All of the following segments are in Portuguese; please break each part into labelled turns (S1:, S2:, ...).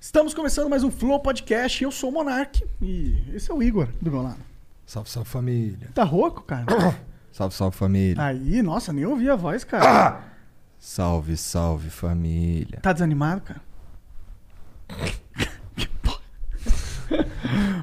S1: Estamos começando mais um Flow Podcast. Eu sou o Monark e esse é o Igor do meu lado.
S2: Salve, salve família. Ah.
S1: Tá rouco, cara?
S2: Salve, salve família.
S1: Aí, nossa, nem ouvi a voz, cara.
S2: Salve, salve família.
S1: Tá desanimado, cara? Que porra.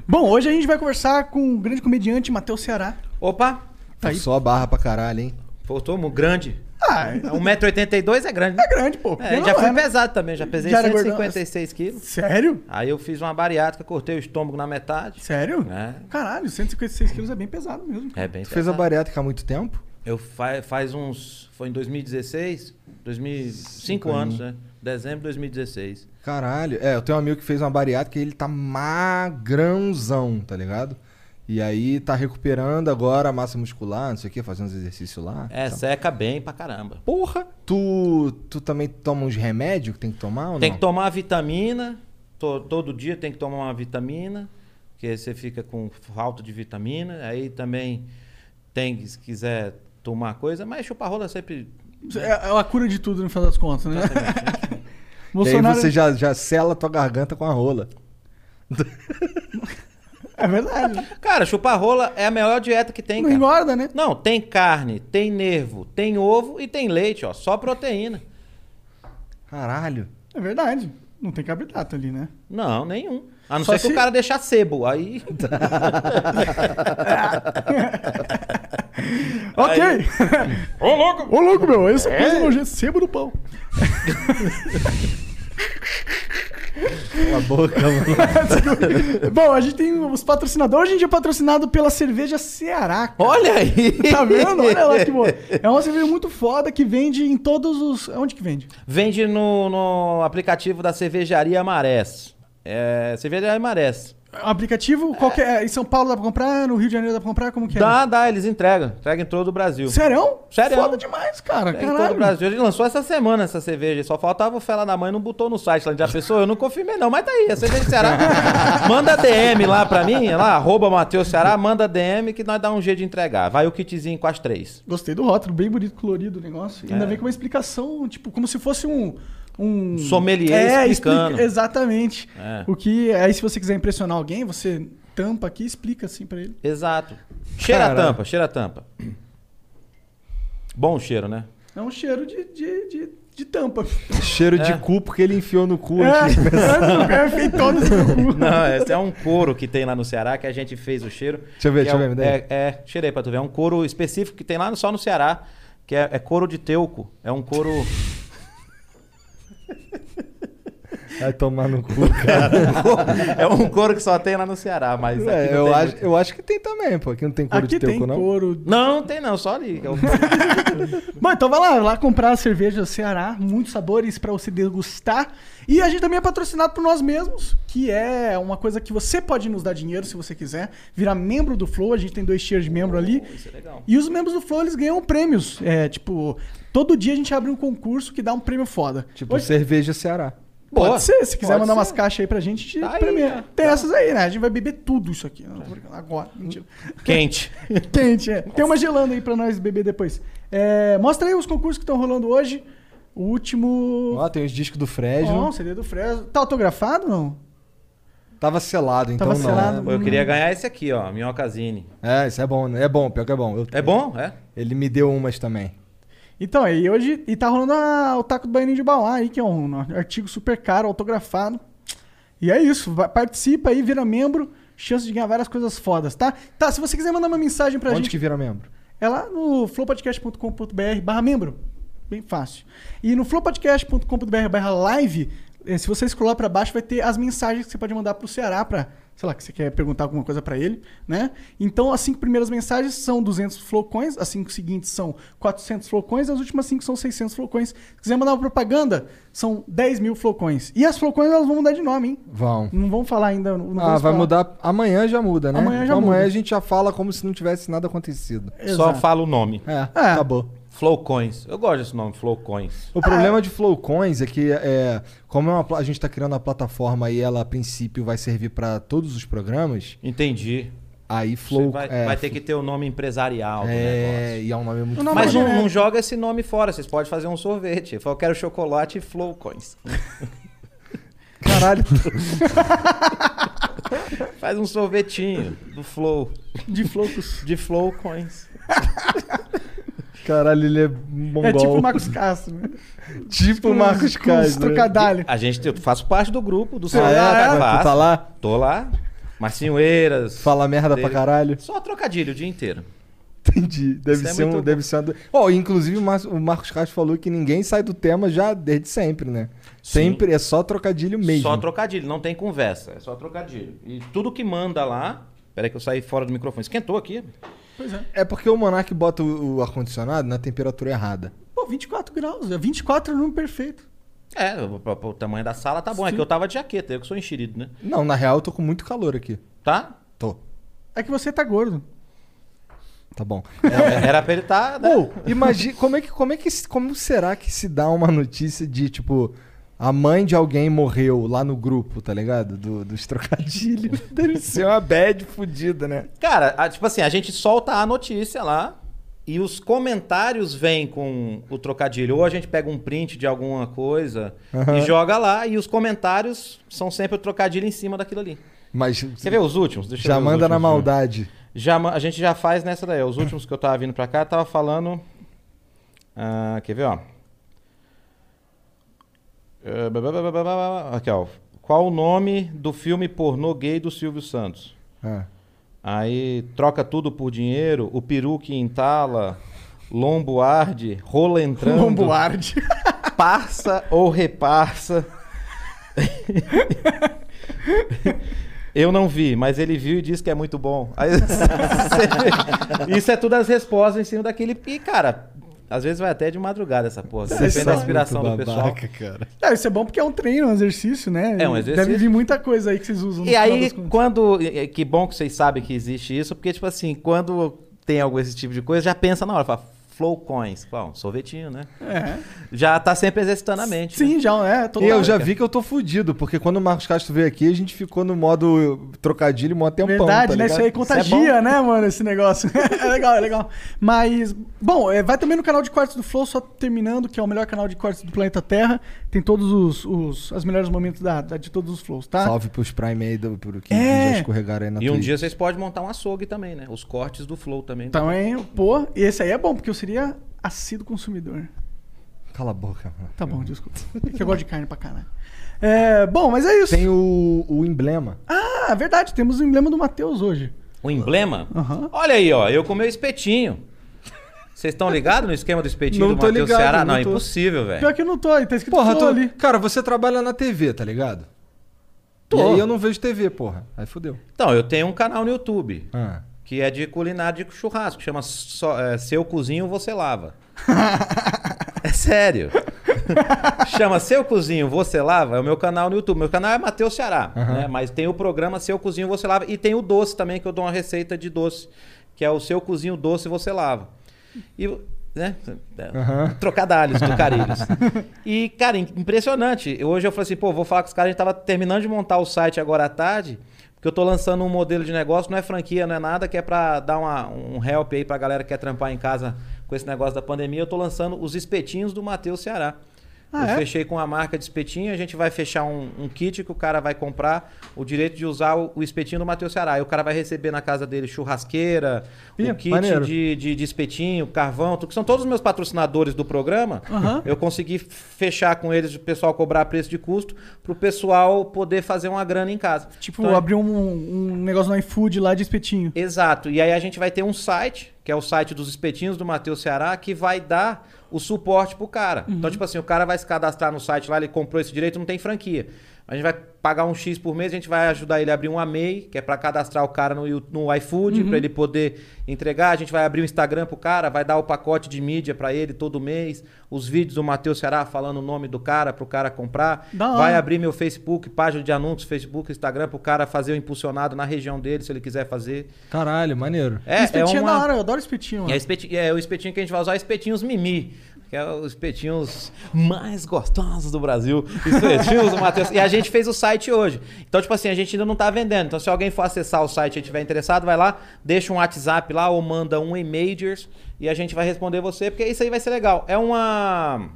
S1: Bom, hoje a gente vai conversar com o grande comediante Matheus Ceará.
S3: Opa,
S1: Tá aí.
S2: Só a barra pra caralho, hein?
S3: voltou mu- grande.
S1: Ah, é
S3: 1,82m é grande. né?
S1: grande, pô.
S3: É,
S1: Porque
S3: já
S1: não
S3: fui
S1: é, né?
S3: pesado também, já pesei
S1: Já era gordão? é.
S3: 156 quilos.
S1: Sério?
S3: Aí eu fiz uma bariátrica, cortei o estômago na metade.
S1: Sério?
S3: É.
S1: Caralho, 156 quilos é bem pesado mesmo.
S3: É bem
S2: Tu fez a
S3: pesado.
S2: bariátrica há muito tempo?
S3: Eu fa faz uns... Foi em 2016? 2005 anos, né? Dezembro de 2016.
S2: Caralho. É, eu tenho um amigo que fez uma bariátrica e ele tá magrãozão, tá ligado? E aí tá recuperando agora a massa muscular, não sei o que, fazendo os exercícios lá.
S3: É,
S2: Tá.
S3: seca bem pra caramba.
S2: Porra! Tu, tu também toma uns remédios que tem que tomar ou
S3: Tem
S2: não?
S3: que tomar vitamina, to- todo dia tem que tomar uma vitamina, porque você fica com falta de vitamina. Aí também tem, se quiser tomar coisa, mas chupar rola sempre.
S1: É é a cura de tudo no final das contas, né?
S2: E aí
S1: Bolsonaro.
S2: você já, já sela tua garganta com a rola.
S1: É verdade.
S3: Cara, chupar rola é a melhor dieta que tem,
S1: não
S3: cara.
S1: engorda, né?
S3: Não, tem carne, tem nervo, tem ovo e tem leite, ó. Só proteína.
S2: Caralho.
S1: É verdade. Não tem carboidrato ali, né?
S3: Não, nenhum. A não
S1: Só
S3: ser que
S1: se-
S3: o cara deixar sebo. Aí.
S1: Ok! Ô louco! Ô louco, meu! é Essa
S3: É?
S1: coisa nojenta, sebo no pão.
S2: Cala a boca, mano.
S1: Bom, a gente tem os patrocinadores. Hoje a gente é patrocinado pela cerveja Ceará. cara.
S3: Olha aí!
S1: Tá vendo? Olha lá que boa. É uma cerveja muito foda que vende em todos os. Onde que vende?
S3: Vende no, no aplicativo da cervejaria Marés. É, cervejaria Marés.
S1: O aplicativo? Qual que é? Em São Paulo dá pra comprar? No Rio de Janeiro dá pra comprar? Como que é?
S3: Dá, dá, eles entregam. Entregam em todo o Brasil.
S1: Sério?
S3: Sério.
S1: Foda demais, cara.
S3: Entregam Em todo o
S1: é Caralho.
S3: Brasil. Ele lançou essa semana essa cerveja. Só faltava o Fela da Mãe, não botou no site lá de pessoa. Eu não confirmei, não. Mas tá aí, a cerveja de Ceará. manda DM lá pra mim, lá, arroba Matheus Ceará, manda DM que nós dá um jeito de entregar. Vai o kitzinho com as três.
S1: Gostei do rótulo, bem bonito, colorido o negócio. E Ainda
S3: É.
S1: vem com uma explicação, tipo, como se fosse um. Um
S3: Sommelier explicando.
S1: exatamente.
S3: É.
S1: O que. Aí, se você quiser impressionar alguém, você tampa aqui e explica assim pra ele.
S3: Exato. Cheira
S2: Cara.
S3: a tampa, cheira a tampa. Bom cheiro, né?
S1: É um cheiro de, de, de, de tampa.
S2: Cheiro
S3: É.
S2: de cu porque ele enfiou no cu. antes.
S1: é, é feitão no seu cu.
S3: Não, esse é um couro que tem lá no Ceará que a gente fez o cheiro.
S2: Deixa eu ver,
S3: Que
S2: deixa eu
S3: é
S2: ver, me
S3: um-
S2: dá aí.
S3: É, é, cheirei pra tu ver. É um couro específico que tem lá no- só no Ceará, que é, é couro de teuco. É um couro.
S2: Vai tomar no cu, cara.
S3: é um couro que só tem lá no Ceará, mas aqui
S2: É,
S3: não
S2: eu,
S3: tem
S2: acho,
S3: muito.
S2: eu acho que tem também, pô. Aqui não tem couro
S1: Aqui
S2: de teu
S1: tem
S2: cu, não.
S1: couro.
S3: Não, tem não, só ali. que é o-
S1: Bom, então vai lá, lá comprar a cerveja Ceará, muitos sabores pra você degustar. E a gente também é patrocinado por nós mesmos, que é uma coisa que você pode nos dar dinheiro se você quiser, virar membro do Flow, a gente tem dois tiers de membro ali.
S3: Isso é legal.
S1: E os membros do Flow, eles ganham prêmios. É, tipo, todo dia a gente abre um concurso que dá um prêmio foda.
S2: Tipo,
S1: Hoje-
S2: cerveja Ceará.
S3: Boa.
S1: Pode ser, se quiser
S3: Pode
S1: mandar umas
S3: ser.
S1: caixas aí pra gente, a gente
S3: Tá aí,
S1: premia.
S3: é.
S1: Tem essas aí, né? A gente vai beber tudo isso aqui. Não, Agora, mentira.
S3: Quente.
S1: Quente, é. Tem uma gelando aí pra nós beber depois. É, mostra aí os concursos que estão rolando hoje. O último.
S2: Ó, é tem os discos do Fred.
S1: Ó, o CD do Fresno. Tá autografado não?
S2: Tava selado, então
S1: Tava
S2: não.
S1: selado.
S3: Pô, eu queria ganhar esse aqui, ó. Minhocazine.
S2: É, isso é bom, né? É bom, pior que é bom. Eu-
S3: É bom? É?
S2: Ele me deu umas também.
S1: Então, aí hoje. E tá rolando a- o Taco do Baianinho de Bauá aí, que é um artigo super caro, autografado. E é isso. vai- participa aí, vira membro. Chance de ganhar várias coisas fodas, tá? Tá, se você quiser mandar uma mensagem pra
S2: Onde
S1: gente.
S2: que vira membro?
S1: É lá no flowpodcast.com.br barra membro. Bem fácil. E no flowpodcast.com.br barra live, eh, se você escolar para baixo, vai ter as mensagens que você pode mandar para o Ceará para, sei lá, que você quer perguntar alguma coisa para ele, né? Então, as cinco primeiras mensagens são 200 flocões, as cinco seguintes são 400 flocões, as últimas cinco são 600 flocões. Se quiser mandar uma propaganda, são 10 mil flocões. E as flocões, elas vão mudar de nome, hein?
S2: Vão.
S1: Não vão falar ainda. Não vamos
S2: Ah, vai
S1: falar.
S2: mudar. Amanhã já muda, né?
S1: Amanhã já
S2: Então
S1: muda.
S2: Amanhã a gente já fala como se não tivesse nada acontecido.
S3: Só
S1: Exato.
S3: fala o nome.
S2: É,
S1: É.
S2: acabou.
S3: Flowcoins. Eu gosto desse nome, Flowcoins.
S2: O problema de Flowcoins é que, é, como é uma pla- a gente tá criando uma plataforma e ela, a princípio, vai servir para todos os programas,
S3: Entendi.
S2: aí Flow...
S3: vai,
S2: é,
S3: vai ter que ter o nome empresarial do
S2: É,
S3: negócio.
S2: e é um nome muito
S1: O nome
S3: Mas
S1: é
S3: não,
S1: genérico.
S3: não joga esse nome fora. Vocês podem fazer um sorvete. Eu falo, eu quero chocolate e Flowcoins.
S2: Caralho.
S3: Faz um sorvetinho do Flow.
S1: De flocos.
S3: De Flowcoins.
S2: Caralho, ele é mongol.
S1: É tipo o Marcos Castro, né?
S2: Tipo o Marcos Castro.
S1: Trocadalho.
S3: A gente, eu faço parte do grupo do
S2: Ah,
S3: Ceará.
S2: é?
S3: faço.
S2: Tu tá lá?
S3: Tô lá. Marcinho Eiras.
S2: Fala merda pra caralho.
S3: Só trocadilho o dia inteiro.
S2: Entendi. Deve
S3: Isso é
S2: ser
S3: muito
S2: um.
S3: bom.
S2: Deve ser uma... do- Ó, inclusive, o, Mar- o Marcos Castro falou que ninguém sai do tema já desde sempre, né?
S3: Sim.
S2: Sempre é só trocadilho mesmo.
S3: Só trocadilho, não tem conversa, é só trocadilho. E tudo que manda lá. Peraí que eu saí fora do microfone. Esquentou aqui?
S1: Pois é.
S2: É porque o Monark bota o, o ar-condicionado na temperatura errada.
S1: Pô, 24 graus. é 24 é o número perfeito.
S3: É, o, o- o tamanho da sala tá bom. É
S1: Sim.
S3: que eu tava de jaqueta, eu que sou enxerido, né?
S2: Não, na real, eu tô com muito calor aqui.
S3: Tá?
S2: Tô.
S1: É que você tá gordo.
S2: Tá bom.
S3: Era pra ele tá, né?
S2: Ou, imagina, como é que como é que se- como será que se dá uma notícia de tipo a mãe de alguém morreu lá no grupo, tá ligado? Do- dos trocadilhos. Deve ser uma bad fudida, né?
S3: Cara, a- tipo assim, a gente solta a notícia lá e os comentários vêm com o trocadilho. Ou a gente pega um print de alguma coisa
S2: Aham.
S3: e joga lá e os comentários são sempre o trocadilho em cima daquilo ali.
S2: Mas
S3: Você vê os últimos? Deixa eu
S2: já
S3: ver os
S2: manda na
S3: últimos, né?
S2: maldade.
S3: Já, ma- a gente já faz nessa daí. Os últimos que eu tava vindo pra cá, tava falando. ah, quer ver, ó? Eh, blá, blá, blá, blá, blá, blá, blá. Aqui, ó. Qual o nome do filme pornô gay do Silvio Santos?
S2: Ah.
S3: Aí, troca tudo por dinheiro, o peru que entala, lombo arde, rola entrando,
S1: Lomboarde.
S3: passa ou repassa. Eu não vi, mas ele viu e disse que é muito bom. Aí, isso é tudo as respostas em cima daquele. E, cara, às vezes vai até de madrugada essa porra. Depende da inspiração do pessoal.
S2: Cara.
S1: É, isso é bom porque é um treino, um exercício, né?
S3: É um exercício.
S1: Deve vir muita coisa aí que vocês usam. no
S3: E
S1: final
S3: aí,
S1: das contas.
S3: quando. e- e Que bom que vocês sabem que existe isso, porque, tipo assim, quando tem algum esse tipo de coisa, já pensa na hora, fala, flow coins. Fala, um sorvetinho, né?
S1: É.
S3: Já tá sempre exercitando a mente. né?
S1: Sim, já é.
S2: E eu
S1: total.
S2: já vi que eu tô fudido, porque quando o Marcos Castro veio aqui, a gente ficou no modo trocadilho mó tempão,
S1: Verdade,
S2: tá
S1: né? Isso
S2: ligado?
S1: aí contagia, né, mano, esse negócio. é legal, é legal. Mas, bom, é, vai também no canal de cortes do Flow, só terminando, que é o melhor canal de cortes do planeta Terra. Tem todos os, os as melhores momentos da, da- de todos os flows, tá?
S2: Salve pros Prime aí, do, pro que
S1: É.
S2: já escorregaram aí na
S3: E um
S2: Twitch.
S3: dia vocês podem montar um açougue também, né? Os cortes do Flow também. né?
S2: Tá.
S1: Então, hein, pô, e esse aí é bom, porque eu seria assíduo consumidor.
S2: Cala a boca, mano.
S1: Tá bom, desculpa. É que eu gosto de carne pra caralho. É, bom, mas é isso.
S2: Tem o, o emblema.
S1: Ah, verdade, temos o emblema do Matheus hoje.
S3: O emblema?
S1: Aham.
S3: Olha aí, ó. Eu com meu espetinho. Vocês estão ligados no esquema do espetinho
S2: Não
S3: do
S2: tô
S3: Matheus
S2: ligado,
S3: Ceará?
S2: não
S3: Não, é
S2: tô.
S3: impossível, velho.
S1: Pior que eu não tô aí, tá escrito
S2: Tipo, Porra,
S1: Flow
S2: tô...
S1: ali.
S2: cara, você trabalha na TV, tá ligado?
S3: Tô.
S2: E aí eu não vejo TV, porra. Aí fodeu.
S3: Então, eu tenho um canal no YouTube.
S2: Ah.
S3: Que é de culinária de churrasco. Chama só, é, Seu Cozinho Você Lava. é sério. Chama Seu Cozinho Você Lava. É o meu canal no YouTube. Meu canal é Matheus Ceará. né? Mas tem o programa Seu Cozinho Você Lava. E tem o doce também, que eu dou uma receita de doce. Que é o Seu Cozinho Doce Você Lava. E né? Trocadalhos do Carilhos. e, cara, im- impressionante. Hoje eu falei assim, pô, vou falar com os caras. A gente tava terminando de montar o site agora à tarde, porque eu tô lançando um modelo de negócio, não é franquia, não é nada, que é pra dar uma- um help aí pra galera que quer trampar em casa com esse negócio da pandemia. Eu tô lançando os espetinhos do Matheus Ceará.
S1: Ah,
S3: eu
S1: é?
S3: fechei com a marca de espetinho, a gente vai fechar um, um kit que o cara vai comprar o direito de usar o, o espetinho do Matheus Ceará. E o cara vai receber na casa dele churrasqueira,
S2: Ih,
S3: um kit
S2: maneiro.
S3: de, de, de espetinho, carvão, tudo que são todos os meus patrocinadores do programa.
S1: Aham.
S3: Eu consegui fechar com eles, o pessoal cobrar preço de custo, pro pessoal poder fazer uma grana em casa.
S1: Tipo,
S3: Então, é-
S1: abrir um, um negócio no iFood lá de espetinho.
S3: Exato. E aí a gente vai ter um site, que é o site dos espetinhos do Matheus Ceará, que vai dar o suporte pro cara.
S1: Uhum.
S3: Então, tipo assim, o cara vai se cadastrar no site lá, ele comprou esse direito, não tem franquia. A gente vai pagar um X por mês, a gente vai ajudar ele a abrir um AMEI, que é pra cadastrar o cara no, Yu- no iFood,
S1: Uhum.
S3: pra ele poder entregar. A gente vai abrir o Instagram pro cara, vai dar o pacote de mídia pra ele todo mês, os vídeos do Matheus Ceará falando o nome do cara pro cara comprar.
S1: Da hora.
S3: Vai abrir meu Facebook, página de anúncios, Facebook, Instagram pro cara fazer o impulsionado na região dele, se ele quiser fazer.
S2: Caralho, maneiro.
S3: É,
S1: espetinho
S3: é
S1: é,
S3: uma...
S1: da hora, eu adoro espetinho.
S3: E
S1: mano.
S3: é, espeti- é o espetinho que a gente vai usar, é espetinhos mimi. Que é os espetinhos mais gostosos do Brasil. Espetinhos do Matheus. E a gente fez o site hoje. Então, tipo assim, a gente ainda não tá vendendo. Então, se alguém for acessar o site e tiver interessado, vai lá, deixa um WhatsApp lá ou manda um e-majors e a gente vai responder você, porque isso aí vai ser legal. É uma.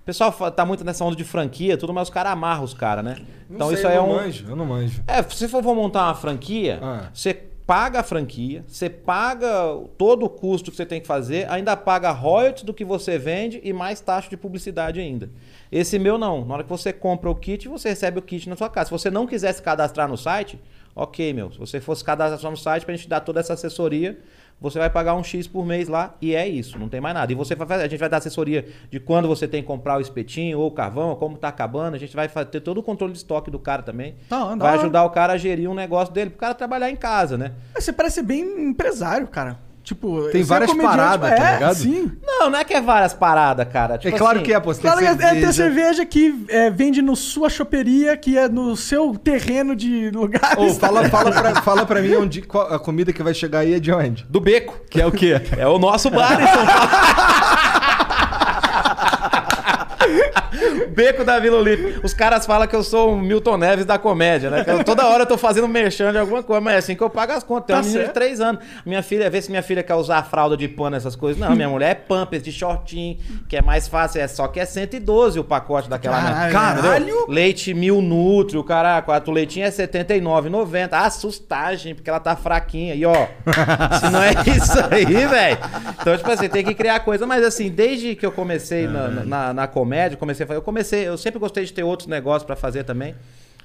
S3: O pessoal fa- tá muito nessa onda de franquia, tudo, mas os caras amarram os caras, né? Então, isso aí é um.
S2: eu não manjo.
S3: É, se for for montar uma franquia,
S2: Ah.
S3: você paga a franquia, você paga todo o custo que você tem que fazer, ainda paga royalties do que você vende e mais taxa de publicidade ainda. Esse meu não. Na hora que você compra o kit, você recebe o kit na sua casa. Se você não quiser se cadastrar no site, ok, meu. Se você fosse cadastrar no site pra gente dar toda essa assessoria, você vai pagar um X por mês lá e é isso, não tem mais nada. E você vai fazer- a gente vai dar assessoria de quando você tem que comprar o espetinho ou o carvão, como tá acabando, a gente vai fa- ter todo o controle de estoque do cara também.
S1: Da hora, da
S3: vai
S1: hora.
S3: ajudar o cara a gerir um negócio dele, pro cara trabalhar em casa, né?
S1: Mas Você parece bem empresário, cara. Tipo,
S2: Tem
S1: você
S2: várias
S1: comediante,
S2: paradas,
S1: é,
S2: tá ligado?
S1: Sim.
S3: Não, não é que é várias paradas, cara. Tipo
S2: é claro
S3: assim,
S2: que é, pô. Você
S1: Claro que
S2: tem
S1: é, é
S2: cerveja.
S1: ter cerveja que é, vende no sua choperia, que é no seu terreno de lugares. tá
S2: Ô, fala, fala, pra, fala pra mim onde, qual- a comida que vai chegar aí é de onde?
S3: Do beco.
S2: Que é o quê?
S3: É o nosso bar então. em São Paulo. Beco da Vila Olímpica. Os caras falam que eu sou o Milton Neves da comédia, né? Que eu- toda hora eu tô fazendo merchan de alguma coisa, mas é assim que eu pago as contas. Tem uma
S1: Tá
S3: menina de
S1: certo.
S3: 3 anos. Minha filha, vê se minha filha quer usar fralda de pano, essas coisas. Não, minha mulher é pampers de shortinho, que é mais fácil. É só que é 112 o pacote daquela.
S1: Caralho.
S3: entendeu?
S1: Caralho.
S3: Leite mil nutrio, caraca. A leitinho é 79,90. Assustagem, porque ela tá fraquinha. E ó, se não é isso aí, velho. Então, tipo assim, tem que criar coisa. Mas assim, desde que eu comecei na,
S2: Uhum.
S3: na, na comédia, comecei a fazer, eu comecei, eu sempre gostei de ter outros negócios pra fazer também.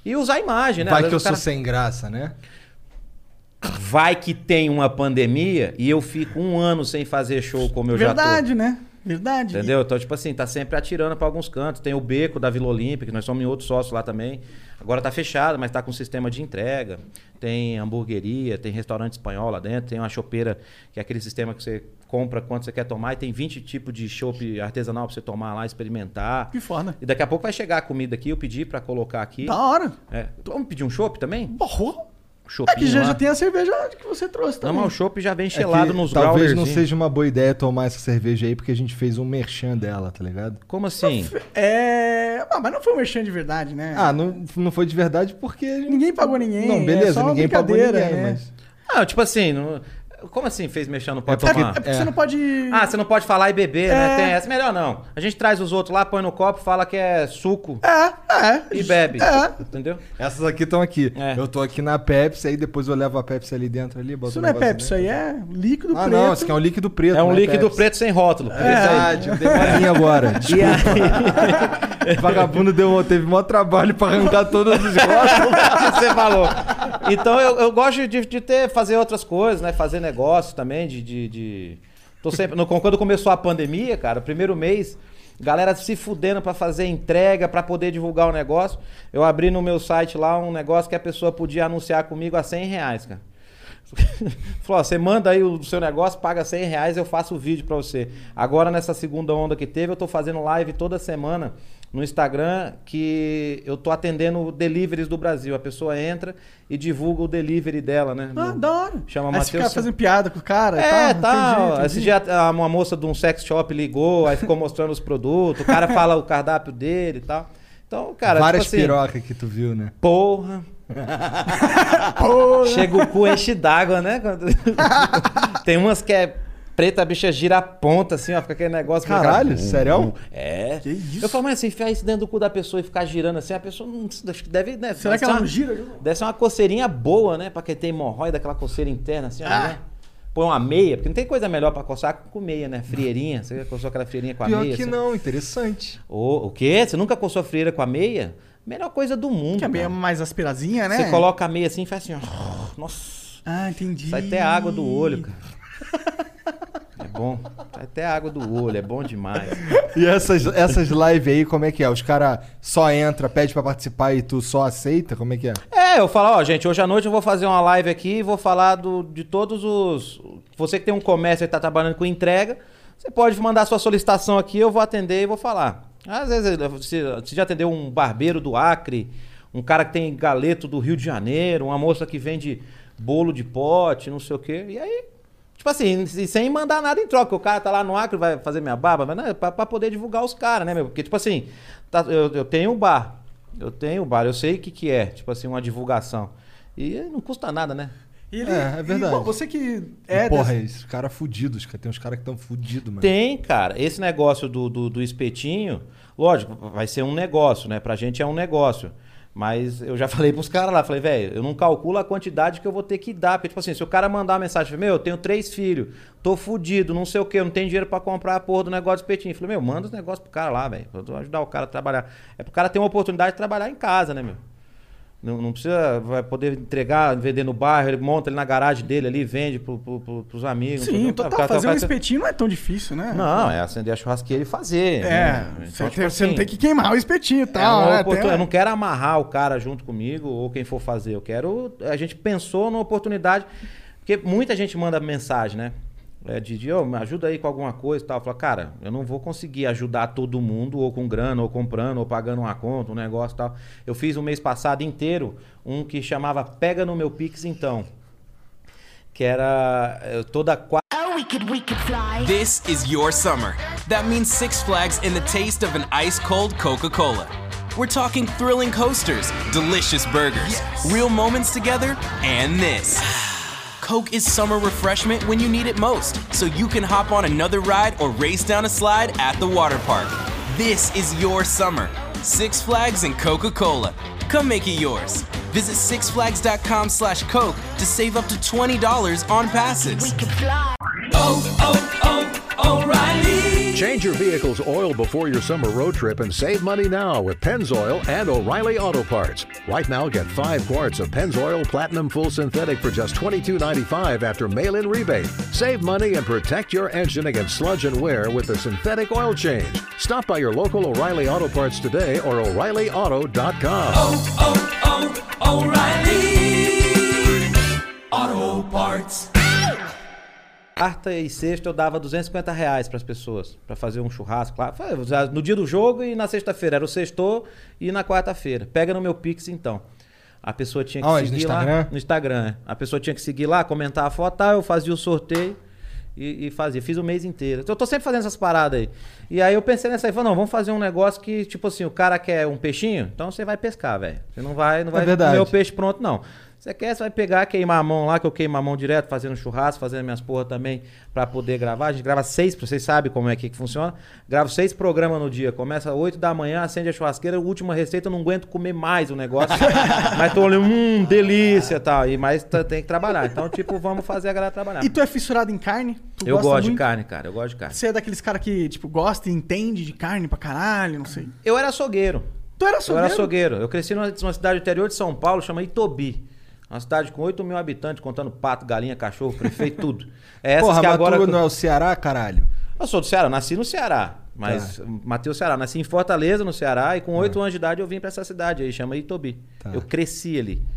S3: E usar a imagem, né? Às
S2: Vai
S3: vezes
S2: que eu
S3: o cara-
S2: sou sem graça, né?
S3: Vai que tem uma pandemia e eu fico um ano sem fazer show como eu já tô.
S1: Verdade, né? Verdade.
S3: Entendeu? Então, tipo assim, tá sempre atirando pra alguns cantos. Tem o beco da Vila Olímpica, que nós somos em outro sócio lá também. Agora tá fechado, mas tá com sistema de entrega. Tem hamburgueria, tem restaurante espanhol lá dentro, tem uma chopeira, que é aquele sistema que você compra quanto você quer tomar, e tem 20 tipos de chopp artesanal pra você tomar lá, experimentar.
S1: Que foda.
S3: E daqui a pouco vai chegar a comida aqui, eu pedi pra colocar aqui.
S2: Tá.
S1: Da hora.
S3: É. Vamos pedir um chopp também?
S1: Porra.
S3: Um chopp.
S1: É que já, já tem a cerveja que você trouxe
S3: Não, é
S1: também.
S3: mas o chopp já vem gelado
S2: É que
S3: nos
S2: Talvez não
S3: growlerzinhos.
S2: seja uma boa ideia tomar essa cerveja aí, porque a gente fez um merchan dela, tá ligado?
S3: Como assim?
S1: É... Ah, mas não foi um merchan de verdade, né?
S2: Ah, não, não foi de verdade porque.
S1: Ninguém pagou ninguém,
S2: Não,
S1: é
S2: beleza,
S1: só uma
S2: ninguém pagou ninguém,
S1: brincadeira, né?
S2: mas.
S3: Ah, tipo assim, não- como assim fez mexendo no
S2: É
S3: pode
S2: porque-
S3: tomar?
S1: É porque
S2: É.
S1: você não pode...
S3: Ah, você não pode falar e beber,
S1: É.
S3: né? Tem essa. Melhor não. A gente traz os outros lá, põe no copo, fala que é suco
S1: É, é.
S3: e bebe.
S1: É.
S3: Entendeu?
S2: Essas aqui estão aqui.
S3: É.
S2: Eu tô aqui na Pepsi, aí depois eu levo a Pepsi ali dentro ali, boto
S1: Isso
S2: um
S1: não é
S2: negócio
S1: Pepsi, isso aí é líquido
S2: dentro. Ah,
S1: preto.
S2: não, isso aqui é um líquido preto.
S3: É um
S1: Né,
S2: não
S3: líquido
S2: Pepsi.
S3: preto sem rótulo.
S2: É verdade, eu dei bolinha agora.
S3: E é-
S2: Desculpa.
S3: aí,
S2: Vagabundo deu, teve maior trabalho pra arrancar todas as
S3: você falou. Então eu, eu gosto de, de ter, fazer outras coisas, né? Fazer negócio também, de. de, de- Tô sempre. no- quando começou a pandemia, cara, o primeiro mês. Galera se fudendo pra fazer entrega, pra poder divulgar o negócio. Eu abri no meu site lá um negócio que a pessoa podia anunciar comigo a 100 reais, cara. Falou, ó, você manda aí o seu negócio, paga 100 reais, eu faço o vídeo pra você. Agora, nessa segunda onda que teve, eu tô fazendo live toda semana no Instagram que eu tô atendendo deliveries do Brasil. A pessoa entra e divulga o delivery dela, né?
S1: Ah,
S3: No-
S1: da hora.
S3: Chama
S1: Aí você fica
S3: Matheus.
S1: fazendo piada com o cara
S3: É,
S1: e tal.
S3: tá.
S1: entendi, entendi.
S3: Esse dia a- uma moça de um sex shop ligou, aí ficou mostrando os produtos, o cara fala o cardápio dele e tal. Então, cara,
S2: Várias
S3: tipo assim,
S2: pirocas que tu viu, né?
S3: porra. Chega o cu enche d'água, né? Quando- Tem umas que é preta, a bicha gira a ponta, assim, ó, fica aquele negócio.
S2: Caralho,
S3: Hum,
S2: sério?
S3: hum. É.
S1: Que isso?
S3: Eu falo, mas se enfiar isso dentro do cu da pessoa e ficar girando assim, a pessoa não. Acho que deve. Né,
S1: Será
S3: deve
S1: que
S3: ser
S1: ela
S3: uma-
S1: não gira? junto?
S3: Deve ser uma coceirinha boa, né? Pra quem tem hemorroida, aquela coceira interna, assim, ó,
S1: Ah.
S3: né? Põe uma meia, porque não tem coisa melhor pra coçar que com meia, né? Frieirinha. Você já coçou aquela frieirinha com a
S2: Pior
S3: meia?
S2: que
S3: assim?
S2: não, interessante.
S3: Ô, o quê? Você nunca coçou a frieira com a meia? Melhor coisa do mundo.
S1: Que é meio
S3: cara.
S1: mais aspirazinha, né?
S3: Você coloca a meia assim e faz assim, ó. Nossa.
S1: Ah, entendi.
S3: Sai até água do olho, cara. É bom. Sai até água do olho, é bom demais.
S2: E essas, essas lives aí, como é que é? Os caras só entra, pede pra participar e tu só aceita? Como é que é?
S3: É, eu falo, ó, gente, hoje à noite eu vou fazer uma live aqui e vou falar do, de todos os. Você que tem um comércio e tá trabalhando com entrega, você pode mandar sua solicitação aqui, eu vou atender e vou falar. Às vezes, você você já atendeu um barbeiro do Acre, um cara que tem galeto do Rio de Janeiro, uma moça que vende bolo de pote, não sei o quê. E aí, Tipo assim, e sem mandar nada em troca. O cara tá lá no Acre, vai fazer minha barba, mas não, é pra, pra poder divulgar os caras, né, meu? Porque, tipo assim, tá- eu, eu tenho um bar. Eu tenho um bar, eu sei o que, que é, tipo assim, uma divulgação. E não custa nada, né?
S1: E ele-
S2: É, é
S1: e,
S2: verdade.
S1: bom, você que é.
S2: Porra,
S1: dessa-
S2: esses caras fudidos, cara. Tem uns caras que estão fudidos, mano.
S3: Tem, cara. Esse negócio do, do, do espetinho, lógico, vai ser um negócio, né? Pra gente é um negócio. Mas eu já falei pros caras lá, falei, velho, eu não calculo a quantidade que eu vou ter que dar. Porque, tipo assim, se o cara mandar uma mensagem, meu, eu tenho três filhos, tô fudido, não sei o quê, eu não tenho dinheiro pra comprar a porra do negócio do espetinho. Eu falei, meu, manda os negócios pro cara lá, velho. pra eu ajudar o cara a trabalhar. É pro cara ter uma oportunidade de trabalhar em casa, né, meu? Não, não precisa, vai poder entregar, vender no bairro, ele monta ele na garagem dele ali, vende pro, pro, pro, pros amigos.
S1: Sim,
S3: pro-
S1: total. Fazer um
S3: cara-
S1: espetinho não é tão difícil, né?
S3: não, é acender a churrasqueira e fazer.
S1: É,
S3: né?
S1: você,
S3: Então,
S1: tem-
S3: tipo
S1: você não
S3: assim,
S1: tem que queimar o espetinho e
S3: é uma
S1: tal. né?
S3: oportun-
S1: Tem-
S3: Eu não quero amarrar o cara junto comigo ou quem for fazer. Eu quero. A gente pensou numa oportunidade. Porque muita gente manda mensagem, né? É, de, de, "Ô, me ajuda aí com alguma coisa e tal. Fala, cara, eu não vou conseguir ajudar todo mundo, ou com grana, ou comprando, ou pagando uma conta, um negócio e tal. Eu fiz um mês passado inteiro um que chamava Pega no Meu Pix Então. Que era eh, toda quarta.
S4: Oh, we could, we could fly.
S5: This is your summer. That means Six Flags and the taste of an ice cold Coca Cola. We're talking thrilling coasters, delicious burgers, real moments together, and this. Coke is summer refreshment when you need it most, so you can hop on another ride or race down a slide at the water park. This is your summer. Six Flags and Coca-Cola. Come make it yours. Visit sixflags.com slash Coke to save up to $20 on passes.
S4: We could fly.
S6: Change your vehicle's oil before your summer road trip and save money now with Pennzoil and O'Reilly Auto Parts. Right now, get five quarts of Pennzoil Platinum Full Synthetic for just $22.95 after mail-in rebate. Save money and protect your engine against sludge and wear with the synthetic oil change. Stop by your local O'Reilly Auto Parts today or O'ReillyAuto.com.
S5: oh, oh, O'Reilly Auto Parts.
S3: Quarta e sexta eu dava 250 reais pras pessoas pra fazer um churrasco lá. Fa- No dia do jogo e na sexta-feira. Era o sexto e na quarta-feira. Pega no meu Pix então. A pessoa tinha que
S2: Aonde? No
S3: seguir
S2: Instagram?
S3: lá. No Instagram. é. A pessoa tinha que seguir lá, comentar a foto, tá, eu fazia o sorteio e, e fazia. Fiz o mês inteiro. Eu tô sempre fazendo essas paradas aí. E aí eu pensei nessa aí, falei, não, vamos fazer um negócio que, tipo assim, o cara quer um peixinho, então você vai pescar, velho. Você não vai, não vai
S2: É verdade.
S3: comer o peixe pronto, não. Você quer, você vai pegar, queimar a mão lá, que eu queimo a mão direto, fazendo churrasco, fazendo minhas porra também, pra poder gravar. A gente grava seis, vocês sabem como é que que funciona. Gravo seis programas no dia. Começa às 8 da manhã, acende a churrasqueira, última receita, eu não aguento comer mais o negócio. mas tô olhando, hum, delícia e tal. E, mas tá- tem que trabalhar. Então, tipo, vamos fazer a galera trabalhar.
S1: E tu é fissurado em carne? Tu
S3: Eu
S1: gosta
S3: gosto de
S1: muito?
S3: carne, cara. Eu gosto de carne.
S1: Você é daqueles caras que, tipo, gosta e entende de carne pra caralho, não sei.
S3: Eu era açougueiro.
S1: Tu era
S3: Eu
S1: açougueiro?
S3: era açougueiro. Eu cresci numa, numa cidade do interior de São Paulo, chama Itobi. Uma cidade com 8 mil habitantes, contando pato, galinha, cachorro, prefeito, tudo. É essas
S2: Porra,
S3: que
S2: mas
S3: agora.
S2: tu não é o Ceará, caralho?
S3: Eu sou do Ceará, eu nasci no Ceará. Mas
S2: Tá.
S3: matei o Ceará. Nasci em Fortaleza, no Ceará, e com 8 anos de idade eu vim pra essa cidade aí, chama Itobi.
S2: Tá.
S3: Eu cresci ali.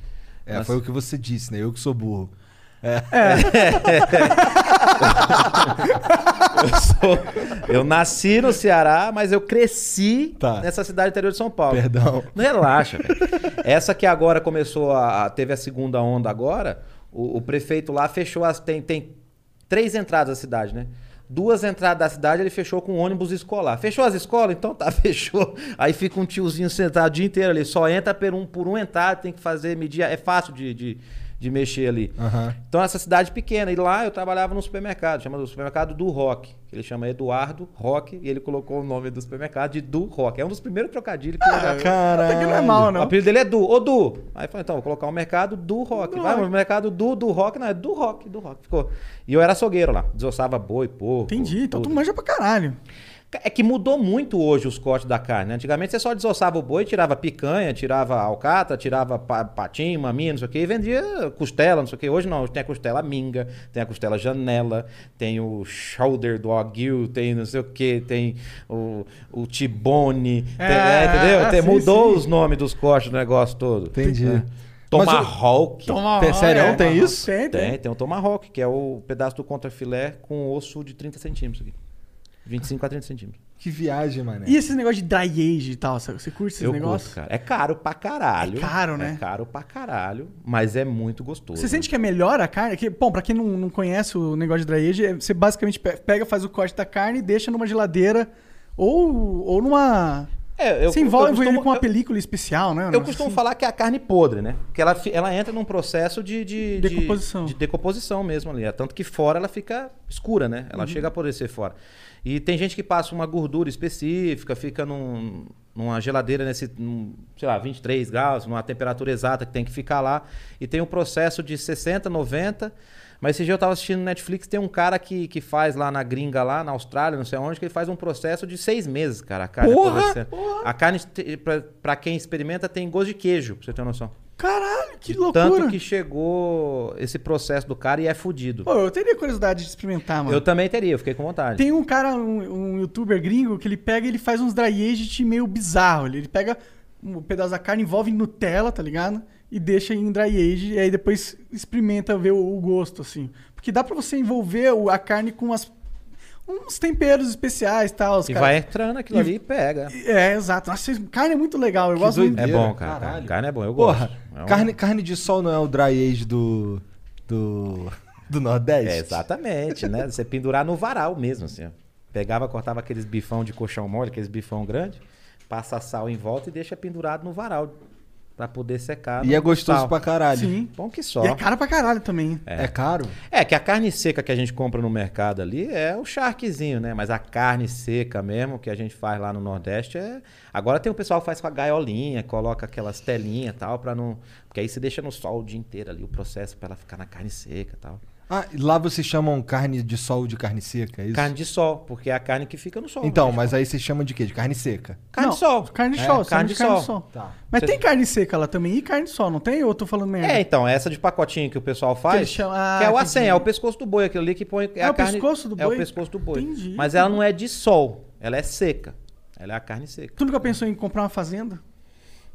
S2: É, foi o que você disse, né? Eu que sou burro.
S3: sou- eu nasci no Ceará, mas eu cresci
S2: Tá.
S3: nessa cidade interior de São Paulo.
S2: Perdão.
S3: Relaxa, velho. Essa que agora começou a. a- Teve a segunda onda agora. O, o prefeito lá fechou as. Tem, tem três entradas da cidade, né? Duas entradas da cidade ele fechou com ônibus escolar. Fechou as escolas? Então tá, fechou. Aí fica um tiozinho sentado o dia inteiro ali. Só entra por um, por um entrada, tem que fazer, medir. É fácil de, de, de mexer ali. Então essa cidade pequena. E lá eu trabalhava num supermercado, chama do supermercado do Rock. que Ele chama Eduardo Rock e ele colocou o nome do supermercado de Du Rock. É um dos primeiros trocadilhos que eu já vi.
S2: Caralho.
S1: Até que não é mal,
S3: O
S1: não.
S3: apelido dele é Du. Ô, Du. Aí eu falei, então, vou colocar o mercado do rock. Vai, o mercado do, do rock. Não, é do rock, do rock. Ficou. E eu era açougueiro lá. Desossava boi, porco.
S1: Entendi, então tu
S3: tudo.
S1: manja pra caralho.
S3: É que mudou muito hoje os cortes da carne. né? Antigamente você só desossava o boi, tirava picanha, tirava alcatra, tirava pa- patinho, maminha, não sei o quê, e vendia costela, não sei o quê. Hoje não, hoje tem a costela minga, tem a costela janela, tem o shoulder do aguil, tem não sei o quê, tem o, o tibone, tem-
S1: Ah,
S3: é, entendeu? Tem-
S1: sim,
S3: mudou
S1: sim.
S3: os nomes dos cortes do negócio todo. Né?
S2: Entendi.
S3: Tomahawk.
S2: Tem- sério, é tem isso?
S1: É, Tem, tem.
S3: Tem, tem um tomahawk, que é o pedaço do contrafilé com osso de 30 centímetros aqui. 25 a 30 centímetros.
S2: Que viagem, mané.
S1: E esses negócios de dry age e tal, sabe? você curte esses
S3: eu
S1: negócios?
S3: gosto, cara. É caro pra caralho.
S1: É caro, né?
S3: É caro pra caralho, mas é muito gostoso.
S1: Você sente que é melhor a carne? Que, bom, pra quem não, não conhece o negócio de dry age, é- você basicamente pe- pega, faz o corte da carne e deixa numa geladeira ou, ou numa...
S3: É, eu-
S1: você envolve
S3: eu costumo-
S1: ele com uma
S3: eu-
S1: película especial, né? Um
S3: Eu
S1: negócio
S3: costumo
S1: assim.
S3: falar que é a carne podre, né? Porque ela, fi- ela entra num processo de, de- de-
S1: Decomposição.
S3: de decomposição mesmo ali. É Tanto que fora ela fica escura, né?
S2: Uhum.
S3: Ela chega a apodrecer fora. E tem gente que passa uma gordura específica, fica num- numa geladeira nesse, num, sei lá, 23 graus, numa temperatura exata que tem que ficar lá. E tem um processo de 60, 90. Mas esse dia eu tava assistindo Netflix, tem um cara que, que faz lá na gringa, lá na Austrália, não sei onde, que ele faz um processo de seis meses, cara. A carne
S2: Porra!
S3: apodrecendo. A carne, te- pra, pra quem experimenta, tem gosto de queijo, pra você ter uma noção.
S1: Caralho, que
S3: De
S1: loucura.
S3: Tanto que chegou esse processo do cara e é fudido.
S1: Pô, eu teria curiosidade de experimentar, mano.
S3: Eu também teria, eu fiquei com vontade.
S1: Tem um cara, um, um youtuber gringo, que ele pega e ele faz uns dry aged meio bizarro. Ele, ele pega um pedaço da carne, envolve em Nutella, tá ligado? E deixa em dry age, e aí depois experimenta ver o, o gosto, assim. Porque dá pra você envolver o- a carne com as, uns temperos especiais tal, os
S3: E
S1: cara-
S3: vai entrando aquilo
S1: E-
S3: ali e pega.
S1: É, exato. Nossa, carne é muito legal, eu gosto
S3: É
S2: doideira.
S3: bom, cara.
S2: Caralho.
S3: Carne é bom, eu gosto.
S2: Porra,
S3: É um-
S2: carne, carne de sol não é o dry age do. do. do Nordeste?
S3: É, exatamente, né? Você pendurar no varal mesmo, assim. ó. Pegava, cortava aqueles bifão de colchão mole, aqueles bifão grande, passa sal em volta e deixa pendurado no varal pra poder secar.
S2: E
S3: no
S2: é gostoso
S3: sal.
S2: pra caralho.
S1: Sim.
S3: Bom que só.
S1: E é cara pra caralho também.
S2: É. caro?
S3: É, que a carne seca que a gente compra no mercado ali é o charquezinho, né? Mas a carne seca mesmo que a gente faz lá no Nordeste é. Agora tem o pessoal que faz com a gaiolinha, coloca aquelas telinhas e tal, pra não. Porque aí você deixa no sol o dia inteiro ali o processo pra ela ficar na carne seca e tal.
S2: Ah, e lá vocês chamam carne de sol de carne seca, é isso?
S3: Carne de sol, porque é a carne que fica no sol.
S2: Então,
S3: né?
S2: mas aí vocês chamam de quê? De carne seca.
S3: Carne
S1: Não,
S3: de sol.
S1: Carne de
S3: É,
S1: sol,
S3: carne de sol.
S2: Tá.
S1: Mas
S3: Você-
S1: tem carne seca lá também e carne de sol, não tem? Ou eu tô falando merda?
S3: É, então, essa de pacotinho que o pessoal
S1: Que
S3: faz, que,
S1: eles chamam- Ah,
S3: é o
S1: entendi.
S3: acém, é o pescoço do boi, aquilo ali que põe...
S1: É
S3: a
S1: o pescoço do
S3: É
S1: boi?
S3: o pescoço do boi.
S1: Entendi.
S3: Mas ela não é de sol, ela é seca. Ela é a carne seca.
S1: Tu nunca pensou em comprar uma fazenda?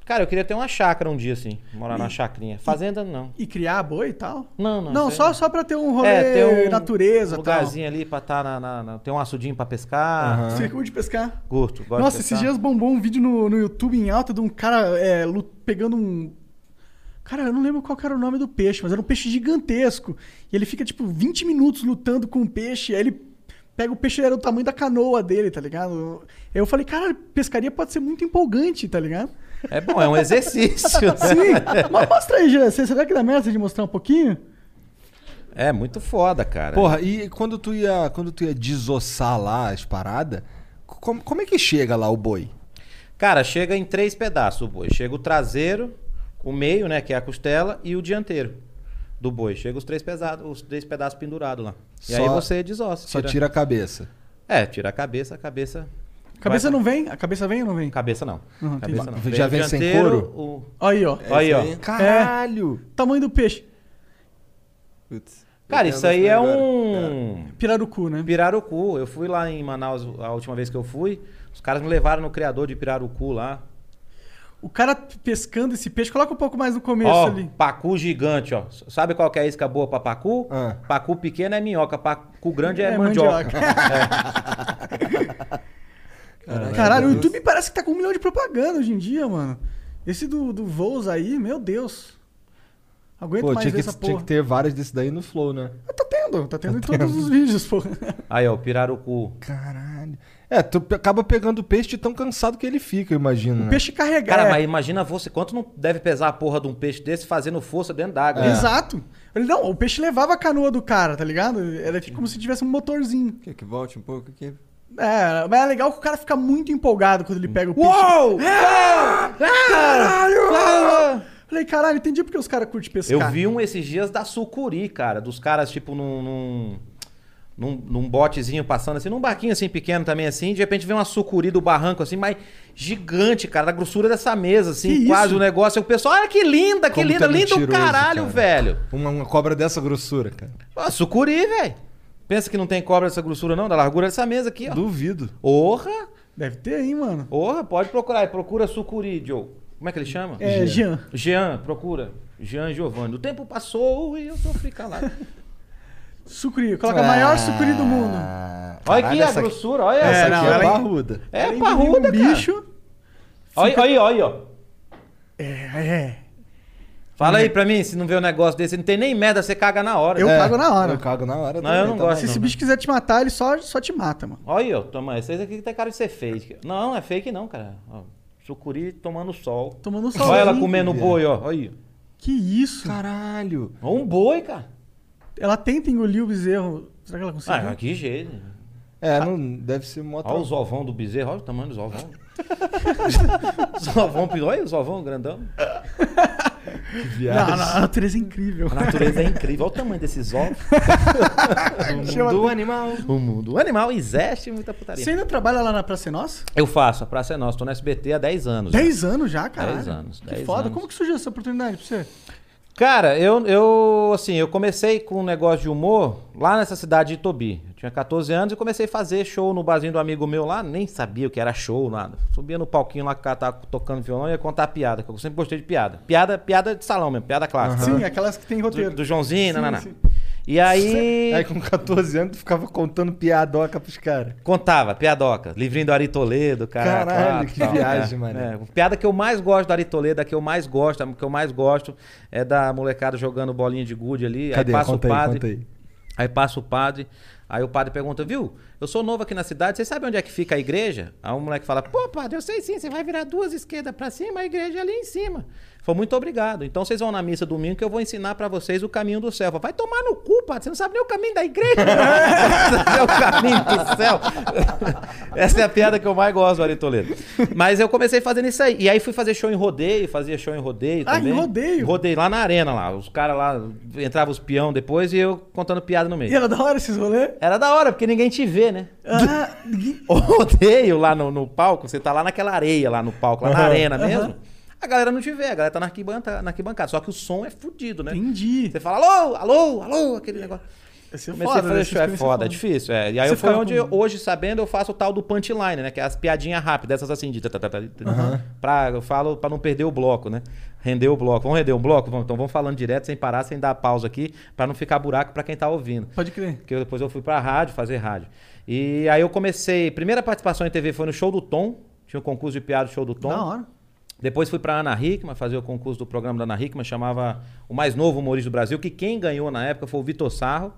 S3: Cara, eu queria ter uma chácara um dia, assim, morar na chacrinha. Fazenda, não.
S1: E criar boi e tal?
S3: Não, não.
S1: Não,
S3: sei
S1: só, só pra ter um rolê
S3: ter um
S1: natureza e tal.
S3: lugarzinho ali pra estar na, na- na- Tem um açudinho pra pescar.
S1: Você curte Ah. pescar?
S3: Curto, gosto
S1: Nossa,
S3: de
S1: esses
S3: pescar.
S1: dias bombou um vídeo no, no YouTube em alta de um cara é, lu- pegando um. Cara, eu não lembro qual que era o nome do peixe, mas era um peixe gigantesco. E ele fica, tipo, 20 minutos lutando com o peixe. Aí ele pega o peixe, ele era o tamanho da canoa dele, tá ligado? Eu falei, cara, pescaria pode ser muito empolgante, tá ligado?
S3: É bom, é um exercício. né?
S1: Sim, mas mostra aí, Jean. Você- Será que dá merda de mostrar um pouquinho?
S3: É muito foda, cara.
S2: Porra, e quando tu ia, quando tu ia desossar lá as paradas, co- como, como é que chega lá o boi?
S3: Cara, chega em três pedaços o boi. Chega o traseiro, o meio, né, que é a costela, e o dianteiro do boi. Chega os três, pesado, os três pedaços pendurados lá. E
S2: Só-
S3: aí você desossa.
S2: Só tira a cabeça.
S3: É, tira a cabeça, a cabeça...
S1: Cabeça
S3: Vai-
S1: não vem? A cabeça vem ou não vem?
S3: Cabeça não.
S1: Não, entendi.
S3: cabeça não.
S2: Já
S3: Tem o
S2: vem sem
S3: dianteiro,
S2: couro?
S3: o-
S1: Olha aí, ó.
S3: Aí, ó.
S2: Caralho!
S1: Tamanho do peixe.
S7: Putz,
S3: Cara,
S7: eu
S3: isso
S7: não
S3: aí
S7: sei
S3: é
S7: agora.
S3: um...
S1: Pirarucu, né?
S3: Pirarucu. Eu fui lá em Manaus a última vez que eu fui. Os caras me levaram no criador de Pirarucu lá.
S1: O cara pescando esse peixe, coloca um pouco mais no começo
S3: Ó,
S1: ali.
S3: pacu gigante, ó. Sabe qual que é a isca boa pra pacu?
S2: Ah.
S3: Pacu pequeno é minhoca, pacu grande é,
S1: É
S3: mandioca.
S1: Caralho, o YouTube parece que tá com um milhão de propaganda hoje em dia, mano. Esse do, do voos aí, meu Deus. Aguento
S2: Pô,
S1: mais
S2: tinha
S1: ver
S2: que,
S1: essa
S2: tinha
S1: porra.
S2: que ter várias desse daí no Flow, né?
S1: Ah, Tá tendo, tá tendo em todos os vídeos, porra.
S3: Aí, ó, o pirarucu.
S2: Caralho. É, tu pe- acaba pegando o peixe de tão cansado que ele fica, eu imagino. né?
S1: Peixe carregado.
S3: Cara, mas imagina você, quanto não deve pesar a porra de um peixe desse fazendo força dentro
S2: É.
S1: É.
S3: d'água. né?
S1: Exato. Ele não, o peixe levava a canoa do cara, tá ligado? Era tipo como se tivesse um motorzinho.
S7: Quer que volte um pouco aqui?
S1: É, mas é legal que o cara fica muito empolgado quando ele pega o peixe.
S3: Uou! Ah!
S1: Caralho! Falei, caralho, entendi porque os caras curtem pescar.
S3: Eu vi um esses dias da sucuri, cara. Dos caras, tipo, num. num... Num, num botezinho passando assim, num barquinho assim pequeno também assim, de repente vem uma sucuri do barranco assim, mas gigante, cara, da grossura dessa mesa assim,
S1: Que
S3: quase
S1: isso? tá
S3: o negócio. Aí O pessoal, olha que linda, que
S2: Como tu
S3: linda,
S2: é
S3: linda o
S2: mentiroso,
S3: caralho,
S2: cara.
S3: velho.
S2: Uma, uma cobra dessa grossura, cara.
S3: Ó, sucuri, velho. Pensa que não tem cobra dessa grossura não, da largura dessa mesa aqui, ó.
S2: Duvido.
S3: Orra,
S1: Deve ter, hein, mano.
S3: orra, pode procurar, aí, procura sucuri, Joe. Como é que ele chama?
S1: É, Jean.
S3: Jean, procura. Jean Giovanni. O tempo passou e eu sofri calado.
S1: Sucuri, coloca a maior sucuri do mundo.
S3: Olha aqui a
S2: essa, aqui-
S3: grossura, olha
S2: essa
S3: essa.
S2: aqui
S1: não,
S2: é
S1: ela é-
S2: barruda.
S3: É
S1: Ela
S3: parruda,
S1: um
S3: bicho.
S1: bicho.
S3: Olha aí, olha aí, ó.
S1: É, é.
S3: Fala aí pra mim, se não vê um negócio desse, não tem nem merda, você caga na hora.
S1: Eu
S3: É.
S1: cago na hora.
S2: Eu cago na hora
S3: Não,
S2: também,
S3: eu não
S2: tá
S3: gosto.
S1: Se esse
S3: né?
S1: bicho quiser te matar, ele só, só te mata, mano.
S3: Olha aí, ó, toma, esse aqui tem cara de ser fake. Não, não é fake não, cara. Ó, sucuri tomando sol.
S1: Tomando um sol.
S3: Olha ela comendo boi, ó. Olha aí.
S1: Que isso?
S2: Caralho.
S3: Ó, Um boi, cara.
S1: Ela tenta engolir o bezerro. Será que ela consegue?
S3: Ah, mas que jeito.
S2: É, não deve ser mó
S3: Olha os ovão do bezerro, olha o tamanho dos ovão. os ovão, pe- olha os ovão grandão.
S1: não,
S2: viagem.
S1: não, a natureza é incrível.
S3: A natureza é incrível, olha o tamanho desses ovos.
S2: Do animal.
S3: O mundo animal existe muita putaria.
S1: Você ainda trabalha lá na Praça é Nossa?
S3: Eu faço, a Praça é Nossa. Tô no SBT há 10 anos. já.
S1: 10 anos já, cara.
S3: 10 anos,
S1: Que
S3: 10
S1: foda.
S3: anos.
S1: Como que surgiu essa oportunidade pra você?
S3: Cara, eu, eu, assim, eu comecei com um negócio de humor lá nessa cidade de Tobi. Eu tinha 14 anos e comecei a fazer show no barzinho do amigo meu lá, nem sabia o que era show, nada. Subia no palquinho lá que o cara tava tocando violão e ia contar piada, que eu sempre gostei de piada. Piada, piada de salão mesmo, piada clássica.
S1: Sim, aquelas que tem
S3: Do,
S1: roteiro.
S3: do Joãozinho,
S1: Sim,
S3: nananá.
S1: sim. é
S3: E aí,
S2: Aí com 14 anos tu ficava contando piadoca pros caras.
S3: contava, piadoca, livrinho do Ari Toledo, cara.
S2: Caralho,
S3: tá,
S2: que
S3: tá,
S2: viagem,
S3: é,
S2: mano.
S3: é. Piada que eu mais gosto do Ari Toledo, a que eu mais gosto, a que eu mais gosto é da molecada jogando bolinha de gude ali, aí passa
S2: Conta
S3: o
S2: aí,
S3: padre.
S2: conta aí.
S3: Aí passa o padre, aí o padre pergunta, viu? Eu sou novo aqui na cidade, você sabe onde é que fica a igreja? Aí o moleque fala, pô, padre, eu sei sim, você vai virar duas esquerdas pra cima, a igreja é ali em cima. Foi muito obrigado. Então vocês vão na missa domingo que eu vou ensinar pra vocês o caminho do céu. Eu falo, Vai tomar no cu, padre, você não sabe nem o caminho da igreja. Esse é o caminho do céu. Essa é a piada que eu mais gosto do Ari Toledo. Mas eu comecei fazendo isso aí. E aí fui fazer show em rodeio, fazia show em rodeio
S1: Ah, em
S3: também.
S1: rodeio?
S3: Rodei lá na arena lá. Os caras lá, entrava os peão depois e eu contando piada no meio.
S1: E era da hora esses rolê?
S3: Era da hora, porque ninguém te vê, né?
S1: Ah, ninguém-
S3: Odeio lá no, no palco, você tá lá naquela areia, lá no palco, lá na arena mesmo. A galera não te vê, a galera tá na arquibancada, na arquibancada. Só que o som é fudido, né?
S1: entendi.
S3: Você fala, alô, alô, alô, aquele negócio.
S1: Esse é
S3: Comecei
S1: né?
S3: a fazer
S1: Essa
S3: show, é
S1: experiência
S3: foda, é difícil. É. E aí
S1: Você
S3: eu foi
S1: ficava
S3: onde,
S1: com-
S3: eu- hoje, sabendo, eu faço o tal do punchline, né? Que é as piadinhas rápidas, essas assim, de... tá, tá, tá, tá, tá, pra, eu falo pra não perder o bloco, né? Render o bloco. Vamos render o bloco? Vamos, então vamos falando direto, sem parar, sem dar pausa aqui, pra não ficar buraco pra quem tá ouvindo.
S1: Pode crer.
S3: Porque eu- depois eu fui pra rádio, fazer rádio. E aí eu comecei. Primeira participação em TV foi no Show do Tom. Tinha um concurso de piada Show do Tom.
S1: Da hora.
S3: Depois fui pra Ana Hickman fazer o concurso do programa da Ana Hickman, chamava O Mais Novo Humorista do Brasil, que quem ganhou na época foi o Vitor Sarro.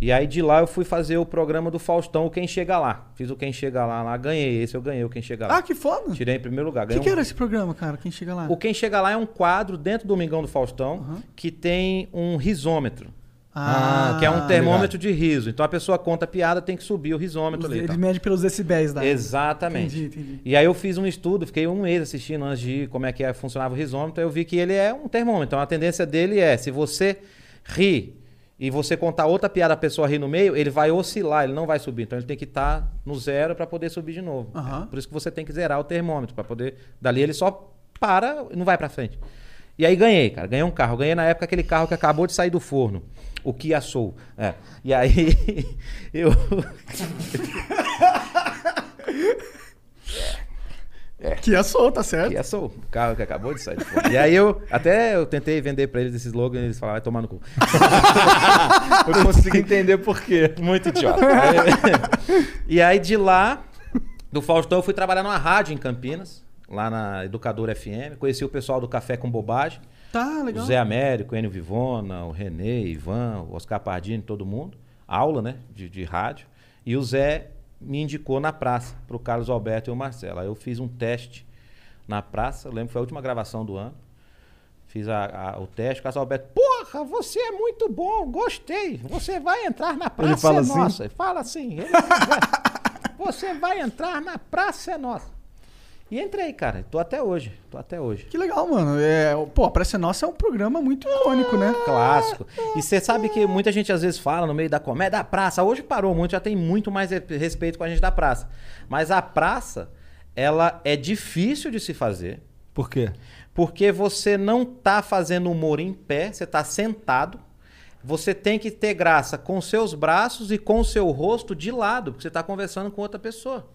S3: E aí de lá eu fui fazer o programa do Faustão, o Quem Chega Lá. Fiz o Quem Chega Lá lá, ganhei. Esse eu ganhei, o Quem Chega Lá.
S1: Ah, que foda. O
S3: Tirei em primeiro lugar.
S1: que,
S3: ganhei
S1: que
S3: um-
S1: era esse programa, cara? Quem chega lá?
S3: O Quem Chega Lá é um quadro dentro do Domingão do Faustão que tem um risômetro.
S1: Ah,
S3: que é um termômetro de riso. Então a pessoa conta a piada, tem que subir o risômetro ali. e
S1: Ele
S3: tal.
S1: mede pelos decibéis da.
S3: Exatamente.
S1: Entendi, entendi.
S3: E aí eu fiz um estudo, fiquei um mês assistindo antes de ir como é que é- funcionava o risômetro, aí eu vi que ele é um termômetro. Então a tendência dele é, se você ri e você contar outra piada, a pessoa ri no meio, ele vai oscilar, ele não vai subir. Então ele tem que estar no zero para poder subir de novo.
S1: Aham.
S3: É por isso que você tem que zerar o termômetro para poder dali ele só para, e não vai para frente. E aí ganhei, cara, ganhei um carro. Ganhei na época aquele carro que acabou de sair do forno. O Kia Soul. É. E aí eu
S1: Que é sol, tá certo?
S3: Que é só o carro que acabou de sair de fora. E aí eu até eu tentei vender pra eles esse slogan e eles falaram, vai tomar no cu.
S2: Eu consigo entender por quê.
S3: é Muito idiota. e aí de lá, do Faustão, eu fui trabalhar numa rádio em Campinas, lá na Educadora FM. Conheci o pessoal do Café com Bobagem.
S1: Tá,
S3: O
S1: legal.
S3: Zé Américo, o Enio Vivona, o Renê, Ivan, o Oscar Pardini, todo mundo. Aula, né? De, de rádio. E o Zé me indicou na praça pro Carlos Alberto e o Marcelo. Aí eu fiz um teste na praça, eu lembro que foi a última gravação do ano. Fiz a- a- o teste, o Carlos Alberto, porra, você é muito bom, gostei. Você vai entrar na praça
S2: fala
S3: é
S2: assim?
S3: nossa. Ele Fala assim. ele vai- você vai entrar na praça é nossa. E entrei, cara. Tô até hoje. Tô até hoje.
S1: Que legal, mano. É, pô, a Praça é Nossa é um programa muito icônico, né?
S3: Clássico. E você sabe que muita gente às vezes fala no meio da comédia, "Ah, da praça. Hoje parou muito, já tem muito mais re- respeito com a gente da praça. Mas a praça, ela é difícil de se fazer,
S2: Por quê?
S3: porque você não tá fazendo humor em pé, você tá sentado. Você tem que ter graça com seus braços e com seu rosto de lado, porque você tá conversando com outra pessoa.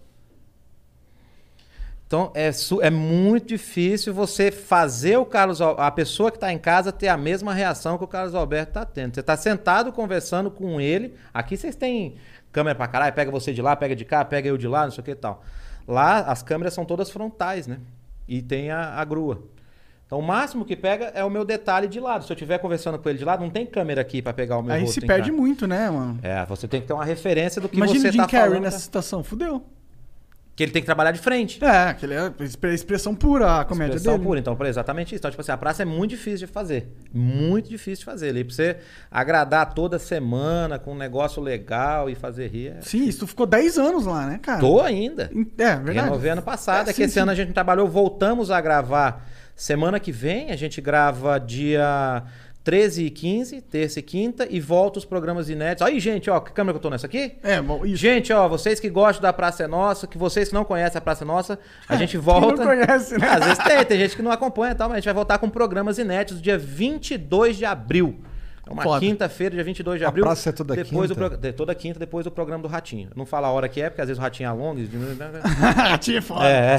S3: Então é, su- é muito difícil você fazer o Carlos Al- a pessoa que está em casa ter a mesma reação que o Carlos Alberto está tendo. Você está sentado conversando com ele. Aqui vocês têm câmera pra caralho, pega você de lá, pega de cá, pega eu de lá, não sei o que e tal. Lá as câmeras são todas frontais, né? E tem a, a grua. Então o máximo que pega é o meu detalhe de lado. Se eu estiver conversando com ele de lado, não tem câmera aqui para pegar o meu
S1: Aí
S3: rosto.
S1: se
S3: em
S1: perde
S3: cá.
S1: muito, né, mano?
S3: É, você tem que ter uma referência do que
S1: Imagina
S3: você
S1: o Jim
S3: está
S1: Carrey
S3: falando.
S1: nessa situação, fudeu.
S3: Que ele tem que trabalhar de frente.
S1: É, aquele é expre- expressão pura a comédia
S3: Expressão
S1: dele.
S3: pura, então, por exatamente isso. Então, tipo assim, a praça é muito difícil de fazer. Muito difícil de fazer. Ali, pra você agradar toda semana com um negócio legal e fazer rir. é-
S1: Sim, isso ficou 10 anos lá, né, cara?
S3: Tô ainda.
S1: É, verdade.
S3: Renovei ano passado, é,
S1: É,
S3: que
S1: sim,
S3: esse
S1: sim.
S3: ano a gente não trabalhou, voltamos a gravar semana que vem, a gente grava dia 13 e 15, terça e quinta, e volta os programas inéditos. Aí, gente, ó, que câmera que eu tô nessa aqui?
S1: É, bom, isso.
S3: Gente, ó, vocês que gostam da Praça é Nossa, que vocês que não conhecem a Praça é Nossa, a gente
S1: não
S3: volta.
S1: conhece, né?
S3: Às vezes tem, tem gente que não acompanha e tal, mas a gente vai voltar com programas inéditos dia 22 de abril. É uma
S1: Foda.
S3: quinta-feira, dia 22 de
S2: A
S3: abril.
S2: praça é toda
S3: depois do
S2: quinta?
S3: pro- de- toda quinta, depois do programa do Ratinho. Não fala a hora que é, porque às vezes o Ratinho alonga. e diminui- né?
S1: Tinha foda.
S3: É.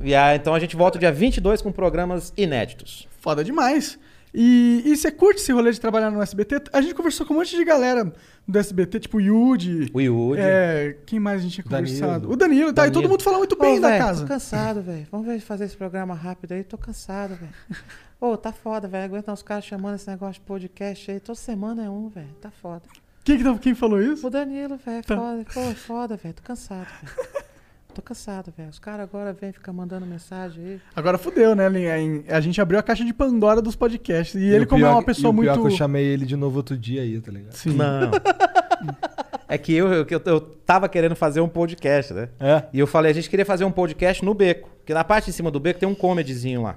S3: e aí, então a gente volta dia 22 com programas inéditos.
S1: Foda demais. E, e você curte esse rolê de trabalhar no SBT? A gente conversou com um monte de galera do SBT, tipo o Yudi.
S3: O Yudi.
S1: É, quem mais a gente tinha
S2: Danilo.
S1: conversado? O Danilo, tá? E todo
S3: Danilo.
S1: mundo fala muito bem
S3: Ô,
S1: da
S3: véi,
S1: casa.
S3: Tô cansado, velho. Vamos ver fazer esse programa rápido aí. Tô cansado, velho. Ô, tá foda, velho. Aguenta os caras chamando esse negócio de podcast aí. Toda semana é um, velho. Tá foda.
S1: Quem, que tá- quem falou isso?
S3: O Danilo, velho, é foda. Pô, é foda, velho. Tô cansado, velho. Tô cansado, velho. Os caras agora vêm ficar mandando mensagem aí.
S1: Agora fudeu, né, Lin? Aí A gente abriu a caixa de Pandora dos podcasts. E, ele,
S2: o
S1: como
S2: pior-
S1: é uma pessoa
S2: e o pior
S1: muito.
S2: que eu chamei ele de novo outro dia aí, tá ligado?
S1: Sim.
S3: Não. É que eu, eu, eu tava querendo fazer um podcast, né?
S2: É.
S3: E eu falei, a gente queria fazer um podcast no beco. Porque na parte de cima do beco tem um comedyzinho lá.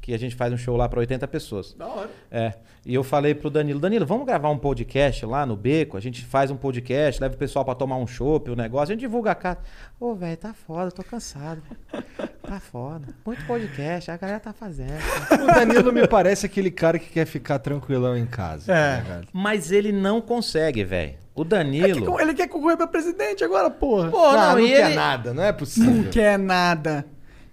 S3: Que a gente faz um show lá pra 80 pessoas. Da hora. É. E eu falei pro Danilo, Danilo, vamos gravar um podcast lá no beco? A gente faz um podcast, leva o pessoal pra tomar um chopp, o negócio, a gente divulga a casa. Ô, velho, tá foda, tô cansado. velho. Tá foda. Muito podcast, a galera tá fazendo.
S2: O Danilo me parece aquele cara que quer ficar tranquilão em casa.
S1: É.
S2: tá ligado?
S3: Mas ele não consegue, velho. O
S1: É que
S3: Danilo.
S1: con- ele quer concorrer pra presidente agora, porra.
S3: Pô,
S2: Ah,
S3: não, e
S2: quer
S3: ele-
S2: nada, não é possível.
S1: Não quer nada.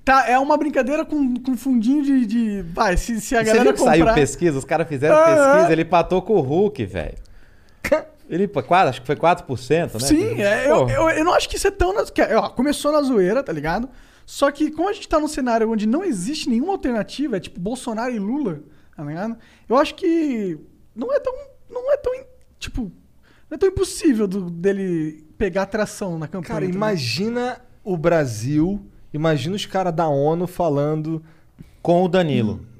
S1: Tá, é uma brincadeira com, com fundinho de, de- Vai, se, se a
S3: Você
S1: galera
S3: viu que saiu
S1: comprar...
S3: pesquisa? Os caras fizeram
S1: Aham.
S3: pesquisa, ele patou com o Hulk, velho. Ele, pô, quase, acho que foi 4%, né?
S1: Sim, é, eu,
S3: Pô,
S1: eu, eu não acho que isso é tão... na- que- ó, começou na zoeira, tá ligado? Só que como a gente tá num cenário onde não existe nenhuma alternativa, é tipo Bolsonaro e Lula, tá ligado? Eu acho que não é tão... Não é tão, in- tipo... Não é tão impossível do- dele pegar atração na campanha.
S2: Cara,
S1: tá ligado?
S2: imagina o Brasil, imagina os caras da ONU falando.
S3: Com o Danilo.
S2: e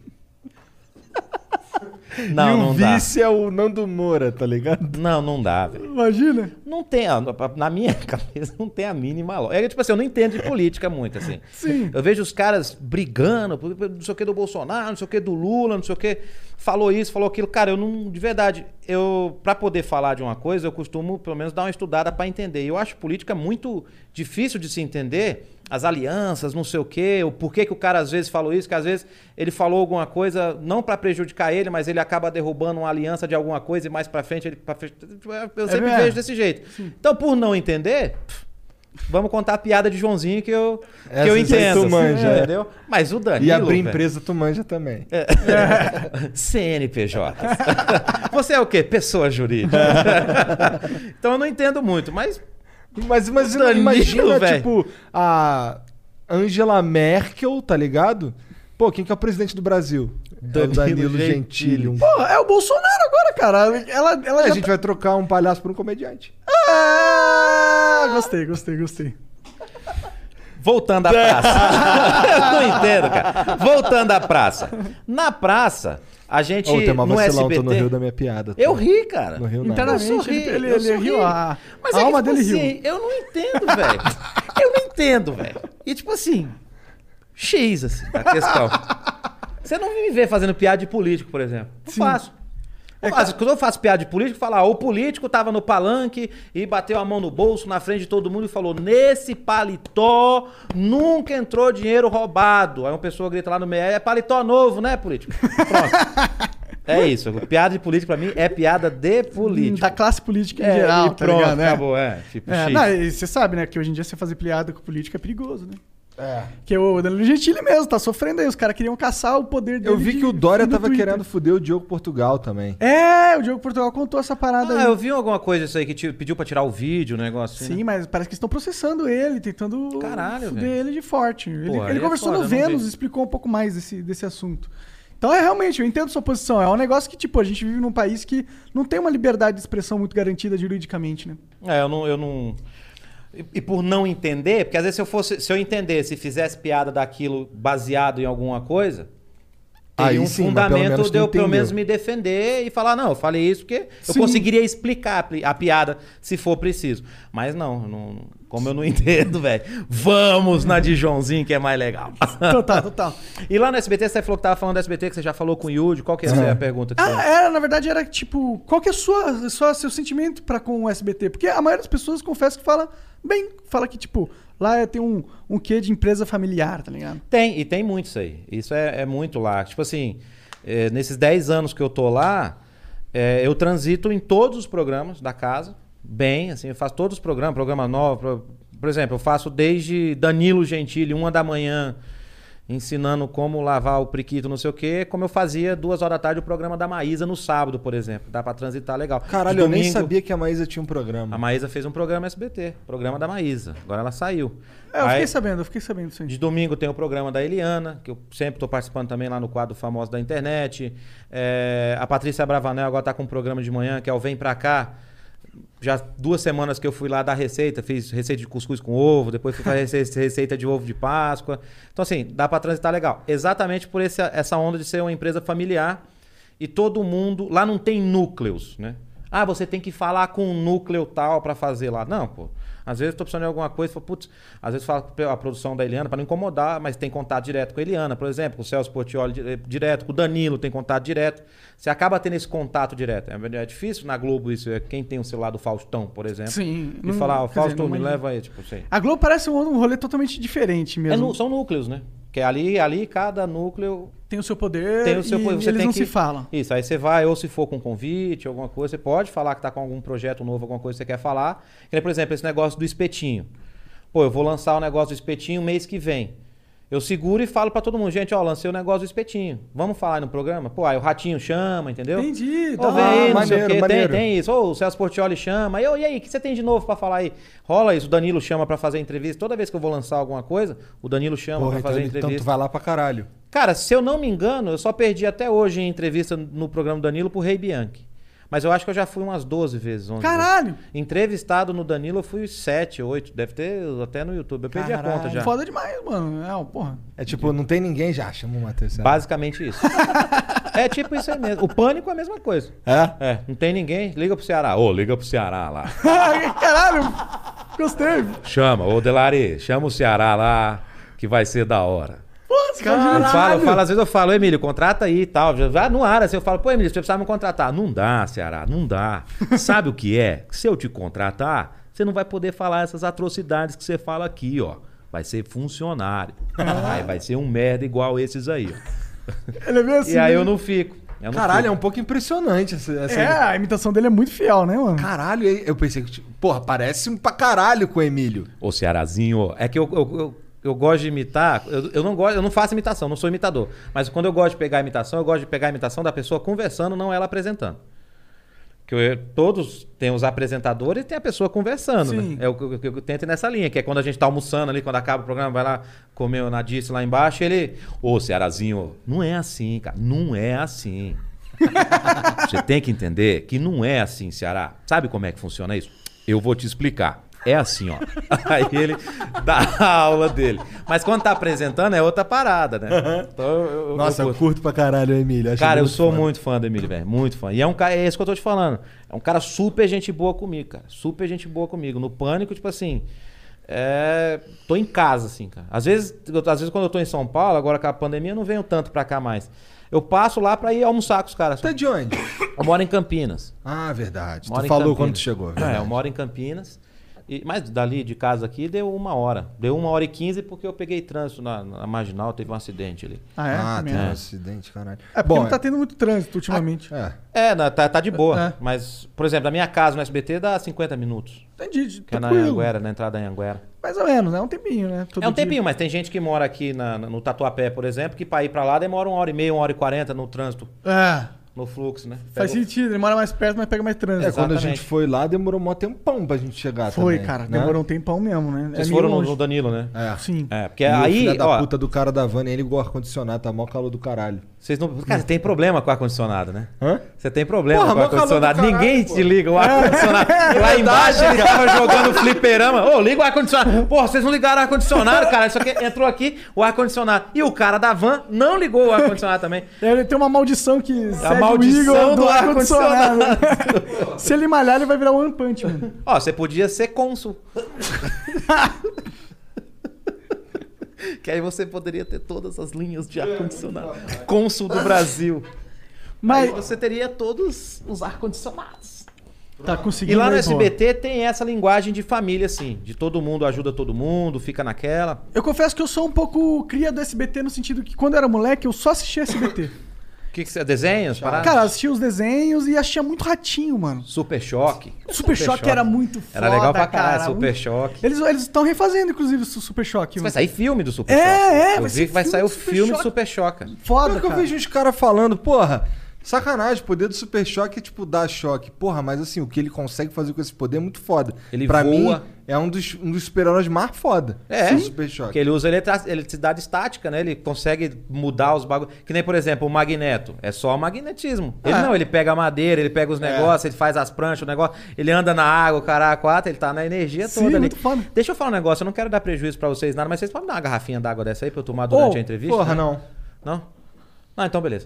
S2: o
S3: não, não dá.
S2: vice é o Nando Moura, tá ligado?
S3: Não, não dá, velho.
S1: Imagina.
S3: Não tem, ó, na minha cabeça, não tem a mínima lógica. É tipo assim, eu não entendo de política muito, assim.
S1: Sim.
S3: Eu vejo os caras brigando, por- por não sei o que do Bolsonaro, não sei o que do Lula, não sei o que. Falou isso, falou aquilo. Cara, eu não. De verdade, eu. Pra poder falar de uma coisa, eu costumo, pelo menos, dar uma estudada pra entender. E eu acho política muito difícil de se entender. As alianças, não sei o quê, o porquê que o cara às vezes falou isso, que às vezes ele falou alguma coisa, não pra prejudicar ele, mas ele acaba derrubando uma aliança de alguma coisa e mais pra frente ele. pra frente- Eu sempre
S1: mesmo.
S3: vejo desse jeito. Então, por não entender, pff, Vamos contar a piada de Joãozinho que eu, que
S2: Essas
S3: eu
S2: aí
S3: entendo.
S2: é tu manja. né?
S3: Entendeu? Mas o Danilo.
S2: E abrir
S3: velho, É.
S2: empresa tu manja também.
S3: CNPJ. Você é o quê? Pessoa jurídica. então eu não entendo muito, mas.
S2: Mas, mas
S3: O Danilo,
S2: imagina,
S3: velho.
S2: tipo, a Angela Merkel, tá ligado? Pô, quem que é o presidente do Brasil?
S3: Danilo
S2: é o Danilo
S3: Gentili. tá-
S2: Gentili. Um-
S1: Porra, é o Bolsonaro agora, cara. Ela, ela
S2: A
S3: É,
S1: já tá-
S2: gente vai trocar um palhaço por um comediante.
S1: Ah, gostei, gostei, gostei.
S3: Voltando à praça. não entendo, cara. Voltando à praça. Na praça, a gente.
S2: Ô, tem uma
S3: no
S2: vacilão,
S3: SBT,
S2: tô no Rio da minha piada. tá?
S3: Eu ri, cara.
S2: No Rio nada.
S1: Internamente,
S3: Eu sorri,
S1: ele, ele,
S3: eu
S1: ele
S3: sorri.
S1: riu. A,
S3: Mas
S1: a
S3: é
S1: alma
S3: que, tipo
S1: dele riu.
S3: assim, eu não entendo, velho. eu não entendo, velho. E tipo assim, X, assim, a questão. Você não me vê fazendo piada de político, por exemplo. Não faço. Não faço. Quando eu faço piada de político, fala, ah, o político tava no palanque e bateu a mão no bolso na frente de todo mundo e falou: nesse paletó nunca entrou dinheiro roubado. Aí uma pessoa grita lá no meio, é paletó novo, né, político? Pronto. É isso. Piada de político, pra mim, é piada de político.
S1: Da classe política em
S3: É,
S1: geral,
S3: e
S1: tá
S3: pronto,
S1: ligado? É.
S3: acabou, é. Tipo,
S1: É,
S3: X.
S1: não, e você sabe, né, que hoje em dia você fazer piada com política é perigoso, né? É. Que o Danilo Gentili mesmo tá sofrendo aí. Os caras queriam caçar o poder dele.
S2: Eu vi
S1: de-
S2: que o Dória
S1: no
S2: tava
S1: Twitter.
S2: querendo foder o Diogo Portugal também.
S1: É, o Diogo Portugal contou essa parada
S3: Ah,
S1: aí.
S3: eu vi alguma coisa isso aí que te pediu pra tirar o vídeo, um negócio assim.
S1: Sim,
S3: né?
S1: mas parece que estão processando ele, tentando
S3: Caralho,
S1: fuder
S3: velho.
S1: ele de forte. Ele,
S3: Pô, aí
S1: ele
S3: é
S1: conversou
S3: foda,
S1: no
S3: eu não
S1: Vênus,
S3: vi.
S1: explicou um pouco mais desse, desse assunto. Então é realmente, eu entendo sua posição. É um negócio que, tipo, a gente vive num país que não tem uma liberdade de expressão muito garantida juridicamente, né?
S3: É, eu não. Eu não... E, e por não entender, porque às vezes se eu fosse, se eu entendesse e fizesse piada daquilo baseado em alguma coisa, teria
S2: Aí
S3: um
S2: sim, mas pelo
S3: fundamento
S2: menos tu
S3: de eu pelo
S2: entendeu.
S3: menos me defender e falar, não, eu falei isso porque eu
S1: Sim.
S3: conseguiria explicar a pi- a piada se for preciso. Mas não, eu não- como eu não entendo, velho, vamos na de Joãozinho que é mais legal.
S1: Total, Então tá, total.
S3: E lá no SBT, você falou que tava falando do SBT, que você já falou com o Yudi. Qual que é a pergunta que
S1: Ah,
S3: você...
S1: era, na verdade, era tipo, qual que é a sua, sua seu sentimento para com o SBT? Porque a maioria das pessoas, confesso que fala bem, fala que, tipo, lá tem um, um quê de empresa familiar, tá ligado?
S3: Tem, e tem muito isso aí. Isso é, é muito lá. Tipo assim, é, nesses 10 anos que eu tô lá, é, eu transito em todos os programas da casa, bem, assim, eu faço todos os programas, programa novo. pro- por exemplo, eu faço desde Danilo Gentili, uma da manhã, ensinando como lavar o priquito, não sei o quê, como eu fazia duas horas da tarde o programa da Maísa no sábado, por exemplo. Dá pra transitar legal.
S2: Caralho,
S3: De
S2: eu nem
S3: domingo-
S2: sabia que a Maísa tinha um
S3: A
S2: programa.
S3: Maísa fez um programa SBT, programa da Maísa. Agora ela saiu.
S1: É, eu fiquei
S3: Aí-
S1: sabendo, eu fiquei sabendo disso aí.
S3: de domingo tem o programa da Eliana, que eu sempre estou participando também lá no quadro famoso da internet. É, a Patrícia Bravanel agora está com um programa de manhã, que é o Vem Pra Cá. Já duas semanas que eu fui lá dar receita, fiz receita de cuscuz com ovo, depois fui fazer rece- receita de ovo de Páscoa. Então, assim, dá para transitar legal. Exatamente por esse- essa onda de ser uma empresa familiar e todo mundo. Lá não tem núcleos, né? Ah, você tem que falar com um núcleo tal para fazer lá. Não, pô. Às vezes eu tô precisando de alguma coisa, falo, putz, às vezes falo com a produção da Eliana para não incomodar, mas tem contato direto com a Eliana, por exemplo, com o Celso Portioli di- eh, direto, com o Danilo tem contato direto. Você acaba tendo esse contato direto. É é difícil na Globo isso, é quem tem o celular do Faustão, por exemplo.
S1: Sim,
S3: E
S1: não-
S3: falar, ó,
S1: quer dizer,
S3: Fausto,
S1: não é
S3: me
S1: imagino.
S3: leva aí, tipo assim.
S1: A Globo parece um, um rolê totalmente diferente
S3: É
S1: mesmo.
S3: nu- são núcleos, né? Que ali, ali cada núcleo
S1: Tem o seu poder
S3: tem o seu
S1: e
S3: po- você
S1: eles
S3: tem
S1: não
S3: que
S1: se falam.
S3: Isso, aí você vai, ou se for com convite, alguma coisa, você pode falar que tá com algum projeto novo, alguma coisa que você quer falar. Que nem, por exemplo, esse negócio do espetinho. Pô, eu vou lançar o negócio do espetinho mês que vem. Eu seguro e falo pra todo mundo, gente, ó, lancei o negócio do espetinho. Vamos falar aí no programa? Pô, aí o ratinho chama, entendeu?
S1: Entendi,
S3: Ô,
S1: tá.
S3: vem aí, não sei o
S2: maneiro,
S3: quê, tem,
S2: maneiro.
S3: tem isso. Ou o Celso Portioli chama. E, ô, e aí, o que você tem de novo pra falar aí? Rola isso, o Danilo chama pra fazer entrevista. Toda vez que eu vou lançar alguma coisa, o Danilo chama
S2: Porra,
S3: pra
S2: então,
S3: fazer
S2: ele- então
S3: entrevista.
S2: tu vai lá pra caralho. É
S3: Cara, se eu não me engano, eu só perdi até hoje em entrevista no programa do Danilo pro Rei Bianchi. Mas eu acho que eu já fui umas 12 vezes. 11
S1: Caralho!
S3: vezes. Entrevistado no Danilo, eu fui 7, 8. Deve ter até no YouTube. Eu perdi a
S2: Caralho.
S3: conta já.
S1: Foda demais, mano. É, ó, porra.
S2: É tipo, não tem ninguém já, chama o Matheus. Ceará.
S3: Basicamente isso. é tipo isso aí mesmo. O pânico é a mesma coisa.
S2: É?
S3: É, não tem ninguém. Liga pro Ceará. Ô, liga pro Ceará lá.
S1: Caralho, gostei.
S3: Chama, ô Delari, chama o Ceará lá, que vai ser da hora.
S1: Porra, esse cara é
S3: Eu
S1: já-
S3: falo, eu falo, às vezes eu falo, Emílio, contrata aí e tal. Já vai no ar, assim, eu falo, pô, Emílio, você precisa me contratar. Não dá, Ceará, não dá. Sabe o que é? Se eu te contratar, você não vai poder falar essas atrocidades que você fala aqui, ó. Vai ser funcionário. Aí vai ser um merda igual esses aí. ó.
S1: Ele é meio assim.
S3: E aí eu
S1: né?
S3: não fico. Eu não
S2: Caralho, é
S3: fui.
S2: um pouco impressionante essa. essa-
S1: É, a imitação dele é muito fiel, né, mano?
S2: Caralho, eu pensei que. tipo, Porra, parece um pra caralho com o Emílio.
S3: Ô, Cearazinho, é que eu, eu, eu, eu gosto de imitar. Eu, eu não gosto, eu não faço imitação, não sou imitador. Mas quando eu gosto de pegar a imitação, eu gosto de pegar a imitação da pessoa conversando, não ela apresentando. Que eu- todos têm os apresentadores e tem a pessoa conversando, né? É o que eu, que eu tento ir nessa linha, que é quando a gente tá almoçando ali, quando acaba o programa, vai lá comer o Nadice lá embaixo, e ele. Ô, Cearazinho, não é assim, cara. Não é assim. Você tem que entender que não é assim, Ceará. Sabe como é que funciona isso? Eu vou te explicar. É assim, ó. Aí ele dá a aula dele. Mas quando tá apresentando é outra parada, né? Então, eu- eu- eu
S2: Nossa, eu
S3: curto.
S2: curto pra caralho o Emílio. acho
S3: Cara,
S2: é
S3: eu
S2: muito
S3: sou
S2: foda.
S3: muito fã do Emílio, velho. Muito fã. E é um cara, é isso que eu tô te falando. É um cara super gente boa comigo, cara. Super gente boa comigo. No pânico, tipo assim. É, tô em casa, assim, cara. Às vezes, eu- às vezes, quando eu tô em São Paulo, agora com a pandemia, eu não venho tanto pra cá mais. Eu passo lá pra ir almoçar com os caras.
S2: Tá de onde?
S3: Eu moro em Campinas.
S2: Ah, verdade.
S3: Moro
S2: tu
S3: em
S2: falou
S3: Campinas.
S2: quando tu chegou, né?
S3: É,
S2: verdade.
S3: eu moro em Campinas. E, mas dali de casa aqui deu uma hora. Deu uma hora e quinze porque eu peguei trânsito na, na marginal, teve um acidente ali.
S1: Ah, é?
S2: ah,
S1: Também
S2: tem um
S1: acho.
S2: acidente, caralho.
S1: É porque não tá tendo muito trânsito ultimamente.
S2: É.
S3: É, na- tá, tá de boa.
S1: É.
S3: Mas, por exemplo, da minha casa no SBT dá 50 minutos.
S1: Entendi,
S3: Que é na
S1: tranquilo.
S3: Anhanguera, na entrada da Anhanguera.
S1: Mais ou menos, né? É um tempinho, né? Todo
S3: é um
S1: dia.
S3: tempinho, mas tem gente que mora aqui na- na- no Tatuapé, por exemplo, que pra ir pra lá demora uma hora e meia, uma hora e quarenta no trânsito,
S1: É,
S3: no fluxo, né?
S1: faz
S3: Pega o-
S1: sentido. Ele mora mais perto, mas pega mais trânsito.
S2: É, quando a
S3: Exatamente.
S2: gente foi lá, demorou mó tempão pra gente chegar
S1: Foi,
S2: também,
S1: cara.
S2: né?
S1: Demorou um tempão mesmo, né?
S3: Vocês
S1: meio
S3: foram no,
S1: longe.
S3: no Danilo, né?
S2: É.
S1: Sim.
S3: É, porque
S2: E o
S3: aí,
S2: filho da
S3: ó,
S2: puta do cara da van, ele ligou o ar-condicionado, tá mó calor do caralho.
S3: vocês não... Cara, você tem problema com o ar-condicionado, né?
S2: Hã?
S3: Você tem problema
S2: Porra,
S3: com o
S2: mó calor do
S3: ar-condicionado.
S2: caralho,
S3: Ninguém
S2: pô.
S3: te liga o ar-condicionado. Lá embaixo ele tava jogando fliperama. Ô, liga o ar-condicionado. Porra, vocês não ligaram o ar-condicionado, cara. Isso aqui entrou aqui, o ar-condicionado. E o cara da van não ligou o ar-condicionado também.
S1: É, Ele tem uma maldição que
S3: A
S1: segue o
S3: maldição
S1: Igor
S3: do ar-condicionado.
S1: Se ele malhar, ele vai virar One Punch Man.
S3: Ó, você podia ser cônsul. que aí você poderia ter todas as linhas de ar-condicionado. Cônsul do Brasil. Aí
S1: Mas
S3: você teria todos os ar-condicionados.
S1: tá
S3: E
S1: conseguindo.
S3: lá no
S1: né, boa.
S3: SBT tem essa linguagem de família, assim. De todo mundo ajuda todo mundo, fica naquela.
S1: Eu confesso que eu sou um pouco cria do SBT no sentido que quando eu era moleque, eu só assistia SBT.
S3: O que, que você. Desenhos? Parada?
S1: Cara, eu assistia os desenhos e achei muito ratinho, mano.
S3: Super choque.
S1: Super, Choque, era muito foda,
S3: Era legal pra
S1: cara.
S3: caralho, Super
S1: muito-
S3: Choque.
S1: Eles eles estão refazendo, inclusive, o Super Choque.
S3: Vai
S1: mano.
S3: sair filme do Super
S1: É,
S3: Choque.
S1: é,
S3: Eu
S1: vai
S3: vi
S1: ser
S3: que vai
S1: filme
S3: sair o
S1: do Super
S3: filme do
S1: Choque.
S3: Super Choque.
S1: Foda,
S2: Pior que eu
S1: cara.
S2: vejo os caras falando, porra, sacanagem, o poder do super choque é tipo dar choque. Porra, mas assim, o que ele consegue fazer com esse poder é muito foda.
S3: Ele
S2: pra
S3: voa.
S2: mim, é um dos, um dos super-heróis mais foda.
S3: É,
S2: O super
S3: Porque
S2: choque.
S3: ele usa eletra- eletricidade estática, né? Ele consegue mudar os bagulhos. Que nem, por exemplo, o magneto. É só o magnetismo. Ele não, ele pega a madeira, ele pega os negócios, ele faz as pranchas, o negócio. Ele anda na água, o caraca, quatro, ele tá na energia
S1: Sim,
S3: toda ali.
S1: muito foda.
S3: Deixa eu falar um negócio, eu não quero dar prejuízo pra vocês nada, mas vocês podem me dar uma garrafinha d'água dessa aí pra eu tomar
S1: Ô,
S3: durante a entrevista?
S2: Porra,
S3: né?
S2: não.
S3: Não? Ah, então beleza.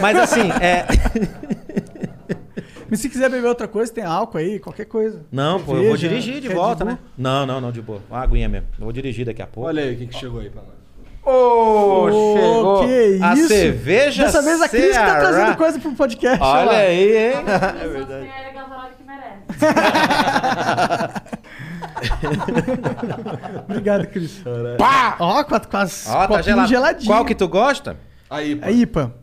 S3: mas assim, é.
S1: Mas se quiser beber outra coisa, tem álcool aí, qualquer coisa.
S3: Não, pô, eu vou
S1: Cerveja,
S3: dirigir de
S1: Red
S3: volta,
S1: Bull.
S3: né? Não, não, não, de boa. Uma aguinha mesmo. Eu vou dirigir daqui a pouco.
S2: Olha aí o que, que chegou aí pra nós.
S3: Ô,
S1: Ô, que
S3: a
S1: isso?
S3: cerveja
S1: Dessa vez a Cris tá
S3: Ceará.
S1: trazendo coisa pro podcast.
S3: Olha
S1: lá.
S3: aí, hein?
S8: É verdade. É Gavaroli que merece.
S1: Obrigado, Cris. Pá! Ó, quatro, quase
S3: Ó, tá
S1: copinho
S3: gelado.
S1: geladinho.
S3: Qual que tu gosta?
S2: Aí, pô.
S1: É IPA.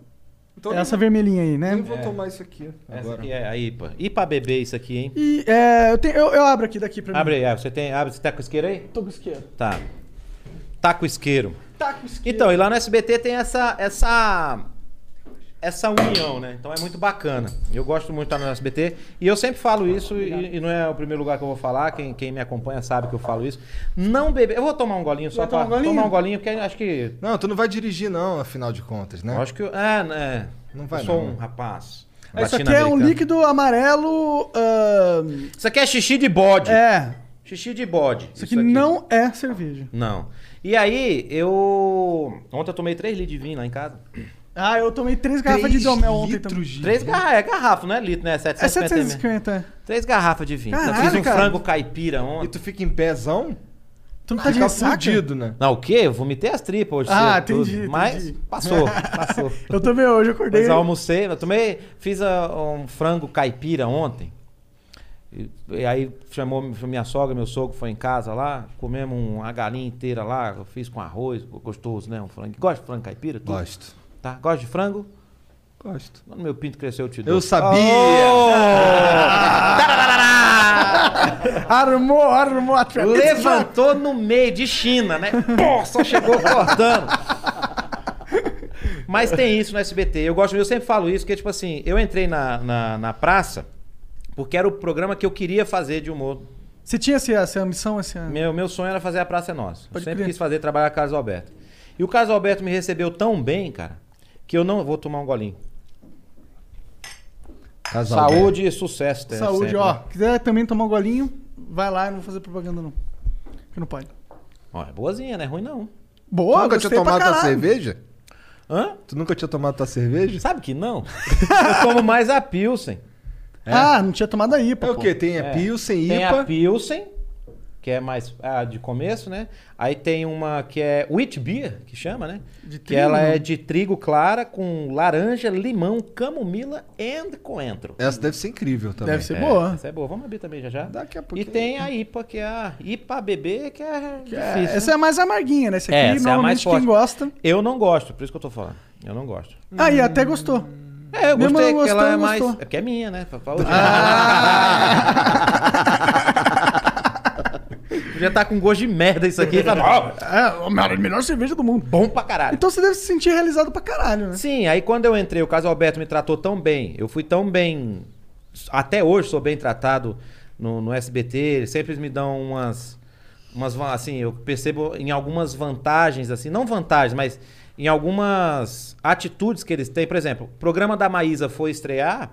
S2: Então
S1: É essa vermelhinha aí,
S2: nem, nem
S1: né?
S2: vou tomar isso aqui agora.
S3: aqui é a IPA. IPA bebê isso aqui, hein?
S1: E é, eu, tenho, eu, eu abro aqui daqui pra
S3: Abre aí, ah, você tem, abre, você tá com isqueiro aí?
S1: mim. Tô com isqueiro.
S3: Tá. Tá com isqueiro.
S1: Tá com isqueiro.
S3: Então, e lá no SBT tem essa essa essa união, né? Então é muito bacana. Eu gosto muito de estar no SBT e eu sempre falo isso e, e não é o primeiro lugar que eu vou falar. Quem, quem me acompanha sabe que eu falo isso. Não beber. Eu vou tomar um golinho só
S1: Vai
S3: pra
S1: tomar um golinho?
S3: tomar um golinho porque acho que
S2: Não, tu não vai dirigir não, afinal de contas, né?
S3: Eu acho que. eu- É, né?
S2: Não vai
S3: eu sou
S2: não.
S3: um rapaz.
S1: Isso aqui é um
S3: latino-americano.
S1: líquido amarelo. ahn,
S3: Isso aqui é xixi de bode.
S1: é.
S3: Xixi de bode.
S1: Isso aqui, não é cerveja.
S3: Não. E aí, eu. Ontem eu tomei 3 litros de vinho lá em casa.
S1: Ah, eu tomei três garrafas de Domel ontem também.
S3: Três garrafas. É garrafa, não é litro, né?
S1: É
S3: 750 ml.
S1: 750. é.
S3: 3 garrafas de vinho. eu
S1: Caralho,
S3: fiz um
S1: cara.
S3: frango caipira ontem.
S2: E tu fica em pezão,
S1: Tu não tá de
S2: fica
S1: ressaca?
S2: fudido, né?
S3: Não, o quê? Eu vomitei as tripas hoje.
S1: Ah,
S3: cedo, tudo.
S1: entendi,
S3: Mas
S1: entendi.
S3: passou, passou.
S1: Eu também hoje, eu acordei.
S3: Mas eu almocei, eu tomei, fiz ah, um frango caipira ontem. E, e aí chamou mi- minha sogra, meu sogro foi em casa lá, comemos um- uma galinha inteira lá, eu fiz com arroz, gostoso, né? Um frango. Gosta de frango caipira? tu?
S2: Gosto.
S3: Tá? Gosta de frango?
S7: Gosto.
S3: Quando meu pinto cresceu, eu te dou. Oh!
S2: Eu sabia! armou, armou a
S3: Levantou no meio de China, né? Pô, só chegou cortando. Mas tem isso no SBT. Eu gosto, eu sempre falo isso, que tipo assim, eu entrei na, na, na praça porque era o programa que eu queria fazer de humor.
S1: Você tinha essa, essa missão, essa...
S3: Meu, meu sonho era fazer a Praça é Nossa. Eu
S1: Pode
S3: sempre
S1: crer.
S3: quis fazer trabalhar com o Carlos Alberto. E o Carlos Alberto me recebeu tão bem, cara, que eu não. Vou tomar um golinho. Saúde e sucesso, Terence,
S1: Saúde,
S3: sempre,
S1: ó.
S3: né?
S1: Quiser também tomar um golinho, vai lá, eu não vou fazer propaganda não. Que não pode.
S3: Ó, é boazinha, não é ruim não.
S1: Boa,
S2: nunca tinha
S1: gostei pra
S2: tomado tua
S1: caralho.
S2: cerveja?
S3: Hã?
S2: Tu nunca tinha tomado tua cerveja?
S3: Sabe que não? Eu tomo mais a Pilsen.
S1: Ah, não tinha tomado aí, pô.
S2: É o quê? Tem a Pilsen,
S3: Tem
S2: IPA.
S3: a Pilsen, que é mais ah, de começo, né? Aí tem uma que é Wheat Beer, que chama, né?
S1: De
S3: que
S1: trigo,
S3: ela
S1: né?
S3: é de trigo clara com laranja, limão, camomila e coentro.
S2: Essa deve ser incrível também.
S1: Deve ser boa.
S3: Essa é boa, vamos abrir também já já.
S2: Daqui a
S3: E
S2: pouquinho.
S3: tem a IPA, que é a IPA BB, que é
S1: É,
S3: difícil.
S1: essa é a mais amarguinha, né? Essa aqui,
S3: É, essa é a mais
S1: normalmente,
S3: forte.
S1: quem gosta...
S3: Eu não gosto, por isso que eu tô falando. Eu não gosto.
S1: Ah, e até gostou.
S3: É, eu
S1: Mesmo
S3: gostei
S1: eu
S3: que ela é
S1: gostando,
S3: mais.
S1: gostou.
S3: É porque é minha, né? Pra- pra hoje. Podia estar tá com gosto de merda isso aqui. Tá
S1: É, a melhor- melhor cerveja do mundo.
S3: bom pra caralho.
S1: Então você deve se sentir realizado pra caralho, né?
S3: Sim, aí quando eu entrei, o Caso Alberto me tratou tão bem, eu fui tão bem. Até hoje sou bem tratado no, no SBT, eles sempre me dão umas. umas va- assim, eu percebo em algumas vantagens, assim, não vantagens, mas em algumas atitudes que eles têm. Por exemplo, o programa da Maísa foi estrear,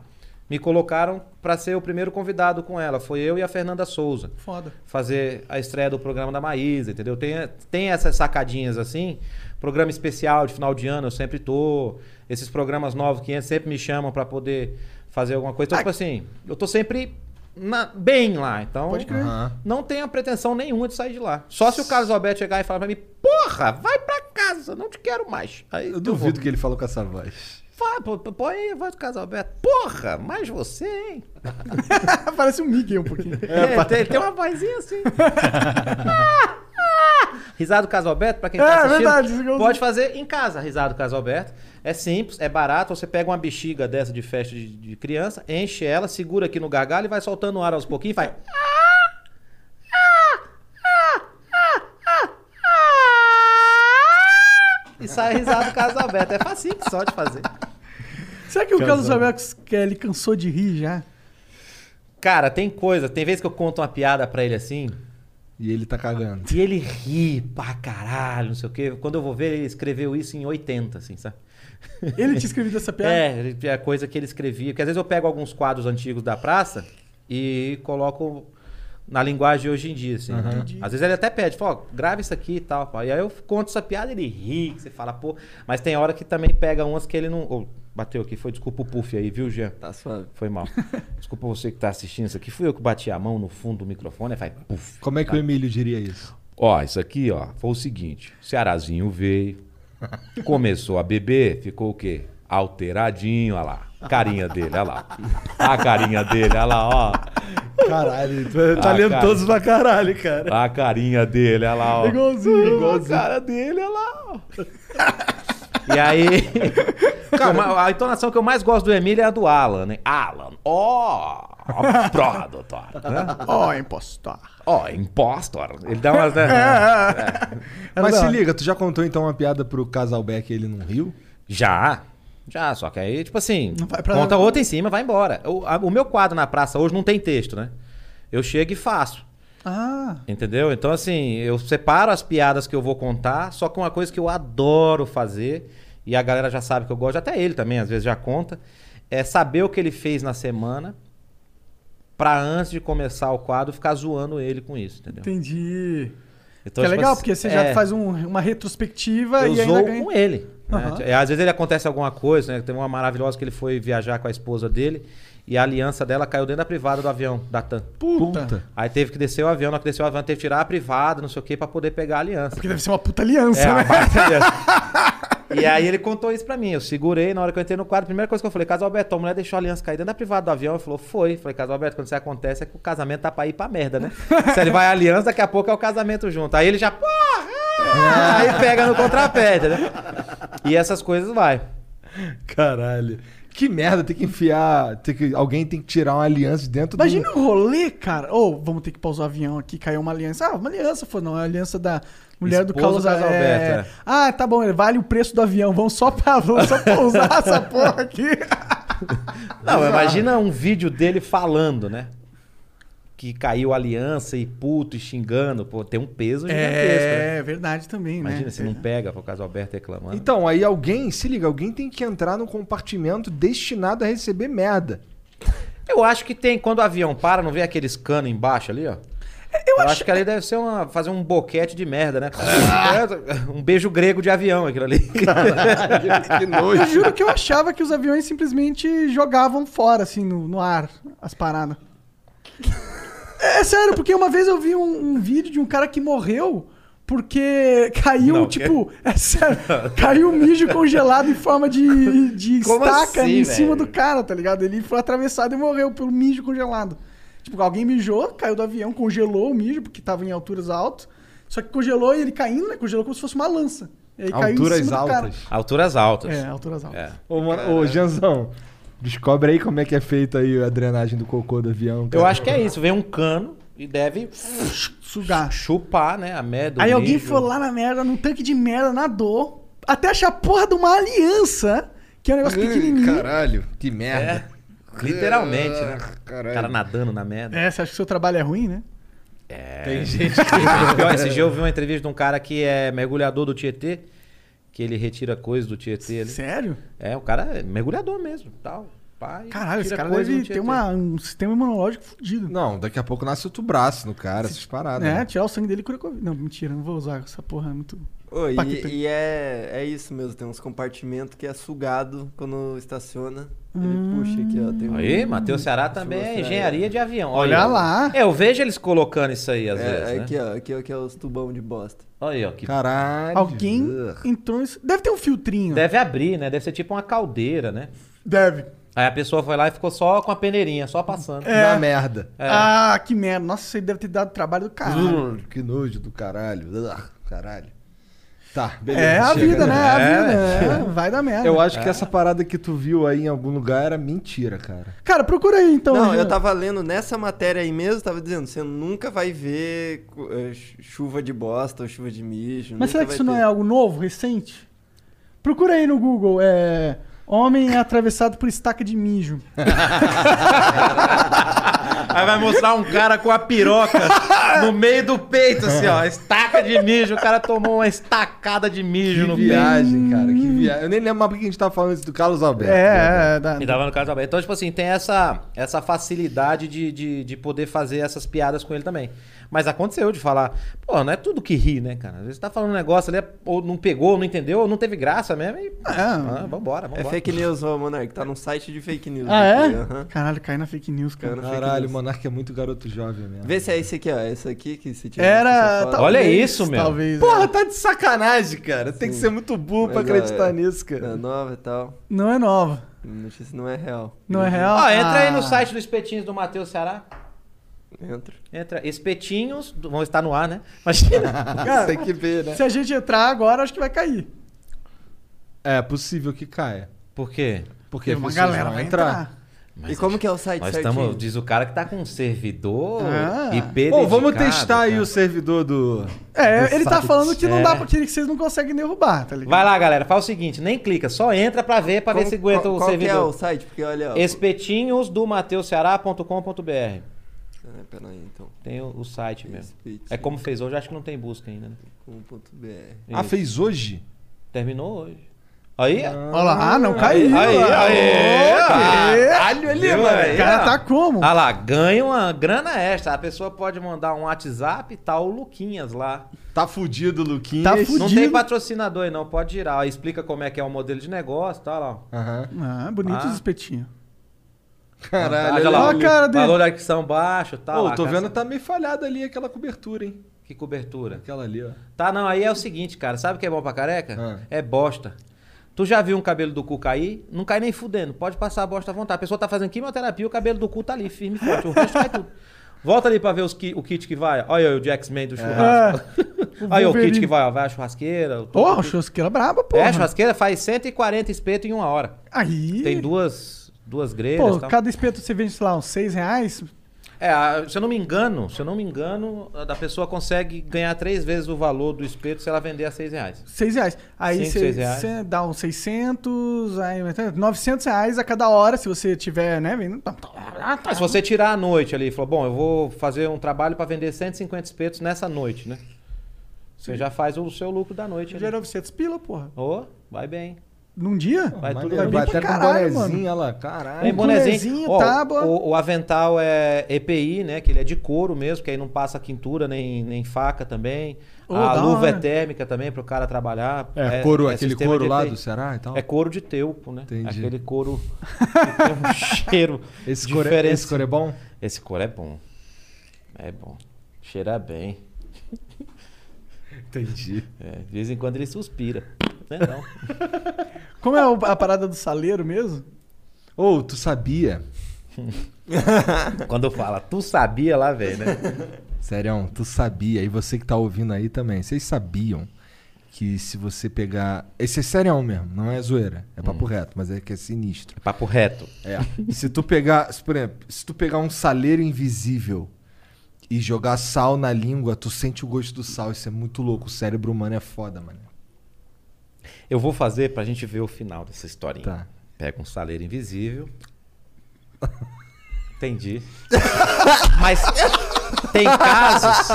S3: me colocaram pra ser o primeiro convidado com ela. Foi eu e a Fernanda Souza
S1: Foda.
S3: fazer a estreia do programa da Maísa, entendeu? Tem, tem essas sacadinhas assim. Programa especial de final de ano, eu sempre tô. Esses programas novos que entram sempre me chamam pra poder fazer alguma coisa. Então,
S1: Ah,
S3: tipo assim, eu tô sempre na- bem lá. Então,
S1: Pode crer.
S2: Aham.
S3: não tenho a pretensão nenhuma de sair de lá. Só se o Carlos Alberto chegar e falar pra mim, porra, vai pra casa, não te quero mais. Aí
S2: Eu
S3: vou.
S2: duvido que ele falou com essa voz.
S3: Fala, pô, pô, põe aí a voz do Carlos Alberto. Porra, mais você, hein?
S1: Parece um Mickey um pouquinho.
S3: É, tem, tem uma vozinha assim. Ah, ah. risada do Casalberto, pra quem tá
S1: É,
S3: assistindo,
S1: verdade, isso que eu-
S3: pode fazer em casa, a risada do Casalberto. É simples, é barato, você pega uma bexiga dessa de festa de, de criança, enche ela, segura aqui no gargalho e vai soltando o ar aos pouquinhos e faz... E sai a risada do Casalberto. É facinho só de fazer.
S1: Será que o Carlos Alberto que ele cansou de rir já?
S3: Cara, tem coisa, tem vezes que eu conto uma piada pra ele assim...
S2: E ele tá cagando.
S3: E ele ri pra caralho, não sei o quê. Quando eu vou ver, ele escreveu isso em 80, assim, sabe?
S1: Ele tinha escrevido essa piada?
S3: É, ele- é a coisa que ele escrevia. Porque às vezes eu pego alguns quadros antigos da praça e coloco na linguagem de hoje em dia, assim. né? Às vezes ele até pede, fala, ó, grava isso aqui e tal. pá. E aí eu conto essa piada, ele ri, que você fala, pô. Mas tem hora que também pega umas que ele não. Ô, bateu aqui, foi desculpa o puff aí, viu, Jean?
S7: Tá suave.
S3: Foi mal. Desculpa você que tá assistindo isso aqui. Fui eu que bati a mão no fundo do microfone, aí faz puff.
S2: Como é que o Emílio diria isso?
S3: Ó, isso aqui, ó, foi o seguinte: Cearazinho veio, começou a beber, ficou o quê? Alteradinho, olha lá. Carinha dele, olha lá. A carinha dele, olha lá, ó.
S2: Caralho, tu é
S3: Ah,
S2: talentoso pra caralho, cara.
S3: A carinha dele, olha lá, ó.
S1: Igualzinho,
S3: A cara dele, olha lá, ó. E aí. Cara, ma- a entonação que eu mais gosto do Emílio é a do Alan, né? Alan, ó. ó, Prova, doutor. né?
S1: Ó, impostor.
S3: Ó, impostor. Ele dá umas. né?
S1: É.
S2: É, Mas
S1: da
S2: se
S1: hora.
S2: liga, tu já contou então uma piada pro Casalbeck e ele não riu?
S3: Já. Já, só que aí, tipo assim,
S1: Não vai pra-
S3: conta outra em cima, vai embora. O, a- o meu quadro na praça hoje não tem texto, né? Eu chego e faço,
S1: Ah,
S3: entendeu? Então, assim, eu separo as piadas que eu vou contar, só com uma coisa que eu adoro fazer, e a galera já sabe que eu gosto, até ele também, às vezes já conta, é saber o que ele fez na semana pra antes de começar o quadro ficar zoando ele com isso, entendeu?
S1: entendi. que
S3: Então,
S1: é
S3: tipo
S1: legal,
S3: assim,
S1: porque você
S3: é.
S1: já faz um- uma retrospectiva
S3: eu
S1: e ainda
S3: zoo
S1: ganha.
S3: com ele. né?
S1: Aham.
S3: E Às vezes ele acontece alguma coisa, né? Tem uma maravilhosa que ele foi viajar com a esposa dele e a aliança dela caiu dentro da privada do avião, da TAM.
S1: Puta.
S3: Aí teve que descer o avião, na hora que desceu o avião, teve que tirar a privada, não sei o que, pra poder pegar a aliança.
S1: Porque deve ser uma puta aliança,
S3: É, a
S1: né?
S3: baita aliança. E aí ele contou isso pra mim. Eu segurei, na hora que eu entrei no quadro, a primeira coisa que eu falei, Caso Alberto, a mulher deixou a aliança cair dentro da privada do avião. Ele falou, foi. Eu falei, Caso Alberto, quando isso acontece é que o casamento tá pra ir pra merda, né? Se ele vai à aliança, daqui a pouco é o casamento junto. Aí ele já, porra! Aí pega no contrapé, entendeu? E essas coisas vai.
S2: Caralho. Que merda, tem que enfiar. Tem que, alguém tem que tirar uma aliança de dentro
S1: Imagina
S2: do.
S1: o rolê, cara. Ou vamos ter que pausar o avião aqui, caiu uma aliança. Ah, uma aliança, foi não, é a aliança da mulher do Carlos
S3: Esposa do Carlos
S1: é...
S3: Alberto, é.
S1: Ah, tá bom, vale o preço do avião. Vamos só, pra, vamos só pousar essa porra aqui.
S3: Não, imagina um vídeo dele falando, né? Que caiu aliança e puto e xingando. Pô, tem um peso gigantesco. né?
S1: É, verdade também,
S3: Imagina
S1: né?
S3: se não pega pro caso Alberto reclamando.
S2: Então, aí alguém, se liga, alguém tem que entrar num compartimento destinado a receber merda.
S3: Eu acho que tem, quando o avião para, não vem aqueles canos embaixo ali, ó? Eu, acho... que ali deve ser uma, fazer um boquete de merda, né? É, um beijo grego de avião, aquilo ali.
S2: que nojo.
S3: é.
S1: Eu juro que eu achava que os aviões simplesmente jogavam fora, assim, no, no ar, as paradas. É sério, porque uma vez eu vi um, um vídeo de um cara que morreu porque caiu,
S3: Não,
S1: tipo, é sério, caiu um mijo congelado em forma de, de
S3: Como
S1: estaca
S3: assim,
S1: em cima
S3: velho?
S1: do cara, tá ligado? Ele foi atravessado e morreu pelo mijo congelado. Tipo, alguém mijou, caiu do avião, congelou o mijo, porque tava em alturas altas. Só que congelou e ele caindo, né? Congelou como se fosse uma lança. E aí caiu em
S2: Alturas
S1: cima
S2: altas.
S1: do
S3: Alturas altas.
S1: cara. É, alturas altas.
S3: É.
S2: Ô, mano, ô, Janzão, descobre aí como é que é feita aí a drenagem do cocô do avião.
S3: Eu acho que é isso. Vem um cano e deve
S1: Sugar.
S3: chupar, né? A merda. o
S1: Aí alguém
S3: mijo.
S1: foi lá na merda, num tanque de merda, nadou, até achar a porra de uma aliança, que é um negócio pequenininho.
S6: Caralho, que
S3: É.
S6: merda.
S3: Literalmente, né?
S6: Caralho.
S3: O cara nadando na merda. É.
S1: É, você acha que seu trabalho é ruim, né?
S2: Tem gente.
S3: Pior, esse dia eu vi uma entrevista de um cara que é mergulhador do Tietê, que ele retira coisa do Tietê ali.
S1: Sério?
S3: É, o cara é mergulhador mesmo, tal. Pai,
S1: Caralho, esse cara deve ter uma- um sistema imunológico fudido.
S2: Não, daqui a pouco nasce outro braço no cara, essas paradas. né?
S1: É, tirar o sangue dele e cura Covid. Não, mentira, não vou usar essa porra, é muito...
S7: Ô, e-
S1: Paquita.
S7: e é, é isso mesmo, tem uns compartimentos que é sugado quando estaciona. Ele puxa aqui, ó. Tem um-
S3: Aí, Matheus Ceará também
S7: Deixa eu
S3: é
S7: mostrar
S3: engenharia de avião.
S1: Olha
S3: aí, ó.
S1: lá.
S3: É, eu vejo eles colocando isso aí às
S7: É,
S3: vezes,
S7: aqui,
S3: né?
S7: ó, aqui, ó, que é os tubão de bosta.
S3: Olha aí, ó. Que
S2: Caralho.
S1: Alguém
S2: Ugh.
S1: entrou nesse... Deve ter um filtrinho.
S3: deve abrir, né? Deve ser tipo uma caldeira, né?
S1: Deve.
S3: Aí a pessoa foi lá e ficou só com a peneirinha, só passando.
S2: Na merda.
S1: Ah, que merda. Nossa, isso aí deve ter dado trabalho do caralho.
S2: Ugh, Que nojo do caralho. Ugh, Caralho. Tá, beleza.
S1: É a
S2: chega.
S1: vida, né? É a
S3: É,
S1: vida. é. Vai dar merda.
S2: Eu acho que essa parada que tu viu aí em algum lugar era mentira, cara.
S1: Cara, procura aí, então.
S7: Não, eu
S1: Regina.
S7: tava lendo nessa matéria aí mesmo, tava dizendo, você nunca vai ver cu- eh, chu- chuva de bosta ou chuva de
S1: Mas
S7: mijo. nunca
S1: será que
S7: vai
S1: isso não
S7: ter.
S1: é algo novo, recente? Procura aí no Google. É. Homem atravessado por estaca de mijo.
S3: Aí vai mostrar um cara com a piroca no meio do peito, assim, ó. Estaca de mijo. O cara tomou uma estacada de mijo
S2: Que
S3: no peito.
S2: viagem, cara. Que viagem. Eu nem lembro mais porque a gente tava falando isso do Carlos Alberto. né?
S1: É, é, da-
S3: E tava no caso aberto. Então, tipo assim, tem essa, essa facilidade de, de, de poder fazer essas piadas com ele também. Mas aconteceu de falar, pô, não é tudo que ri, né, cara? Às vezes tá falando um negócio ali, ou não pegou, ou não entendeu, ou não teve graça mesmo e. Ah, vambora,
S7: É
S3: vambora.
S7: fake news, ô Monark, tá num site de fake news.
S1: Ah,
S7: aqui,
S1: é?
S7: aham.
S1: Caralho, caiu na fake news, cara.
S7: Caiu na fake
S2: Caralho,
S7: news.
S2: o Monark é muito garoto jovem mesmo.
S7: Vê se é esse aqui, ó. Esse aqui que se tiver.
S1: Era.
S7: essa foto-
S3: Olha isso, meu.
S1: Talvez.
S2: Porra,
S1: é.
S2: tá de sacanagem, cara. Tem que ser muito burro pra
S7: Mas,
S2: acreditar
S7: ó, é-
S2: nisso,
S7: É
S2: cara.
S7: nova e tal.
S1: Não é nova.
S7: Notícia não é real.
S1: Não é real?
S3: Ó, entra aí no
S1: Ah.
S3: site do Espetinhos do Matheus Ceará.
S7: Entra.
S3: Entra. Espetinhos. do- Vão estar no ar, né? Imagina.
S1: Cara,
S2: Tem que ver, né?
S1: Se a gente entrar agora, acho que vai cair.
S2: É possível que caia.
S3: Por quê?
S2: Porque
S1: uma
S2: as pessoas
S1: galera
S2: vão
S1: vai entrar.
S7: e como que é o site
S3: Nós
S7: certinho?
S3: estamos, diz o cara que tá com um servidor
S1: Ah.
S3: IP
S2: Pô, vamos
S3: dedicado,
S2: testar aí
S3: cara.
S2: o servidor do.
S1: É, ele tá
S2: site.
S1: falando que não dá
S3: É.
S1: pra que vocês não conseguem derrubar, tá ligado?
S3: Vai lá, galera, faz o seguinte, nem clica, só entra pra ver, pra
S7: Como-
S3: ver se aguenta
S7: qual,
S3: o
S7: qual que é o
S3: servidor.
S7: site? Porque olha, ó.
S3: Espetinhosdomateuceará.com.br
S7: É, pera aí, então.
S3: Tem o, o site mesmo.
S7: Espetinhos.
S3: É como fez hoje, acho que não tem busca ainda. Né?
S7: Com ponto BR.
S2: Ah, fez hoje?
S3: Terminou hoje. Aí,
S1: Olha lá. Ah, não caiu.
S3: aí,
S1: Ah,
S3: aí,
S1: ok.
S3: caralho,
S2: ele,
S3: Viu,
S7: é?
S2: mano?
S3: aí,
S1: O cara
S3: ó.
S1: tá como?
S3: Ah lá, ganha uma grana extra. A pessoa pode mandar um WhatsApp e tal, o Luquinhas lá.
S2: Tá fudido, Luquinhas.
S1: Tá
S3: Não
S1: fudido.
S3: tem patrocinador aí, não. Pode girar. Aí explica como é que é o modelo de negócio e tal. Lá. ó.
S2: Aham.
S1: Ah, bonitos
S3: Ah.
S1: os espetinhos.
S2: Caralho,
S3: Olha
S1: lá.
S3: lá,
S1: Olha a cara dele.
S3: Valor de aquisição baixo e tal.
S2: Pô,
S3: lá,
S2: tô
S3: cara.
S2: vendo tá meio falhada ali aquela cobertura, hein?
S1: tá-
S3: Que cobertura.
S2: Aquela ali, ó.
S3: Tá, não, aí é o seguinte, cara. Sabe o que é bom pra careca?
S2: Ah.
S3: É bosta. Tu já viu um cabelo do cu cair? Não cai nem fudendo. Pode passar a bosta à vontade. A pessoa tá fazendo quimioterapia, o cabelo do cu tá ali, firme e forte. O resto cai tudo. Volta ali pra ver os ki- o kit que vai. Olha aí o de X-Men
S1: É.
S3: do churrasco. Olha aí o kit que vai, ó. Vai a churrasqueira. o-
S1: Porra, o churrasqueira braba, pô.
S3: É, a churrasqueira faz 140 espetos em uma hora.
S1: Aí.
S3: Tem duas, duas grelhas. tá?
S1: Pô,
S3: e tal.
S1: cada espeto você vende, sei lá, uns 6 reais.
S3: É, a- se eu não me engano, se eu não me engano, a da pessoa consegue ganhar três vezes o valor do espeto se ela vender a seis reais.
S1: 6 reais. Aí
S3: Cinco,
S1: você
S3: seis reais.
S1: você dá uns 600, aí 900 reais a cada hora, se você tiver, né? Vendo. tá.
S3: Mas se você tirar a noite ali e falar, bom, eu vou fazer um trabalho pra vender 150 espetos nessa noite, né? Você já faz o seu lucro da noite.
S1: Já
S3: ali.
S1: 900 pila, porra.
S3: Ô, vai bem.
S1: Num dia?
S3: Vai
S2: Maneiro,
S3: tudo bem.
S1: bem
S2: vai
S1: pra
S2: até com
S1: caralho,
S2: bonezinho, olha lá. Caralho.
S3: Tem bonezinho.
S1: Ah, bonezinho,
S3: Ó,
S1: tábua.
S3: O, o avental é EPI, né? Que ele é de couro mesmo, que aí não passa quintura nem, nem faca também.
S1: Ô,
S3: a
S1: da
S3: luva é
S1: hora.
S3: térmica também pro cara trabalhar.
S2: É, couro, aquele
S3: sistema
S2: couro
S3: de
S2: lá
S3: EPI.
S2: do Ceará e tal?
S3: É couro de teupo, né?
S2: Entendi.
S3: Aquele couro que tem um cheiro
S2: Esse couro, é,
S3: diferente.
S2: esse couro é bom?
S3: Esse couro é bom. É bom. Cheira bem.
S2: Entendi.
S3: É, de vez em quando ele suspira. Né, Não.
S1: Como é o- a parada do saleiro mesmo?
S2: Ou, tu sabia?
S3: Quando fala, tu sabia lá, velho, né?
S2: Sério, tu sabia, e você que tá ouvindo aí também, vocês sabiam que se você pegar. Esse é sério mesmo, não é zoeira. É
S3: Hum.
S2: papo reto, mas é que é sinistro.
S3: Papo reto.
S2: É. se tu pegar. se, Por exemplo, se tu pegar um saleiro invisível e jogar sal na língua, tu sente o gosto do sal. Isso é muito louco. O cérebro humano é foda, mano.
S3: Eu vou fazer pra gente ver o final dessa historinha.
S2: Tá.
S3: Pega um saleiro invisível. Entendi. Mas tem casos.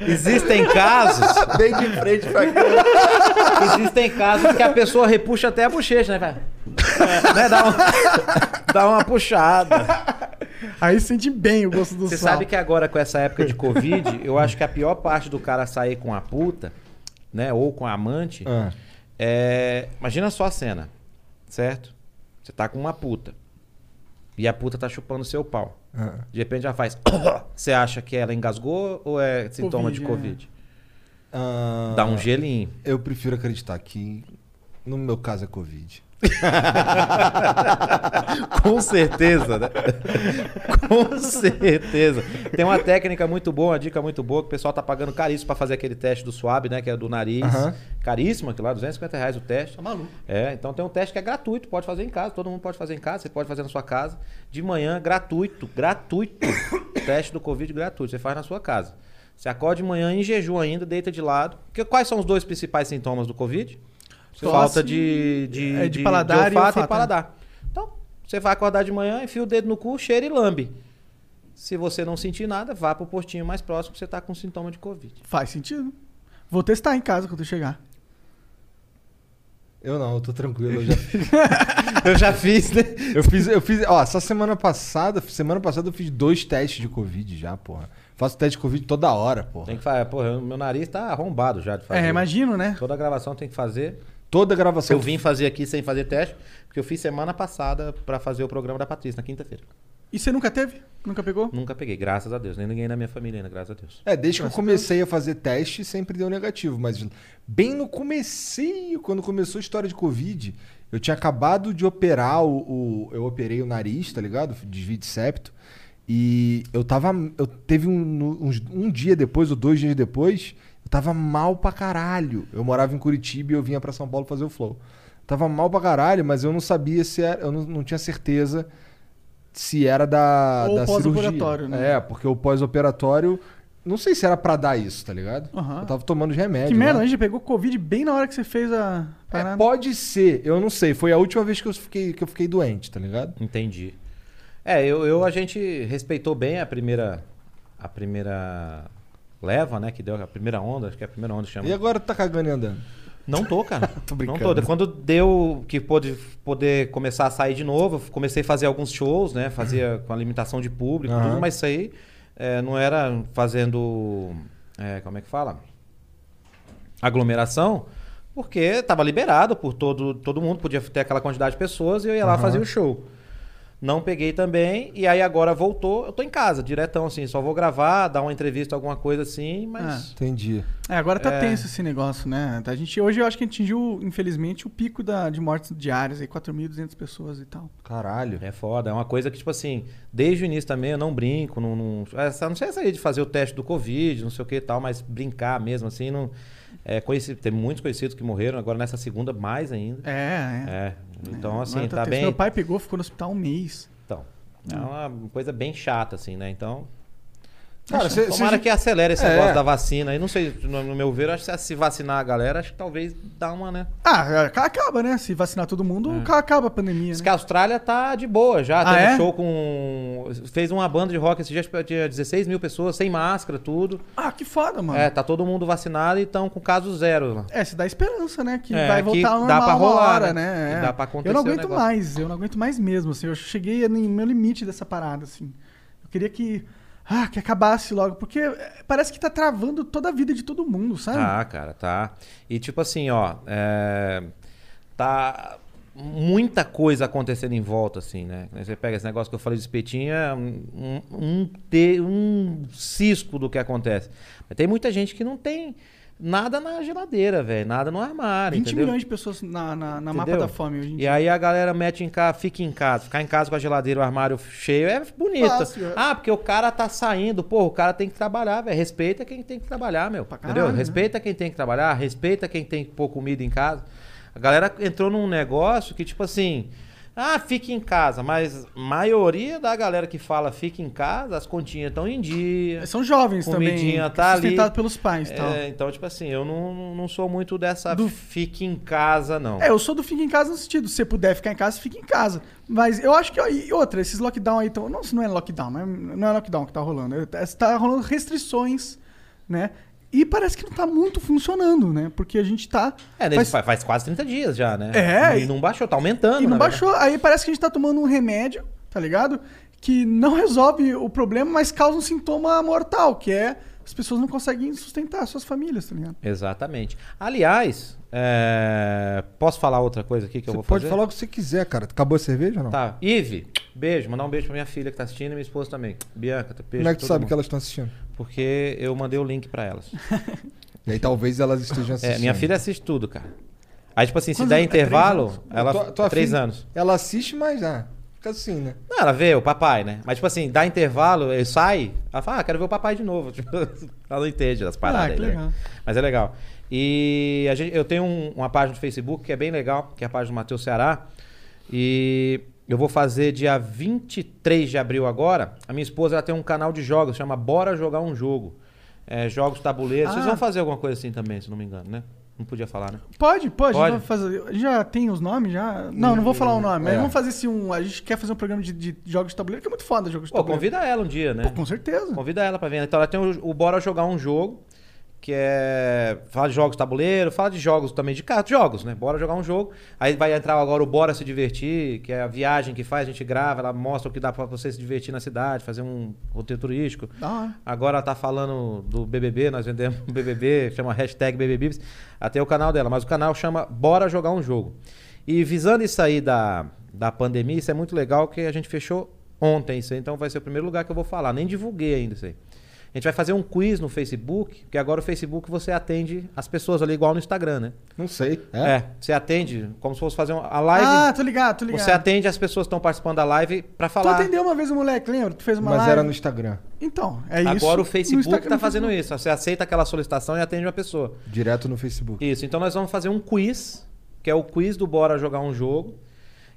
S3: Existem casos.
S7: Bem de frente pra cá.
S3: Existem casos que a pessoa repuxa até a bochecha, né? Vai- né? Dá, um- dá uma puxada.
S1: Aí sente bem o gosto do
S3: Você
S1: sal.
S3: sabe que agora, com essa época de Covid, eu acho que a pior parte do cara sair com a puta, né? Ou com a amante.
S2: Ah.
S3: É, imagina só a cena, certo? Você tá com uma puta. E a puta tá chupando seu pau.
S2: Ah.
S3: De repente já faz. Você acha que ela engasgou ou é sintoma
S1: Covid,
S3: de
S1: é.
S3: Covid?
S2: Ah,
S3: Dá um gelinho.
S2: Eu prefiro acreditar que. No meu caso é Covid.
S3: Com certeza, né? Com certeza. Tem uma técnica muito boa, uma dica muito boa, que o pessoal tá pagando caríssimo pra fazer aquele teste do swab, né? Que é do nariz.
S2: Aham.
S3: Caríssimo aquilo lá, 250 reais o teste. Tá
S1: maluco.
S3: É, então tem um teste que é gratuito, pode fazer em casa, todo mundo pode fazer em casa, você pode fazer na sua casa. De manhã, gratuito, gratuito. teste do Covid gratuito, você faz na sua casa. Você acorda de manhã em jejum ainda, deita de lado. Que, quais são os dois principais sintomas do Covid?
S1: Tosse,
S3: Falta de, de,
S1: é, de paladar e
S3: olfato e,
S1: olfato, né?
S3: paladar. Então, você vai acordar de manhã, enfia o dedo no cu, cheira e lambe. Se você não sentir nada, vá pro postinho mais próximo que você tá com sintoma de Covid.
S1: Faz sentido. Vou testar em casa quando eu chegar.
S2: Eu não, eu tô tranquilo. Eu já
S3: Eu já fiz, né?
S2: Eu fiz, eu fiz, ó, só semana passada, semana passada eu fiz dois testes de Covid já, porra. Faço teste de Covid toda hora, porra.
S3: Tem que falar, porra, meu nariz tá arrombado já de fazer.
S1: É, imagino, né?
S3: Toda gravação tem que fazer.
S2: Toda gravação.
S3: Eu vim fazer aqui sem fazer teste, porque eu fiz semana passada pra fazer o programa da Patrícia, na quinta-feira.
S1: E você nunca teve? Nunca pegou?
S3: Nunca peguei, graças a Deus. Nem ninguém na minha família ainda, graças a Deus.
S2: É, desde que eu
S1: então-
S2: comecei a fazer teste, sempre deu negativo. Mas bem no comecinho, quando começou a história de Covid, eu tinha acabado de operar o. o- eu operei o nariz, tá ligado? Desvio de septo. E eu tava. Eu teve um, no- uns- um dia depois, ou dois dias depois, eu tava mal pra caralho. Eu morava em Curitiba e eu vinha pra São Paulo fazer o flow. Tava mal pra caralho, mas eu não sabia se era. Eu não, não tinha certeza se era da,
S1: Ou
S2: da
S1: pós-operatório,
S2: cirurgia.
S1: né?
S2: É, é, porque o pós-operatório. Não sei se era pra dar isso, tá ligado?
S1: Aham.
S2: Eu tava tomando os
S3: é
S2: remédios.
S1: que merda,
S2: lá.
S1: a gente pegou Covid bem na hora que você fez a
S2: É,
S1: parada.
S2: pode ser, eu não sei. Foi a última vez que eu fiquei, que eu fiquei doente, tá ligado?
S3: Entendi. É, eu, eu- a gente respeitou bem a primeira a primeira leva, né, que deu a primeira onda, acho que é a primeira onda que chama.
S2: E agora tu tá cagando e andando.
S3: Não tô, cara.
S2: Tô
S3: Não
S2: brincando.
S3: tô. Quando deu que pôde poder começar a sair de novo, eu comecei a fazer alguns shows, né? Fazia com a limitação de público,
S2: Aham.
S3: tudo, mas isso aí é, não era fazendo. é, como é que fala? Aglomeração, porque tava liberado por todo, todo mundo, podia ter aquela quantidade de pessoas e eu ia lá fazer o show. Não peguei também. E aí agora voltou. Eu tô em casa, diretão, assim. Só vou gravar, dar uma entrevista, alguma coisa assim, mas.
S2: Entendi.
S1: É, agora tá tenso esse negócio, né? A gente, hoje eu acho que atingiu, infelizmente, o pico da, de mortes diárias, aí 4.200 pessoas e tal.
S2: Caralho.
S3: É foda, é uma coisa que, tipo assim, desde o início também eu não brinco, não. não essa, não sei essa aí de fazer o teste do Covid, não sei o que e tal, mas brincar mesmo, assim, não. É, conheci, tem muitos conhecidos que morreram, agora nessa segunda mais ainda.
S1: É, é.
S3: É. Então, assim,
S1: Agora
S3: tá
S1: tenso.
S3: bem.
S1: Meu pai pegou, ficou no hospital um mês.
S3: Então, é uma coisa bem chata, assim, né? Então.
S2: Cara, cê,
S3: Tomara que acelere esse
S2: É.
S3: negócio da vacina. E não sei, no no meu ver, acho que se vacinar a galera, acho que talvez dá uma, né?
S1: Ah, ac- acaba, né? Se vacinar todo mundo,
S3: É.
S1: acaba a pandemia.
S3: Diz
S1: Né?
S3: que a Austrália tá de boa já.
S1: Ah,
S3: Teve
S1: é?
S3: show com. Fez uma banda de rock esse dia, acho que tinha 16 mil pessoas, sem máscara, tudo.
S1: Ah, que foda, mano.
S3: É,
S1: É,
S3: tá todo mundo vacinado e estão com caso zero lá.
S1: se dá esperança, né? Que
S3: É,
S1: vai
S3: que
S1: voltar ao
S3: dá
S1: normal
S3: pra rolar,
S1: uma hora,
S3: né?
S1: né?
S3: Que
S1: É.
S3: dá pra acontecer
S1: Eu não
S3: o
S1: aguento
S3: negócio.
S1: mais, eu não aguento mais mesmo, assim. Eu cheguei no meu limite dessa parada, assim. Eu queria que... Ah, que acabasse logo, porque eh, parece que tá travando toda a vida de todo mundo, sabe?
S3: Tá, cara, tá. E tipo assim, ó, é, tá muita coisa acontecendo em volta, assim, né? Você pega esse negócio que eu falei de espetinho, é um, um, um te- um cisco do que acontece. Mas tem muita gente que não tem nada na geladeira, velho, nada no armário,
S1: 20
S3: entendeu?
S1: milhões de pessoas na, na, na mapa
S3: Entendeu?
S1: da fome hoje em
S3: E
S1: dia.
S3: aí a galera mete em casa, fica em casa. Ficar em casa com a geladeira, o armário cheio é bonito.
S1: Fácil, é.
S3: Ah, porque o cara tá saindo. Porra, o cara tem que trabalhar, velho. Respeita quem tem que trabalhar, meu.
S1: caralho,
S3: entendeu?
S1: né?
S3: Respeita quem tem que trabalhar, respeita quem tem que pôr comida em casa. A galera entrou num negócio que, tipo assim... Ah, fica em casa. Mas maioria da galera que fala fica em casa, as continhas estão em dia.
S1: São jovens também,
S3: Comidinha tá ali.
S1: sustentados pelos pais e
S3: É,
S1: tal.
S3: então, tipo assim, eu não, não sou muito dessa fica em casa, não.
S1: É, eu sou do fica em casa no sentido, se você puder ficar em casa, fica em casa. Mas eu acho que. E outra, esses lockdown aí estão. Não, isso não é lockdown, não é, não é lockdown que tá rolando. é- Tá rolando restrições, né? E parece que não tá muito funcionando, né? Porque a gente tá.
S3: É,
S1: faz-
S3: desde faz... faz quase 30 dias já, né?
S1: É,
S3: E não baixou, tá aumentando.
S1: e
S3: na
S1: não
S3: verdade.
S1: baixou. Aí parece que a gente tá tomando um remédio, tá ligado? Que não resolve o problema, mas causa um sintoma mortal, que é as pessoas não conseguem sustentar suas famílias, tá ligado?
S3: Exatamente. Aliás, é, posso falar outra coisa aqui que eu
S2: Você
S3: vou
S2: pode
S3: fazer?
S2: falar o que você quiser, cara. Acabou a cerveja ou não?
S3: Tá, Ive, beijo, mandar um beijo pra minha filha que tá assistindo e minha esposa também. Bianca, tá-
S2: Como é
S3: beijo. pra
S2: que tu
S3: todo
S2: sabe
S3: mundo.
S2: que elas estão assistindo?
S3: Porque eu mandei o link pra elas.
S2: E aí talvez elas estejam assistindo.
S3: É, minha filha assiste tudo, cara. Aí, tipo assim, se
S1: Quantos
S3: der
S1: anos? É três
S3: intervalo, ela. é
S2: Tua- tua
S3: três
S2: filha-
S3: anos.
S2: Ela assiste, mas ah, fica assim, né?
S3: Não, ela vê o papai, né? Mas, tipo assim, dá intervalo, ele sai, ela fala, ah, quero ver o papai de novo. Tipo, ela não entende as paradas.
S1: Ah, que
S3: aí, né?
S1: legal.
S3: Mas é legal. E a gente, eu tenho um- uma página do Facebook que é bem legal, que é a página do Matheus Ceará. E eu vou fazer dia 23 de abril agora. A minha esposa ela tem um canal de jogos, chama Bora Jogar um Jogo. É, jogos tabuleiros. Vocês
S1: Ah.
S3: vão fazer alguma coisa assim também, se não me engano, né? Não podia falar, né?
S1: Pode, pode.
S3: Pode.
S1: Já, fazer, já tem os nomes? Já? Não, não vou falar o nome. Mas
S2: é.
S1: vamos fazer assim um. A gente quer fazer um programa de, de jogos de tabuleiro, que é muito foda jogos de
S3: Pô,
S1: tabuleiro.
S3: convida ela um dia, né?
S1: Pô, com certeza.
S3: Convida ela pra vir. Então ela tem o, o Bora Jogar um Jogo, que é. Fala de jogos de tabuleiro, fala de jogos também de cartas, jogos, né? Bora jogar um jogo. Aí vai entrar agora o Bora Se Divertir, que é a viagem que faz, a gente grava, ela mostra o que dá pra você se divertir na cidade, fazer um roteiro turístico.
S1: Da hora.
S3: Agora ela tá falando do BBB, nós vendemos o BBB, chama hashtag BBBibs, até o canal dela, mas o canal chama Bora Jogar um Jogo. E visando isso aí da, da pandemia, isso é muito legal que a gente fechou ontem isso aí, então vai ser o primeiro lugar que eu vou falar, nem divulguei ainda isso aí. A gente vai fazer um quiz no Facebook, porque agora o Facebook você atende as pessoas ali igual no Instagram, né?
S2: Não sei.
S3: É, você atende como se fosse fazer uma- a live.
S1: Ah, tô ligado, tô ligado.
S3: você atende as pessoas que estão participando da live pra
S1: Tu
S3: falar.
S1: atendeu uma vez o moleque, lembra? Tu fez uma
S2: Mas
S1: live.
S2: era no Instagram.
S1: Então, é isso.
S3: Agora o
S1: No
S3: Facebook
S1: Instagram,
S3: tá
S1: no
S3: fazendo
S1: Facebook.
S3: isso. Você aceita aquela solicitação e atende uma pessoa.
S2: Direto no Facebook.
S3: Isso. Então nós vamos fazer um quiz, que é o quiz do Bora Jogar um Jogo.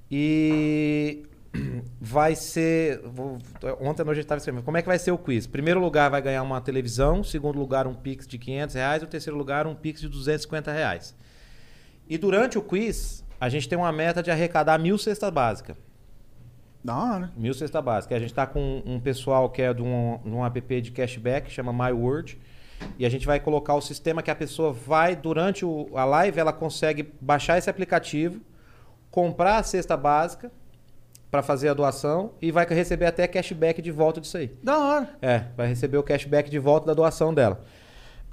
S3: E vai ser. vou- Ontem à noite a gente tava escrevendo. Como é que vai ser o quiz? Primeiro lugar vai ganhar uma televisão, segundo lugar um Pix de 500 reais, o terceiro lugar um Pix de 250 reais. E durante o quiz, a gente tem uma meta de arrecadar mil cestas básicas.
S1: Da hora.
S3: Mil cesta básica. A gente está com um pessoal que é de um, de um app de cashback, chama My Word. E a gente vai colocar o sistema que a pessoa vai, durante o- a live, ela consegue baixar esse aplicativo, comprar a cesta básica para fazer a doação e vai receber até cashback de volta disso aí.
S1: Da hora.
S3: É, vai receber o cashback de volta da doação dela.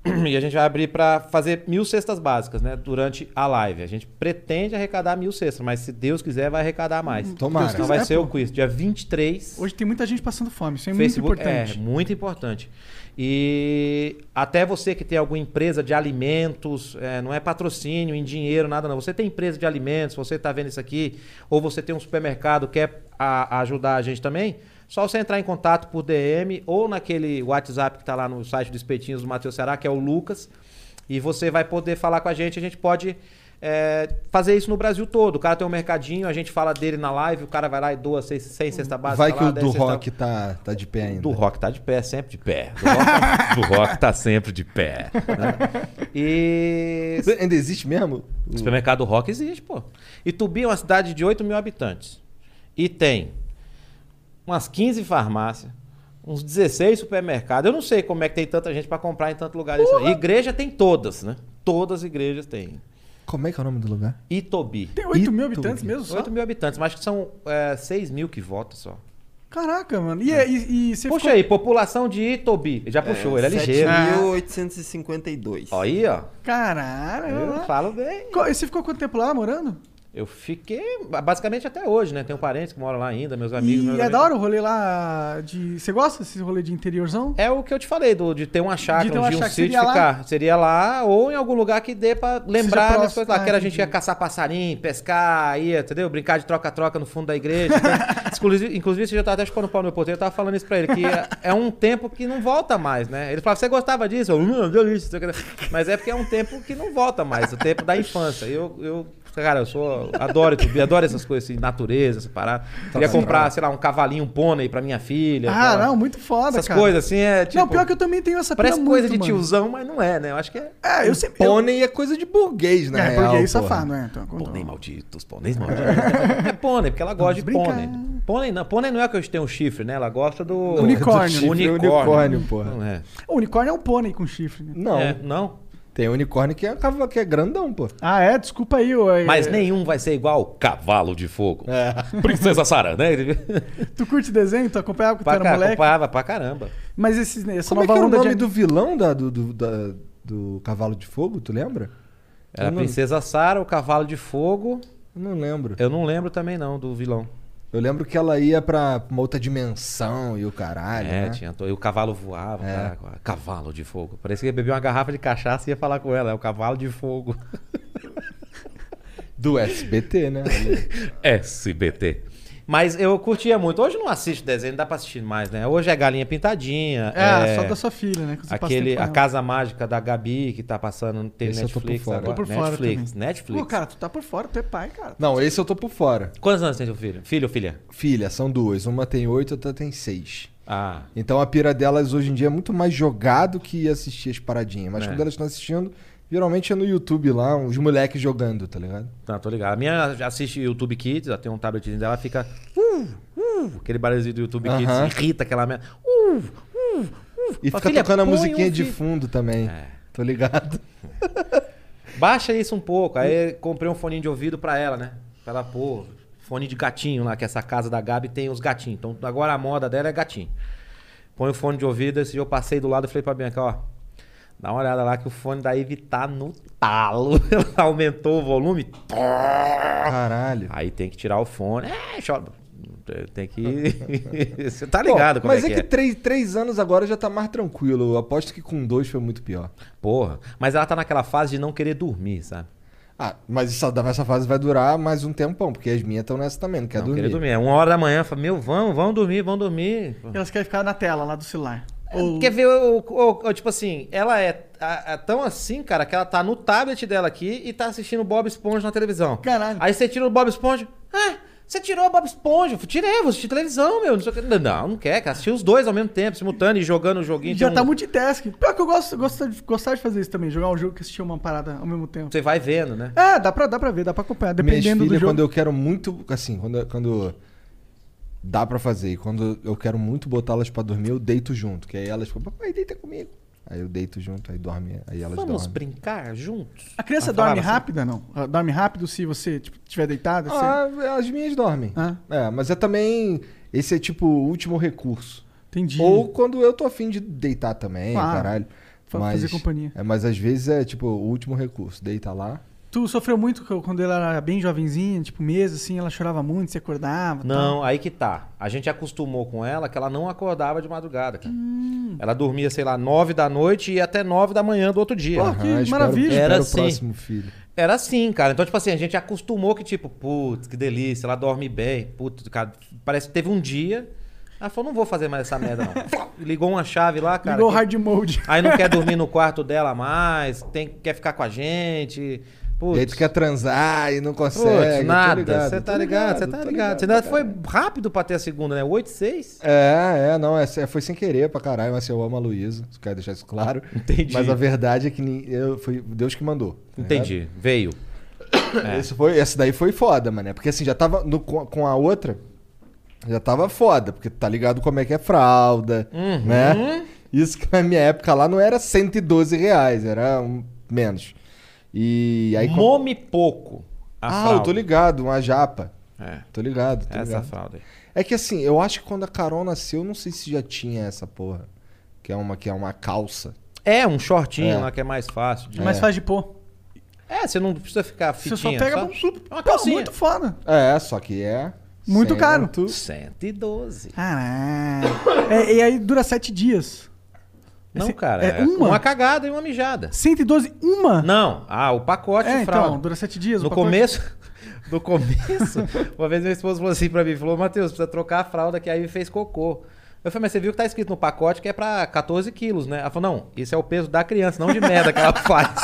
S3: E a gente vai abrir para fazer mil cestas básicas, né? Durante a live. A gente pretende arrecadar mil cestas, mas se Deus quiser, vai arrecadar mais.
S2: Tomara.
S3: Então vai
S1: quiser,
S3: ser
S1: pô.
S3: o quiz. Dia 23.
S1: Hoje tem muita gente passando fome, isso é
S3: Facebook
S1: muito importante.
S3: É, muito importante. E até você que tem alguma empresa de alimentos, é, não é patrocínio em dinheiro, nada não. Você tem empresa de alimentos, você está vendo isso aqui, ou você tem um supermercado, quer a- ajudar a gente também? Só você entrar em contato por DM ou naquele WhatsApp que está lá no site do Espetinhos do Matheus Ceará, que é o Lucas, e você vai poder falar com a gente. A gente pode é, fazer isso no Brasil todo. O cara tem um mercadinho, a gente fala dele na live, o cara vai lá e doa seis, seis cesta básica.
S2: Vai que
S3: lá,
S2: o
S3: dez
S2: do
S3: cesta-
S2: rock tá, tá de pé ainda.
S3: do rock tá de pé, sempre de pé. Do rock, do rock tá sempre de pé. né? E.
S2: Ainda existe mesmo?
S3: O supermercado rock existe, pô. Itubi é uma cidade de 8 mil habitantes. E tem umas 15 farmácias, uns 16 supermercados. Eu não sei como é que tem tanta gente pra comprar em tanto lugar desse aí. Igreja tem todas, né? Todas as igrejas têm.
S2: Como é que é o nome do lugar?
S3: Itobi.
S1: Tem 8 mil
S2: Ito.
S1: habitantes mesmo só?
S3: 8 mil habitantes, mas acho que são é, 6 mil que votam só.
S1: Caraca, mano. E, é- e, e você
S3: Puxa aí, população de Itobi. Ele Já puxou, ele é ligeiro.
S7: 7.852.
S3: Ó Aí, ó. Eu
S1: Caralho.
S3: falo bem.
S1: Co- E você ficou quanto tempo lá morando?
S3: Eu fiquei basicamente até hoje, né? Tenho parentes que moram lá ainda, meus amigos. né,
S1: e
S3: meus
S1: é
S3: amigos.
S1: da hora o rolê lá de. Você gosta desse rolê de interiorzão?
S3: É o que eu te falei, do, de ter uma chácara,
S1: ter
S3: um
S1: uma
S3: dia um
S1: chácara,
S3: sítio
S1: seria lá?
S3: ficar. Seria lá ou em algum lugar que dê pra lembrar das
S1: próximo.
S3: coisas lá.
S1: Ah,
S3: que era a gente
S1: entendi.
S3: ia caçar passarinho, pescar, ia, entendeu? Brincar de troca-troca no fundo da igreja. né? inclusive, inclusive, você já tava até chupando o pau no meu porteiro, eu tava falando isso pra ele, que é, é um tempo que não volta mais, né? Ele falava, você gostava disso? Eu, hum, delícia. não sei o que. Mas é porque é um tempo que não volta mais, o tempo da infância. Eu... eu Cara, eu sou. Adoro tudo, adoro essas coisas, assim, natureza, essa parada. Queria comprar, sei lá, um cavalinho, um pônei pra minha filha.
S1: ah,
S3: pra-
S1: não, muito foda,
S3: É, essas
S1: cara.
S3: coisas assim é tipo.
S1: não, pior que eu também tenho essa
S3: Parece
S1: pira
S3: coisa de
S1: muito, mano.
S3: tiozão, mas não é, né? Eu acho que é.
S1: É, eu sempre. Eu...
S2: Pônei é coisa de burguês, né?
S1: É, burguês safado, é. Então, contou.
S3: Pônei malditos, pôneis malditos. é pônei, porque ela gosta de
S1: Vamos brincar.
S3: pônei. Pônei não, pônei não é que eu tenho um chifre, né? Ela gosta do.
S1: Unicórnio.
S3: Do
S1: Chifre,
S3: unicórnio.
S2: unicórnio, porra.
S3: Não é.
S1: O unicórnio é um pônei com chifre, né?
S2: Não,
S3: É, não.
S2: tem unicórnio que é, cava- que é grandão, pô.
S1: Ah, é? Desculpa aí, ô. é-
S3: Mas nenhum vai ser igual cavalo de fogo. Princesa Sara, né?
S1: Tu curte desenho? Tu acompanhava quando tu
S3: pra,
S1: era
S3: ca...
S1: moleque?
S3: acompanhava pra caramba.
S1: Mas esse, essa
S2: Como é que
S1: nova
S2: era o
S1: onda
S2: nome
S1: de.
S2: do vilão da, do, do, da- do Cavalo de Fogo, tu lembra?
S3: Era
S2: Eu não-
S3: Princesa Sara, o cavalo de fogo.
S2: Eu não lembro.
S3: Eu não lembro também, não, do vilão.
S2: Eu lembro que ela ia pra uma outra dimensão e o caralho,
S3: É,
S2: né?
S3: tinha. to- E o cavalo voava,
S2: É.
S3: cara, cavalo de fogo. Parecia que ia beber uma garrafa de cachaça e ia falar com ela. É o cavalo de fogo.
S2: Do SBT, né?
S3: SBT. Mas eu curtia muito. Hoje eu não assisto desenho, não dá pra assistir mais, né? Hoje é Galinha Pintadinha.
S1: É, só da sua filha, né? que você passa
S3: Aquele,
S1: tempo com
S3: a
S1: ela.
S3: Casa Mágica da Gabi, que tá passando, tem
S2: Esse eu tô por
S3: Netflix
S2: fora.
S3: agora.
S1: Tô por fora
S3: Netflix,
S1: também.
S3: Netflix.
S1: Pô, cara, tu tá por fora, tu é pai, cara.
S2: Não, esse eu tô por fora.
S3: Quantos anos tem seu filho? Filho ou filha?
S2: Filha, são duas. Uma tem oito, outra tem seis.
S3: Ah,
S2: Então a pira delas hoje em dia é muito mais jogado que assistir as paradinhas. Mas
S3: É.
S2: quando elas estão assistindo, geralmente é no YouTube lá, uns moleques jogando, tá ligado?
S3: tá, tô ligado. A minha assiste YouTube Kids, ela tem um tabletzinho dela, fica... Uh, uh, aquele barulhinho do YouTube
S2: Aham.
S3: Kids, irrita aquela... merda. Uh, uh, uh.
S2: E fica
S3: Fala, "Filha,
S2: tocando a
S3: põe um É.
S2: musiquinha de
S3: vídeo."
S2: fundo também. Tô ligado.
S3: Baixa isso um pouco. Aí comprei um fone de ouvido pra ela, né? Pra ela pôr fone de gatinho lá, que essa casa da Gabi tem os gatinhos. Então agora a moda dela é gatinho. Põe o fone de ouvido, esse dia eu passei do lado e falei pra Bianca, ó. Dá uma olhada lá que o fone da Ivy tá no talo. Ela aumentou o volume.
S2: Caralho.
S3: Aí tem que tirar o fone. É, chora. Tem que. Você tá ligado,
S2: Pô,
S3: como
S2: mas
S3: é que é?
S2: três, três anos agora já tá mais tranquilo. Eu aposto que com dois foi muito pior.
S3: Porra. Mas ela tá naquela fase de não querer dormir, sabe?
S2: Ah, mas isso- essa fase vai durar mais um tempão, porque as minhas estão nessa também, não quer
S3: não
S2: dormir.
S3: querer dormir. É uma hora da manhã, fala, meu, vamos, vamos dormir, vamos dormir.
S1: Elas querem ficar na tela lá do celular. Ou...
S3: Quer ver, É, o, o- o- tipo assim, ela é, a- a- tão assim, cara, que ela tá no tablet dela aqui e tá assistindo Bob Esponja na televisão.
S1: Caralho.
S3: Aí você tira o Bob Esponja. Ah, você tirou o Bob Esponja. Eu falei, Tirei, vou assistir televisão, meu. Não, sei o que. Não, não, não quer, cara. Assistir os dois ao mesmo tempo, simultâneo e jogando o joguinho.
S1: Já
S3: Tem
S1: tá
S3: um-
S1: multitasking. Pior que eu gosto, gosto de, gostar de fazer isso também, jogar um jogo que assistir uma parada ao mesmo tempo.
S3: Você vai vendo, né?
S1: É, dá pra, dá pra ver, dá pra acompanhar, dependendo
S2: Minhas
S1: do
S2: filhas,
S1: jogo.
S2: quando eu quero muito. Assim, quando, quando dá pra fazer e quando eu quero muito botá-las pra dormir, eu deito junto. Que aí elas ficam, papai, deita comigo. Aí eu deito junto, aí dorme, aí elas
S3: Vamos
S2: dormem.
S3: brincar juntos?
S1: A criança
S3: Ela
S1: dorme
S3: falava assim.
S1: rápida, não? Ela Dorme rápido se você tipo, tiver deitada? você-
S3: assim.
S2: Ah, as minhas dormem.
S1: Ah.
S2: É, mas é também. Esse é tipo o último recurso.
S1: Entendi.
S2: Ou quando eu tô afim de deitar também,
S1: Claro.
S2: caralho.
S1: Fa- fazer companhia.
S2: É, mas às vezes é tipo o último recurso. Deita lá.
S1: Tu sofreu muito co- quando ela era bem jovenzinha, tipo meses, assim, ela chorava muito, você acordava. tal.
S3: Não, aí que tá. A gente acostumou com ela que ela não acordava de madrugada. cara.
S1: Hum.
S3: Ela dormia, sei lá, nove da noite e ia até nove da manhã do outro dia.
S1: Pô, que
S2: Ah, espero-
S1: maravilha.
S2: Espero,
S3: Era
S2: o
S3: assim.
S2: próximo filho.
S3: Era assim, cara. Então, tipo assim, a gente acostumou que, tipo, putz, que delícia, ela dorme bem. Putz, cara, parece que teve um dia. Ela falou, não vou fazer mais essa merda, não. E Ligou uma chave lá, cara.
S1: Ligou o
S3: que-
S1: hard mode.
S3: Aí não quer dormir no quarto dela mais, tem, quer ficar com a gente.
S2: E aí
S3: Putz,
S2: tu quer transar e não
S3: putz,
S2: consegue. tô
S3: nada.
S2: ligado,
S3: Você tá
S2: tô
S3: ligado, você tá
S2: tô
S3: ligado. Você ainda foi rápido pra ter a segunda, né? 8, 6?
S2: É, é, não, é, é- foi sem querer pra caralho, mas assim, eu amo a Luísa, só quero deixar isso claro.
S3: Ah, Entendi.
S2: Mas a verdade é que nin- eu, foi Deus que mandou. tá
S3: Entendi, é. veio.
S2: ligado? Esse foi, essa daí foi foda, mano. Porque assim, já tava no- com com a outra, já tava foda, porque tá ligado como é que é fralda,
S3: Uhum.
S2: né? Isso que na minha época lá não era 112 reais, era um- menos. E aí... com-
S3: Mome pouco. A
S2: ah, eu
S3: fralda.
S2: tô ligado, uma japa.
S3: É,
S2: Tô ligado, tô
S3: essa
S2: ligado.
S3: fralda aí.
S2: É que assim, eu acho que quando a Carol nasceu, não sei se já tinha essa porra. Que é uma, que é uma calça.
S3: É, um shortinho
S2: É.
S3: lá que é mais fácil. De...
S1: Mas faz de pô.
S3: É, você não precisa ficar
S1: Você
S3: fitinha.
S1: só pega um
S3: só...
S1: só... Pô,
S3: Uma calcinha.
S1: muito foda.
S2: É, só que é.
S1: Muito caro.
S3: 112.
S1: Caralho. É, e aí dura sete dias.
S3: Não,
S1: Esse-
S3: cara.
S1: é
S3: É
S1: uma?
S3: uma? cagada e uma mijada.
S1: 112, uma?
S3: Não. Ah, o pacote
S1: é,
S3: de fralda.
S1: então, dura sete dias. o
S3: No
S1: pacote.
S3: começo, no começo, uma vez meu esposo falou assim pra mim, falou, Matheus, precisa trocar a fralda que aí fez cocô. Eu falei, mas você viu que tá escrito no pacote que é pra 14 quilos, né? Ela falou, não, isso é o peso da criança, não de merda que ela faz.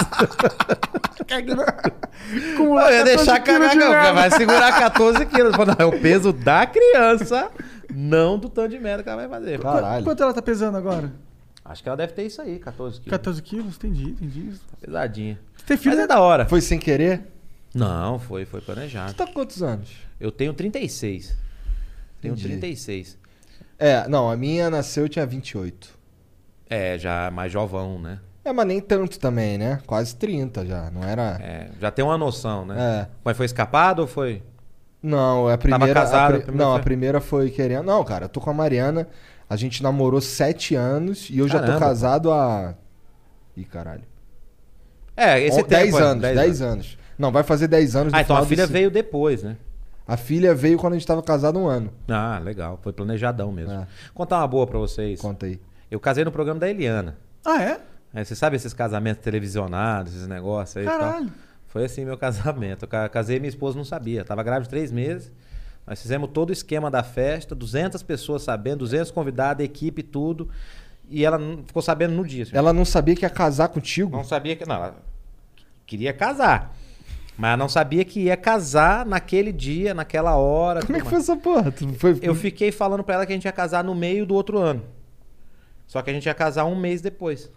S1: Como
S3: Eu ia
S1: 14
S3: deixar
S1: é quilos
S3: cagar,
S1: de
S3: não,
S1: merda.
S3: cara, vai segurar 14 quilos. Eu falei, não, é o peso da criança, não do tanto de merda que ela vai fazer.
S1: Qu-
S2: Caralho.
S1: Quanto ela tá pesando agora?
S3: Acho que ela deve ter isso aí, 14 quilos.
S1: 14 quilos? Entendi, entendi.
S3: Pesadinha.
S1: Ter filho
S3: Mas
S1: é
S3: é da hora.
S2: Foi sem querer?
S3: Não, foi, foi
S2: Tu
S3: planejado.
S2: tá com quantos anos?
S3: Eu tenho 36. Tenho
S2: Entendi.
S3: 36.
S2: É, não, a minha nasceu, eu tinha 28.
S3: É, já mais jovão, né?
S2: É, mas nem tanto também, né? Quase 30 já, não era.
S3: É, já tem uma noção, né?
S2: É.
S3: Mas foi escapado ou foi?
S2: Não, a primeira.
S3: casado,
S2: a
S3: a
S2: pri-
S3: primeira
S2: Não, a
S3: foi-
S2: primeira foi querendo. Não, cara, eu tô com a Mariana. A gente namorou 7 anos e eu já tô
S3: Caramba.
S2: casado há. Ih, caralho.
S3: É, esse
S2: On- 10
S3: tempo, é,
S2: anos, 10 anos. Não, vai fazer 10 anos no
S3: Ah, então a
S2: final
S3: filha
S2: desse-
S3: veio depois, né?
S2: A filha veio quando a gente tava casado um ano.
S3: Ah, legal. Foi planejadão mesmo.
S2: É.
S3: Contar uma boa pra vocês.
S2: Conta aí.
S3: Eu casei no programa da Eliana.
S1: Ah, é?
S3: É, você sabe esses casamentos televisionados, esses negócios aí e
S1: Caralho.
S3: tal? Foi assim meu casamento. Eu ca- casei minha esposa não sabia. Tava grávida de três meses. Nós fizemos todo o esquema da festa, 200 pessoas sabendo, 200 convidados, equipe, tudo. E ela não- ficou sabendo no dia. assim.
S2: Ela não sabia que ia casar contigo?
S3: Não sabia que. Não, ela queria casar. Mas não sabia que ia casar naquele dia, naquela hora.
S2: Como é
S3: tudo
S2: que
S3: mais.
S2: foi essa porra? Tu foi...
S3: Eu fiquei falando pra ela que a gente ia casar no meio do outro ano. Só que a gente ia casar um mês depois.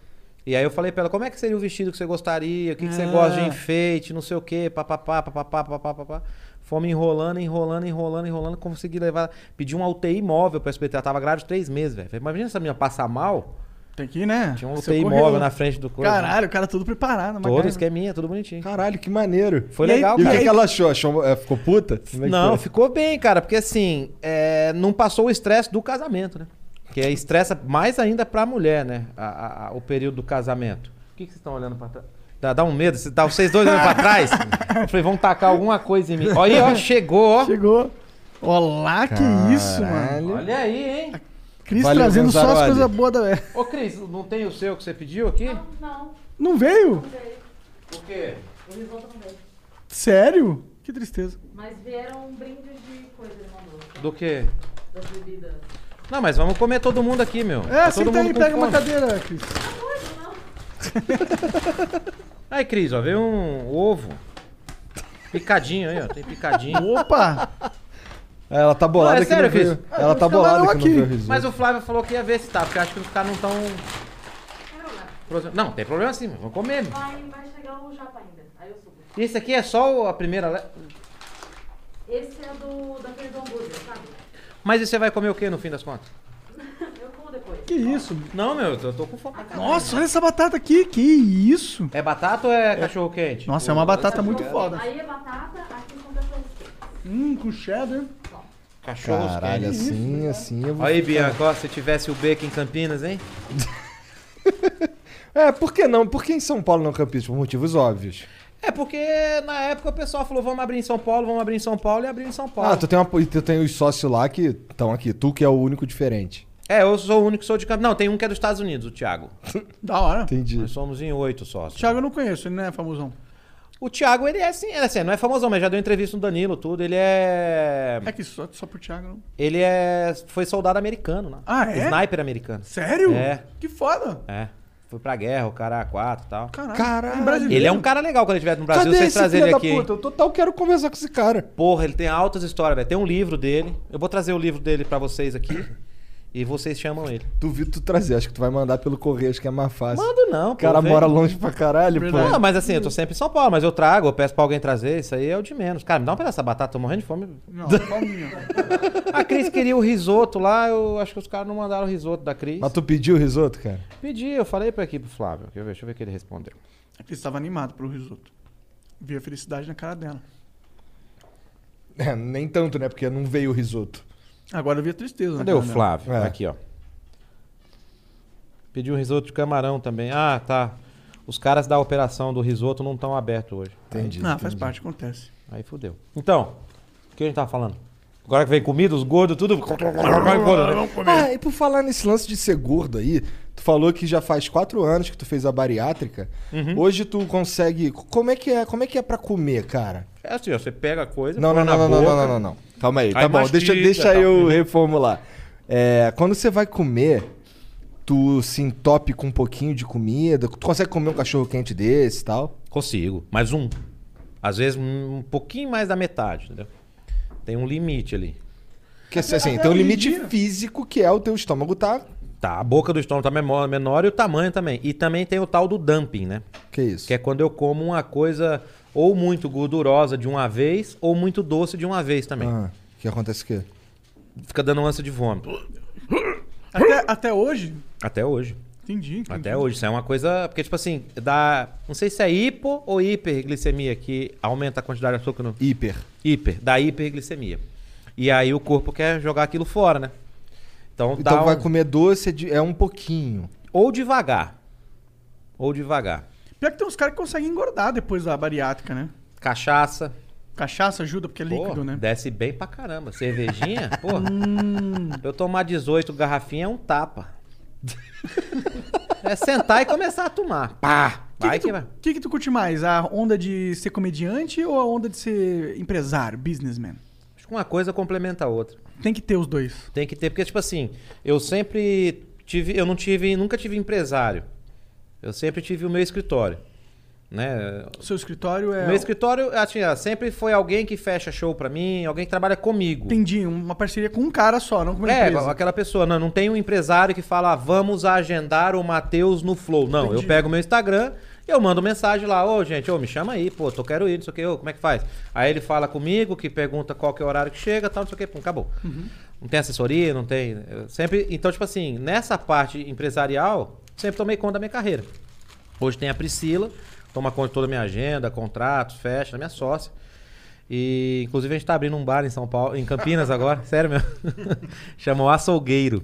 S3: E aí eu falei pra ela, como é que seria o vestido que você gostaria? O que, que você
S1: Ah.
S3: gosta de enfeite, não sei o quê, papapá, papapá, papapá, papapá. Fomos enrolando, enrolando, enrolando, enrolando, consegui levar. Pedi um uma UTI móvel pra SBT. Ela tava grávida de três meses, velho. Falei, Imagina essa menina passar mal.
S1: Tem que ir, né?
S3: Tinha um uma
S1: Seu
S3: UTI
S1: correio.
S3: móvel na frente do corpo.
S1: Caralho, o cara todo preparado. uma
S3: Todo
S1: cara-
S3: esqueminha, tudo bonitinho.
S2: Caralho, que maneiro.
S3: Foi
S1: E aí-
S3: legal,
S2: E o
S3: cara.
S2: que, que ela achou? achou... é, Ficou puta? Como é que
S3: Não,
S2: foi?
S3: ficou bem, cara, porque assim, é, não passou o estresse do casamento, né? Que é estressa mais ainda pra mulher, né? A- a- a- o período do casamento. O que que vocês estão olhando pra trás? Dá, dá um medo, cê- tá vocês dois olhando pra trás? Eu falei, vão tacar alguma coisa em mim. Olha aí, ó, chegou, ó.
S1: Chegou. Olá, que isso, mano.
S2: Caralho.
S3: Olha aí, hein?
S1: Cris
S2: Valeu,
S1: trazendo só as
S2: Gonzalo,
S1: coisas
S2: olha.
S1: boas da.
S3: Ô, Cris, não tem o seu que você pediu aqui?
S8: Não,
S1: Não veio?
S3: O quê?
S8: o risoto não veio.
S1: Sério? Que tristeza.
S8: Mas vieram um brinde de coisa, ele mandou.
S3: Do quê?
S8: Das bebidas.
S3: Não, mas vamos comer todo mundo aqui, meu. Tá
S1: É,
S3: todo
S1: senta aí,
S3: com
S1: pega uma
S3: fome.
S1: cadeira, Cris.
S3: Aí, Cris, ó, veio um ovo. Picadinho aí, ó. Tem picadinho.
S1: Opa!
S2: Ah, Ela tá bolada
S3: Não, é
S2: que não
S3: sério,
S2: veio-
S3: Cris.
S2: Ela tá
S1: Não,
S2: bolada
S1: não,
S2: que não
S1: aqui.
S2: veio o risoto.
S3: Mas o Flávio falou que ia ver se tá, porque eu acho que os caras não tão. Pro- Não, tem problema sim, vamos comer. meu.
S8: Vai, vai chegar o japa ainda. Aí eu subo.
S3: E Esse aqui é só o- a primeira. le-
S8: Esse é do daquele do hambúrguer, sabe?
S3: Mas e você vai comer o que no fim das contas?
S8: Eu como depois.
S1: Que isso?
S3: Não, meu, eu tô com fome. pra caralho.
S1: Nossa, olha essa batata aqui. Que isso?
S3: É batata ou é cachorro quente?
S1: Nossa, é uma batata muito
S8: Aí-
S1: foda.
S8: Aí é batata, aqui com pessoas
S1: Hum, com cheddar.
S3: Cachorro
S2: Caralho, assim, assim eu vou...
S3: Aí, Bianca, ó, se tivesse o Beco em Campinas, hein?
S2: É, por que não? Por que em São Paulo não Campinas? Por motivos óbvios.
S3: É porque na época o pessoal falou, vamos abrir em São Paulo, vamos abrir em São Paulo e abrir em São Paulo.
S2: Ah, tu tem, uma, tu tem os sócios lá que estão aqui. Tu que é o único diferente.
S3: É, eu sou o único que sou de Campinas. Não, tem um que é dos Estados Unidos, o Thiago.
S1: Da hora.
S2: Entendi.
S3: Nós somos em oito sócios.
S1: Thiago eu não conheço, ele não é famosão.
S3: O Thiago, ele é assim, ele é assim, não é famosão, mas já deu entrevista no Danilo, tudo. Ele é.
S1: É que só, só pro Thiago não.
S3: Ele é. Foi soldado americano, né?
S1: Ah, é?
S3: Sniper americano.
S1: Sério?
S3: É.
S1: Que foda.
S3: É. Foi pra guerra, o cara a quatro e tal.
S1: Caralho.
S2: Caralho.
S1: Ele brasileiro.
S3: Ele é um cara legal quando ele estiver no Brasil,
S2: Cadê
S3: vocês
S2: esse
S3: trazem
S2: filho
S3: ele
S2: da
S3: aqui.
S2: puta? Eu total quero conversar com esse cara.
S3: Porra, ele tem altas histórias, velho. Tem um livro dele. Eu vou trazer o livro dele pra vocês aqui. e vocês chamam ele.
S2: Duvido tu trazer. Acho que tu vai mandar pelo correio. Acho que é mais fácil.
S3: Mando não,
S2: O cara
S3: pô,
S2: mora
S3: vem.
S2: longe pra caralho, pô.
S3: Não, mas assim, eu tô sempre em São Paulo, mas eu trago, eu peço pra alguém trazer, isso aí é o de menos. Cara, me dá um pedaço da batata, tô morrendo de fome.
S1: Não, palminha.
S3: A Cris queria o risoto lá, eu acho que os caras não mandaram o risoto da Cris.
S2: Mas tu pediu o risoto, cara?
S3: Pedi, eu falei pra aqui pro Flávio. Quer ver? Deixa eu ver o que ele respondeu.
S1: Ele estava animado pelo risoto. Vi a felicidade na cara dela.
S2: É, nem tanto, né? Porque não veio o risoto.
S1: Agora eu vi a tristeza. na
S3: Cadê
S1: cara
S3: o
S1: dela.
S3: Flávio?
S2: É.
S3: Aqui, ó. Pediu um risoto de camarão também. Ah, tá. Os caras da operação do risoto não estão abertos hoje.
S2: Entendi.
S1: Ah, faz parte, acontece.
S3: Aí fudeu. Então, o que a gente tava falando? Agora que vem comida, os gordos, tudo. Não,
S2: Ah, e por falar nesse lance de ser gordo aí, tu falou que já faz quatro anos que tu fez a bariátrica.
S3: Uhum.
S2: Hoje tu consegue. Como é que é? Como é que é pra comer, cara?
S3: É assim, ó, você pega a coisa.
S2: Não,
S3: põe
S2: não, não,
S3: na
S2: não, não,
S3: boca.
S2: não, não, não, não. Calma aí.
S3: Aí
S2: Tá bom, deixa,
S3: mastiga,
S2: deixa
S3: tá.
S2: eu reformular. É, quando você vai comer, tu se entope com um pouquinho de comida. Tu consegue comer um cachorro quente desse e tal?
S3: Consigo, mais um. Às vezes um um pouquinho mais da metade, entendeu? Tem um limite ali.
S2: Porque
S3: É,
S2: assim, tem um limite físico que é o teu estômago tá.
S3: Tá, a boca do estômago tá menor, menor e o tamanho também. E também tem o tal do dumping, né?
S2: Que isso?
S3: Que é quando eu como uma coisa ou muito gordurosa de uma vez ou muito doce de uma vez também.
S2: Ah, que acontece o quê?
S3: Fica dando ânsia de vômito.
S1: Até, até hoje?
S3: Até hoje.
S1: Entendi. entendi.
S3: Até hoje. Isso é uma coisa. Porque, tipo assim, dá. Não sei se é hipo ou hiperglicemia, que aumenta a quantidade de açúcar no.
S2: Hiper.
S3: Hiper, da hiperglicemia. E aí o corpo quer jogar aquilo fora, né? Então,
S2: Então
S3: dá
S2: vai
S3: um-
S2: comer doce é de- é um pouquinho.
S3: ou devagar. Ou devagar.
S1: Pior que tem uns caras que conseguem engordar depois da bariátrica, né?
S3: Cachaça,
S1: Cachaça ajuda porque é
S3: pô,
S1: líquido, né?
S3: desce bem pra caramba. Cervejinha, pô.
S1: Hum.
S3: pra eu tomar 18 garrafinha é um tapa. é sentar e começar a tomar. Pá!
S1: O
S3: Vai
S1: que,
S3: que,
S1: tu-
S3: vai.
S1: que, que tu curte mais? A onda de ser comediante ou a onda de ser empresário, businessman?
S3: Acho que uma coisa complementa a outra.
S1: Tem que ter os dois.
S3: Tem que ter, porque, tipo assim, eu sempre tive. Eu não tive. Nunca tive empresário. Eu sempre tive o meu escritório. Né?
S1: O seu escritório é.
S3: Meu escritório, assim, ó, sempre foi alguém que fecha show pra mim, alguém que trabalha comigo.
S1: Entendi, uma parceria com um cara só, não com uma
S3: É,
S1: empresa.
S3: aquela pessoa. Não, não tem um empresário que fala, "Ah, vamos agendar o Matheus no Flow. Não, eu pego meu Instagram e eu mando mensagem lá, ô gente, ô, me chama aí, pô, tô quero ir, não sei o que, ô, como é que faz? Aí ele fala comigo, que pergunta qual que é o horário que chega, tal, não sei o que, pum, acabou.
S1: Uhum.
S3: Não tem assessoria, não tem. eu Sempre. Então, tipo assim, nessa parte empresarial, sempre tomei conta da minha carreira. Hoje tem a Priscila, toma conta de toda a minha agenda, contratos, fecha, minha sócia. E inclusive a gente tá abrindo um bar em São Paulo, em Campinas agora, sério mesmo. Chama o Açougueiro.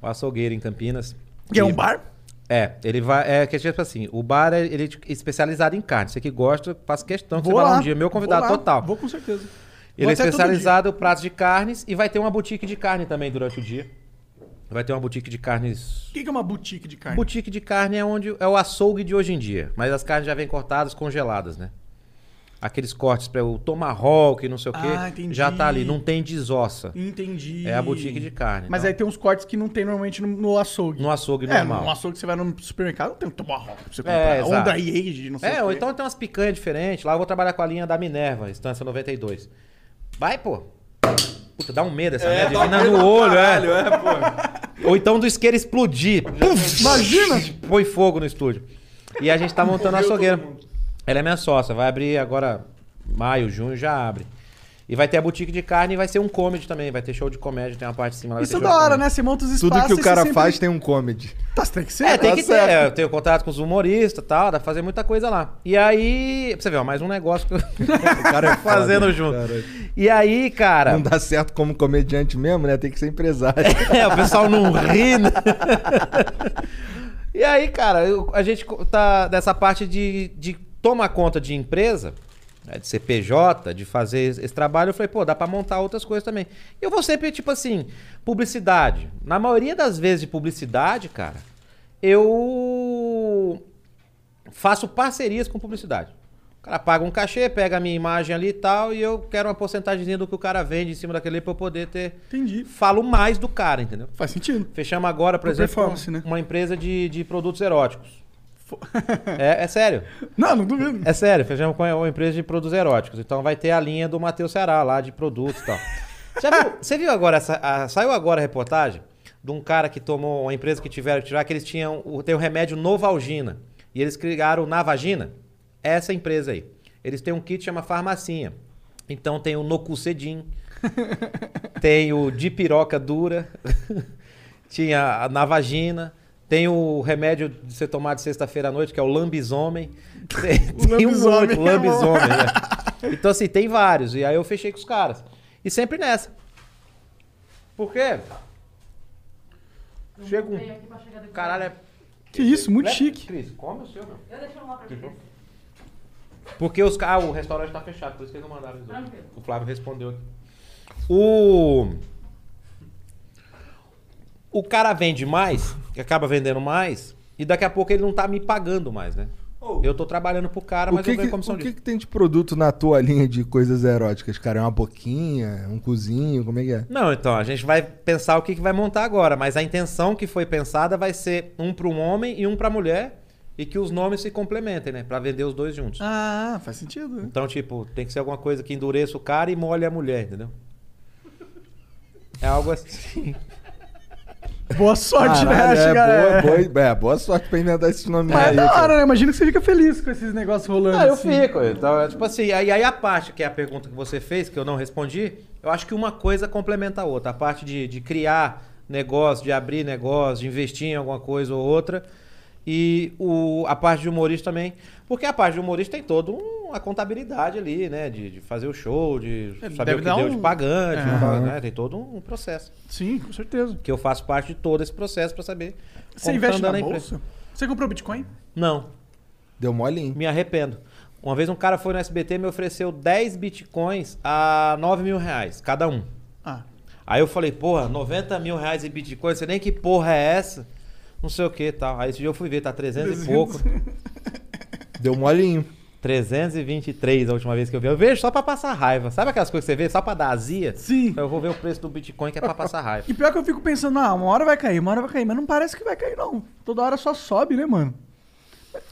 S3: O Açougueiro em Campinas.
S1: Que é um
S3: E-
S1: bar?
S3: É, ele vai. É que é tipo assim, o bar é, ele é especializado em carne. Você que gosta, faço questão que você vá um dia. Meu convidado
S1: vou lá,
S3: total.
S1: Vou com certeza.
S3: Ele é
S1: até todo
S3: especializado em pratos de carnes e vai ter uma boutique de carne também durante o dia. Vai ter uma boutique de carnes
S1: O que que é uma boutique de carne?
S3: Boutique de carne é onde é o açougue de hoje em dia, mas as carnes já vêm cortadas, congeladas, né? Aqueles cortes para o tomahawk, não sei o quê,
S1: Ah, entendi.
S3: já tá ali, não tem desossa.
S1: Entendi.
S3: É a boutique de carne.
S1: Mas
S3: então.
S1: aí tem uns cortes que não tem normalmente no, no açougue.
S3: no açougue
S1: é,
S3: normal.
S1: no açougue você vai no supermercado, não tem um tomahawk pra você comprar.
S3: É, exato.
S1: onda e age, não sei
S3: É,
S1: o
S3: ou
S1: quê.
S3: então tem umas picanhas diferentes. Lá eu vou trabalhar com a linha da Minerva, Estância 92. Vai, pô. Puta, dá um medo essa merda. de virar no olho, é. Ou então do isqueiro explodir. Puf!
S1: Imagina!
S3: Põe fogo no estúdio. E a gente tá montando a açougueira. Ela é minha sócia, vai abrir agora maio, junho, já abre. E vai ter a boutique de carne e vai ser um comedy também. Vai ter show de comédia, tem uma parte de cima lá. vai
S1: Isso
S3: ter
S1: é
S3: show
S1: da
S3: de
S1: hora,
S3: comédia.
S1: né? Você monta os espaços.
S2: Tudo que o
S1: e
S2: cara
S1: você
S2: faz
S1: sempre-
S2: tem um comedy.
S1: Tá, tem que ser.
S3: É, tem
S2: Tá
S3: que ter.
S2: certo.
S3: Eu tenho contato com os humoristas e tal, dá pra fazer muita coisa lá. E aí. Pra você ver, ó, mais um negócio que eu
S2: O cara é foda,
S3: fazendo junto.
S2: cara.
S3: E aí, cara.
S2: Não dá certo como comediante mesmo, né? Tem que ser empresário.
S3: É, o pessoal não ri, né? E aí, cara, eu- a gente co- tá nessa parte de, de tomar conta de empresa, né, de CPJ, de fazer esse- esse trabalho. Eu falei, pô, dá pra montar outras coisas também. E eu vou sempre, tipo assim, publicidade. Na maioria das vezes de publicidade, cara, eu faço parcerias com publicidade. O cara paga um cachê, pega a minha imagem ali e tal, e eu quero uma porcentagemzinha do que o cara vende em cima daquele pra eu poder ter.
S1: Entendi.
S3: Falo mais do cara, entendeu?
S1: Faz sentido.
S3: Fechamos agora, por
S1: Por
S3: exemplo,
S1: performance,
S3: com
S1: né?
S3: uma empresa de, de produtos eróticos. É, é sério.
S1: Não, não duvido.
S3: É sério, fechamos com uma empresa de produtos eróticos. Então vai ter a linha do Matheus Ceará lá de produtos e tal. Já viu- você viu agora, essa, a- saiu agora a reportagem de um cara que tomou, uma empresa que tiveram que tirar, que eles tinham o, tem o remédio Novalgina. E eles criaram o Navagina, essa empresa aí. Eles têm um kit que chama Farmacinha. Então tem o Nocucedim, tem o de piroca dura, tinha a navagina, tem o remédio de você tomar de sexta-feira à noite, que é o lambisomem. Tem, tem um
S1: lambisomem
S3: monte,
S1: é bom.
S3: lambisomem, né? Então, assim, tem vários. E aí eu fechei com os caras. E sempre nessa. Por quê? Chega um.
S8: Vem aqui pra chegar depois.
S3: Caralho, é.
S1: Que isso, muito
S3: Leva-
S1: chique.
S3: Cris, come o seu, meu.
S8: Eu deixo lá pra vocês.
S3: Porque os caras. o restaurante tá fechado, por isso que eles não mandaram. os outros.
S8: Tranquilo.
S3: O Flávio respondeu aqui. O. O cara vende mais, que acaba vendendo mais, e daqui a pouco ele não tá me pagando mais, né? Eu tô trabalhando pro cara,
S2: Oh. O
S3: mas
S2: que,
S3: eu ganho
S2: que,
S3: comissão
S2: o que,
S3: disso.
S2: que tem de produto na tua linha de coisas eróticas, cara? É uma boquinha? Um cozinho? Como é que é?
S3: Não, então, a gente vai pensar o que, que vai montar agora, mas a intenção que foi pensada vai ser um para um homem e um pra mulher, e que os nomes se complementem, né? Pra vender os dois juntos.
S1: Ah, faz sentido. né?
S3: Então, tipo, tem que ser alguma coisa que endureça o cara e molhe a mulher, entendeu? É algo assim.
S1: Boa sorte, né?
S2: Caralho, é,
S1: Chegar-
S2: boa, boa, é, boa sorte pra inventar esses nomes
S1: Mas é
S2: aí.
S1: da
S2: cara.
S1: hora, né? Imagina que você fica feliz com esses negócios rolando.
S3: Ah, eu
S1: assim.
S3: fico. Então, é tipo assim, aí, aí a parte que é a pergunta que você fez, que eu não respondi, eu acho que uma coisa complementa a outra. A parte de, de criar negócio, de abrir negócio, de investir em alguma coisa ou outra. E o, a parte de humorista também. Porque a parte de humorista tem toda um, uma contabilidade ali, né? De, de fazer o show, de
S1: Ele
S3: saber
S1: deve
S3: o que
S1: dar
S3: deu
S1: um- É.
S3: de pagante,
S1: Aham.
S3: tal, né? Tem todo um processo.
S1: Sim, com certeza.
S3: Que eu faço parte de todo esse processo pra saber.
S1: Você
S3: como tá
S1: investe
S3: andando
S1: na
S3: a empresa.
S1: bolsa? Você comprou Bitcoin?
S3: Não,
S2: Deu molinho.
S3: me arrependo. Uma vez um cara foi no SBT e me ofereceu 10 bitcoins a 9 mil reais, cada um.
S1: Ah,
S3: Aí eu falei, porra, 90 mil reais em bitcoin, você nem que porra é essa? Não sei o que e tal. Aí esse dia eu fui ver, tá 300 e pouco.
S2: Deu molinho.
S3: 323 a última vez que eu vi. Eu vejo só pra passar raiva. Sabe aquelas coisas que você vê só pra dar azia?
S1: Sim.
S3: Eu vou ver o preço do bitcoin que é pra passar raiva.
S1: E pior que eu fico pensando, ah, uma hora vai cair, uma hora vai cair, mas não parece que vai cair, não. Toda hora só sobe, né, mano?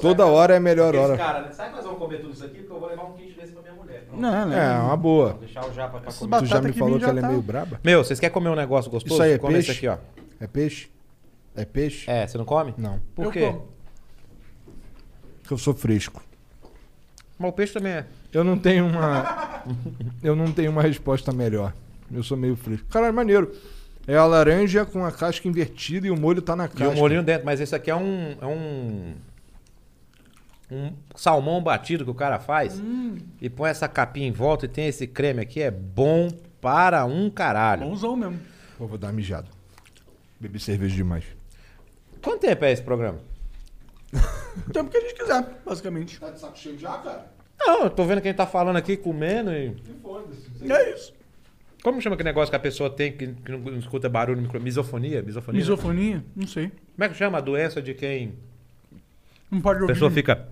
S2: Toda hora é a melhor hora.
S3: cara, né? Sabe que nós vamos comer tudo isso aqui? Porque eu vou levar um kit desse pra minha mulher.
S1: Não,
S2: É,
S1: né?
S2: uma boa.
S3: Deixar o japa
S1: comer.
S3: pra
S2: Tu já
S1: Batata
S2: me
S1: que
S2: falou
S1: vem
S2: que
S1: já
S2: ela é
S1: tá.
S2: meio braba?
S3: Meu, vocês querem comer um negócio gostoso?
S2: Isso aí é
S3: Come
S2: peixe?
S3: esse aqui, ó.
S2: É peixe? É peixe?
S3: É, você não come?
S2: Não.
S3: Por
S1: Eu
S3: quê?
S1: como.
S2: Porque eu sou fresco.
S3: Mas o peixe também é.
S2: Eu não tenho uma. eu não tenho uma resposta melhor. Eu sou meio fresco. Caralho, maneiro. É a laranja com a casca invertida e o molho tá na
S3: E
S2: casca.
S3: um molhinho dentro, mas esse aqui é um. É um. Um salmão batido que o cara faz. E põe essa capinha em volta e tem esse creme aqui. É bom para um caralho.
S1: Bonzão mesmo.
S2: Pô, vou dar mijado. Bebi cerveja demais.
S3: Quanto tempo é esse programa?
S1: O tempo que a gente quiser, basicamente.
S2: Tá de saco cheio já, cara?
S3: Não, eu tô vendo quem tá falando aqui, comendo e.
S1: E é isso.
S3: Como chama aquele negócio que a pessoa tem que, que não não escuta barulho? Micro... Misofonia? Misofonia? né?
S1: Misofonia? Não sei.
S3: Como é que chama a doença de quem.
S1: Não pode
S3: A
S1: ouvir.
S3: pessoa fica.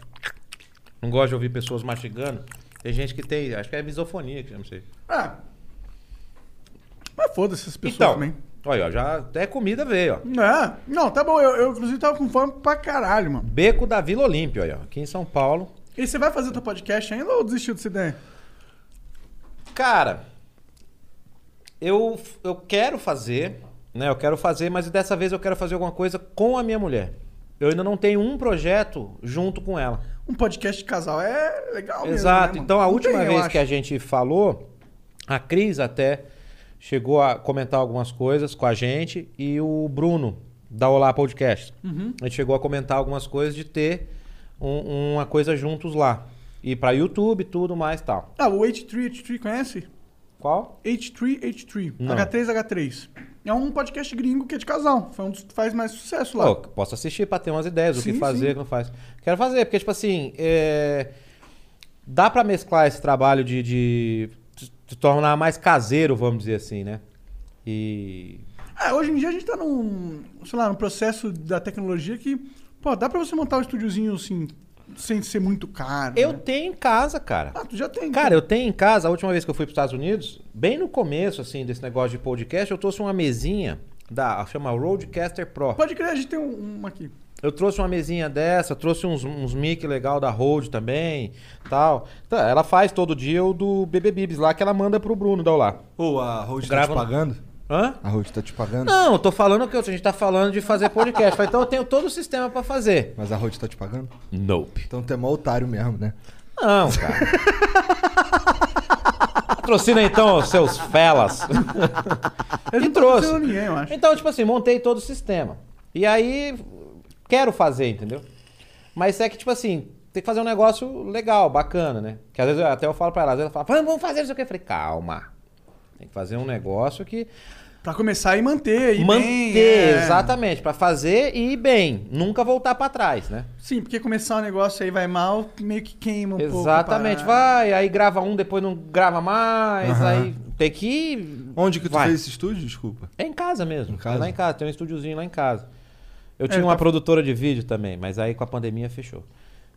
S3: Não gosta de ouvir pessoas mastigando. Tem gente que tem. Acho que é misofonia que chama isso aí.
S1: Ah. Mas foda-se essas pessoas
S3: Então,
S1: também.
S3: olha, ó, já até comida veio, ó.
S1: É. Não, tá bom. Eu, eu, inclusive, tava com fome pra caralho, mano.
S3: Beco da Vila Olímpia, olha, ó, aqui em São Paulo.
S1: E você vai fazer teu podcast ainda ou desistiu dessa ideia?
S3: Cara, eu, eu quero fazer, né? Eu quero fazer, mas dessa vez eu quero fazer alguma coisa com a minha mulher. Eu ainda não tenho um projeto junto com ela.
S1: Um podcast de casal é legal mesmo,
S3: Exato.
S1: né, mano?
S3: então a
S1: Não
S3: última
S1: tem, eu
S3: vez
S1: acho.
S3: que a gente falou, a Cris até chegou a comentar algumas coisas com a gente e o Bruno da Olá Podcast.
S1: Uhum.
S3: A gente chegou a comentar algumas coisas de ter um- uma coisa juntos lá. E pra YouTube, tudo mais e tal.
S1: Ah, o H3H3 conhece?
S3: Qual?
S1: H3H3.
S3: Não.
S1: H3H3. É um podcast gringo que é de casal. Foi um dos que faz mais sucesso lá.
S3: Pô, posso assistir pra ter umas ideias do que
S1: Sim, sim.
S3: fazer, o que não faz. Quero fazer, porque, tipo assim, é, dá pra mesclar esse trabalho de, de se tornar mais caseiro, vamos dizer assim, né? E.
S1: É, hoje em dia a gente tá num, sei lá, num processo da tecnologia que, pô, dá pra você montar um estúdiozinho assim, sem ser muito caro.
S3: Eu
S1: né?
S3: tenho em casa, cara.
S1: Ah, tu já tem.
S3: Cara, eu tenho em casa, a última vez que eu fui para os Estados Unidos, bem no começo, assim, desse negócio de podcast, eu trouxe uma mesinha da. chama Roadcaster Pro.
S1: Pode crer, a gente tem um, um aqui.
S3: Eu trouxe uma mesinha dessa, trouxe uns, uns mic legal da Rode também, tal. Tá, ela faz todo dia o do BB Bibs lá, que ela manda pro Bruno da Olá.
S2: Pô, a Road
S3: Grava
S2: tá te
S3: no-
S2: pagando?
S3: Hã?
S2: A Road tá te pagando?
S3: Não, eu tô falando que eu- a gente tá falando de fazer podcast. Falei, então eu tenho todo o sistema pra fazer.
S2: Mas a Road tá te pagando?
S3: Nope.
S2: Então tu é mó otário mesmo, né?
S3: Não, cara. Patrocina então, seus felas.
S1: Eles
S3: E
S1: não tão
S3: trouxe.
S1: patrocinando ninguém, eu acho.
S3: Então, tipo assim, montei todo o sistema. E aí, quero fazer, entendeu? Mas é que, tipo assim, tem que fazer um negócio legal, bacana, né? Que às vezes eu- até eu falo pra ela, às vezes ela fala, "Vamos, vamos fazer isso aqui. Eu falei, calma. Tem que fazer um negócio que
S1: Pra começar e manter. E
S3: manter,
S1: bem, é.
S3: exatamente, pra fazer e ir bem. Nunca voltar pra trás, né?
S1: Sim, porque começar um negócio aí vai mal, meio que queima um pouco. a
S3: Exatamente,
S1: parada.
S3: vai, aí grava um, depois não grava mais, aí tem que ir.
S2: Onde que tu
S3: Vai.
S2: fez esse estúdio? Desculpa.
S3: É em casa mesmo,
S2: Em casa?
S3: lá em casa, tem um estúdiozinho lá em casa. Eu
S1: É,
S3: tinha
S1: tá-
S3: uma produtora de vídeo também, mas aí com a pandemia fechou.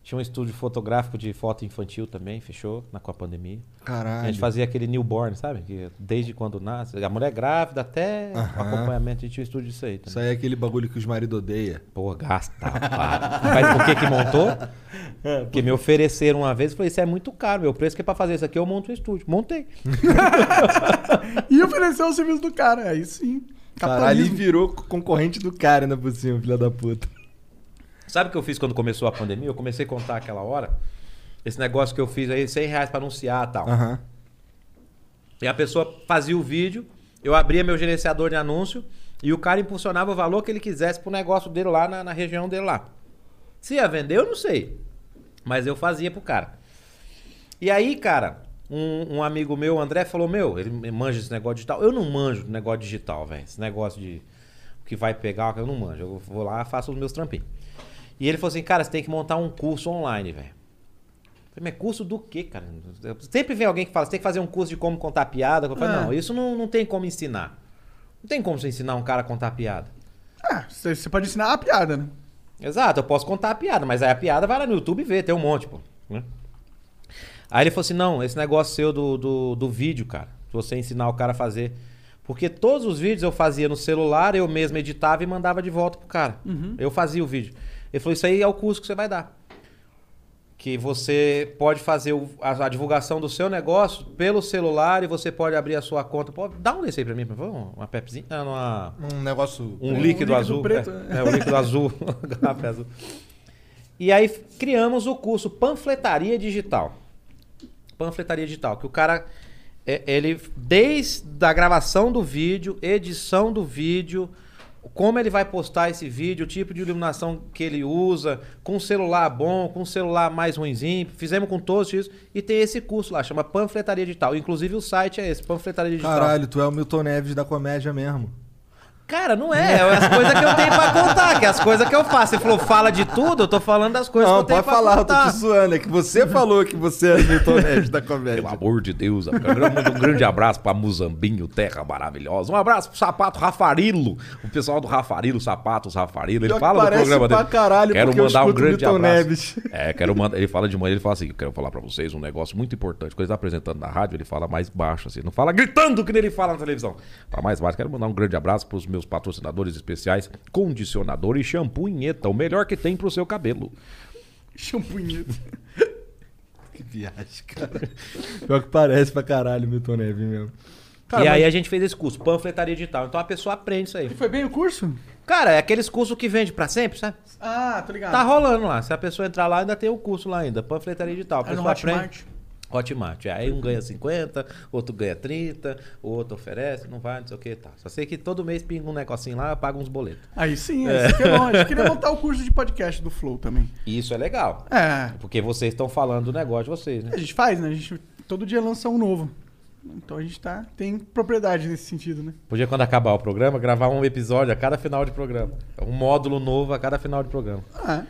S3: Tinha um estúdio fotográfico de foto infantil também, fechou na, com a pandemia. A
S2: Caralho.
S3: gente fazia aquele newborn, sabe? Que desde quando nasce, a mulher é grávida até o
S2: Aham.
S3: acompanhamento, a gente tinha um estúdio disso aí também.
S2: Isso aí é aquele bagulho que os maridos odeiam.
S3: Pô, gasta, para. Mas por que que montou?
S2: É,
S3: Porque me ofereceram uma vez e falei, isso é muito caro, meu preço que é pra fazer isso aqui eu monto um estúdio. Montei.
S1: E oferecer o serviço do cara, aí sim.
S2: Caralho, ele
S1: Capitalismo.
S2: virou concorrente do cara ainda por cima, filha da puta.
S3: Sabe o que eu fiz quando começou a pandemia? Eu comecei a contar aquela hora. Esse negócio que eu fiz aí, 100 reais pra anunciar e tal.
S2: Aham.
S3: E a pessoa fazia o vídeo, eu abria meu gerenciador de anúncio e o cara impulsionava o valor que ele quisesse pro negócio dele lá na, na região dele lá. Se ia vender, eu não sei. Mas eu fazia pro cara. E aí, cara, um, um amigo meu, o André, falou: Meu, ele manja esse negócio digital. Eu não manjo do negócio digital, velho. Esse negócio de o que vai pegar, eu não manjo. Eu vou lá, faço os meus trampinhos. E ele falou assim: Cara, você tem que montar um curso online, velho. Eu Falei, mas curso do quê, cara? Sempre vem alguém que fala, você tem que fazer um curso de como contar piada. Eu falei,
S1: É.
S3: não, isso não, não tem como ensinar. Não tem como você ensinar um cara a contar piada.
S1: Ah, você você pode ensinar a piada, né?
S3: Exato, eu posso contar a piada, mas aí a piada vai lá no YouTube e vê, tem um monte, pô. né? Aí ele falou assim: não, esse negócio seu do, do, do vídeo, cara, de você ensinar o cara a fazer. Porque todos os vídeos eu fazia no celular, eu mesmo editava e mandava de volta pro cara. Eu fazia o vídeo. Ele falou: isso aí é o curso que você vai dar. Que você pode fazer o- a, a divulgação do seu negócio pelo celular e você pode abrir a sua conta. Pô, dá um desse aí pra mim, por favor, uma pepzinha, ah, uma,
S2: Um negócio.
S3: um líquido
S1: É, líquido
S3: azul.
S1: preto, né?
S3: é, é, um líquido azul. garrafa azul. E aí f- criamos o curso Panfletaria Digital. Panfletaria Digital, que o cara, é, ele, desde a gravação do vídeo, edição do vídeo, como ele vai postar esse vídeo, o tipo de iluminação que ele usa, com um celular bom, com um celular mais ruimzinho, fizemos com todos isso, e tem esse curso lá, chama Panfletaria Digital. Inclusive o site é esse, Panfletaria Digital.
S2: Caralho, tu é o Milton Neves da comédia mesmo.
S3: Cara, não é. É as coisas que eu tenho pra contar, que é as coisas que eu faço. Você falou, fala de tudo, eu tô falando das coisas
S2: Não,
S3: que eu tenho
S2: pode
S3: pra
S2: falar, eu
S3: contar.
S2: tô te zoando. É que você falou que você era o Milton Neves da comédia.
S9: Pelo amor de Deus, amigo. eu mando um grande abraço pra Muzambinho, terra maravilhosa. Um abraço pro Sapato Rafarilo, o pessoal do Rafarilo, Sapatos Rafarilo. Ele
S2: Pior que
S9: fala do
S2: parece
S9: programa
S2: pra
S9: dele.
S2: caralho,
S9: quero
S2: porque eu
S9: mandar um
S2: escuto
S9: grande
S2: Milton
S9: abraço.
S2: Neves.
S9: É, quero mandar. Ele fala de manhã, ele fala assim: eu quero falar pra vocês um negócio muito importante. Quando ele tá apresentando na rádio, ele fala mais baixo, assim. Não fala gritando que nem ele fala na televisão. Fala mais baixo. Quero mandar um grande abraço pros meus patrocinadores especiais: condicionador e shampoo Inheta, o melhor que tem pro seu cabelo.
S1: Champunheta.
S2: Que viagem, cara. Pior que parece pra caralho o Milton Neves mesmo. Cara,
S3: e
S2: mas-
S3: aí a gente fez esse curso, panfletaria digital. Então a pessoa aprende isso aí.
S1: Foi bem o curso?
S3: Cara, é aqueles cursos que vende pra sempre, sabe?
S1: Ah, tô ligado.
S3: Tá rolando lá. Se a pessoa entrar lá, ainda tem o curso lá ainda, panfletaria digital. A
S1: É no
S3: pessoa aprende.
S1: Hotmart.
S3: Hotmart. Aí um ganha 50, outro ganha 30, o outro oferece, não vai, não sei o que e tal. Só sei que todo mês pinga um negocinho lá, paga uns boletos.
S1: Aí sim, aí isso que é bom. A gente queria montar o curso de podcast do Flow também.
S3: E isso é legal.
S1: É,
S3: Porque vocês estão falando do negócio de vocês, né?
S1: a gente faz, né? A gente todo dia lança um novo. Então a gente tá, tem propriedade nesse sentido, né?
S9: Podia, quando acabar o programa, gravar um episódio a cada final de programa. Um módulo novo a cada final de programa.
S1: Ah,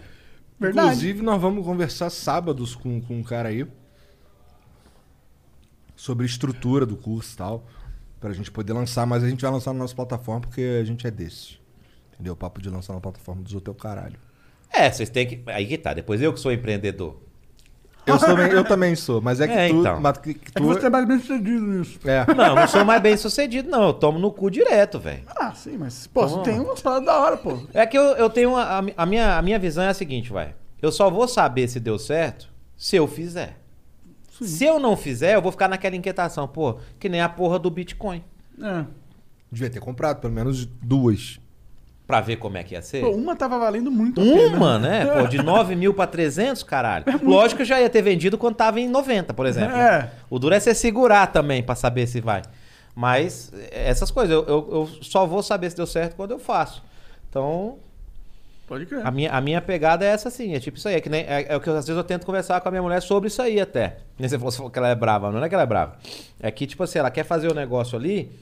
S1: verdade.
S2: Inclusive, nós vamos conversar sábados com, com um cara aí sobre estrutura do curso e tal, pra gente poder lançar, mas a gente vai lançar na nossa plataforma porque a gente é desses. Entendeu? O papo de lançar na plataforma dos outros é o caralho.
S3: É, vocês têm que. Aí que tá, depois eu que sou empreendedor.
S2: Eu, sou, eu também sou, mas é que
S3: É,
S2: tu.
S3: então.
S2: mas que- que
S1: É
S2: tu-
S1: que você trabalha bem sucedido nisso.
S2: é.
S3: Não, não sou mais bem sucedido, não. Eu tomo no cu direto, velho.
S1: Ah, sim, mas, pô, você tem umas paradas da hora, pô.
S3: É que eu, eu tenho. uma- a, mi- a minha, a minha visão é a seguinte, vai. Eu só vou saber se deu certo se eu fizer. Se eu não fizer, eu vou ficar naquela inquietação, pô, que nem a porra do Bitcoin.
S1: É.
S2: Devia ter comprado pelo menos duas.
S3: Pra ver como é que ia ser.
S1: Pô, uma tava valendo muito a pena.
S3: Uma, né? Pô, de 9 mil pra 300, caralho. Lógico que eu já ia ter vendido quando tava em 90, por exemplo.
S1: É.
S3: O duro é você segurar também pra saber se vai. Mas é, essas coisas, eu, eu- eu só vou saber se deu certo quando eu faço. Então,
S1: Pode crer.
S3: a minha, a minha pegada é essa assim, é tipo isso aí. É, que nem, é, é o que eu- às vezes eu tento conversar com a minha mulher sobre isso aí até. Nem Você falou- você falou que ela é brava, não é que ela é brava. É que, tipo assim, ela quer fazer o negócio ali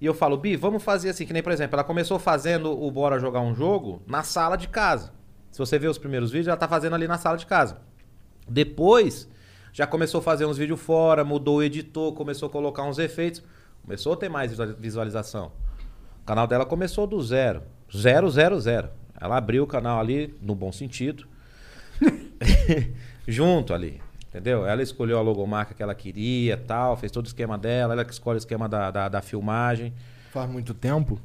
S3: e eu falo, Bi, vamos fazer assim, que nem, por exemplo, ela começou fazendo o Bora Jogar um Jogo na sala de casa. Se você ver os primeiros vídeos, ela tá fazendo ali na sala de casa. Depois, já começou a fazer uns vídeos fora, mudou o editor, começou a colocar uns efeitos, começou a ter mais visual- visualização. O canal dela começou do zero. Zero, zero, zero. Ela abriu o canal ali, no bom sentido. Junto ali. Entendeu? Ela escolheu a logomarca que ela queria tal, fez todo o esquema dela, ela que escolhe o esquema da, da, da filmagem.
S2: Faz muito tempo.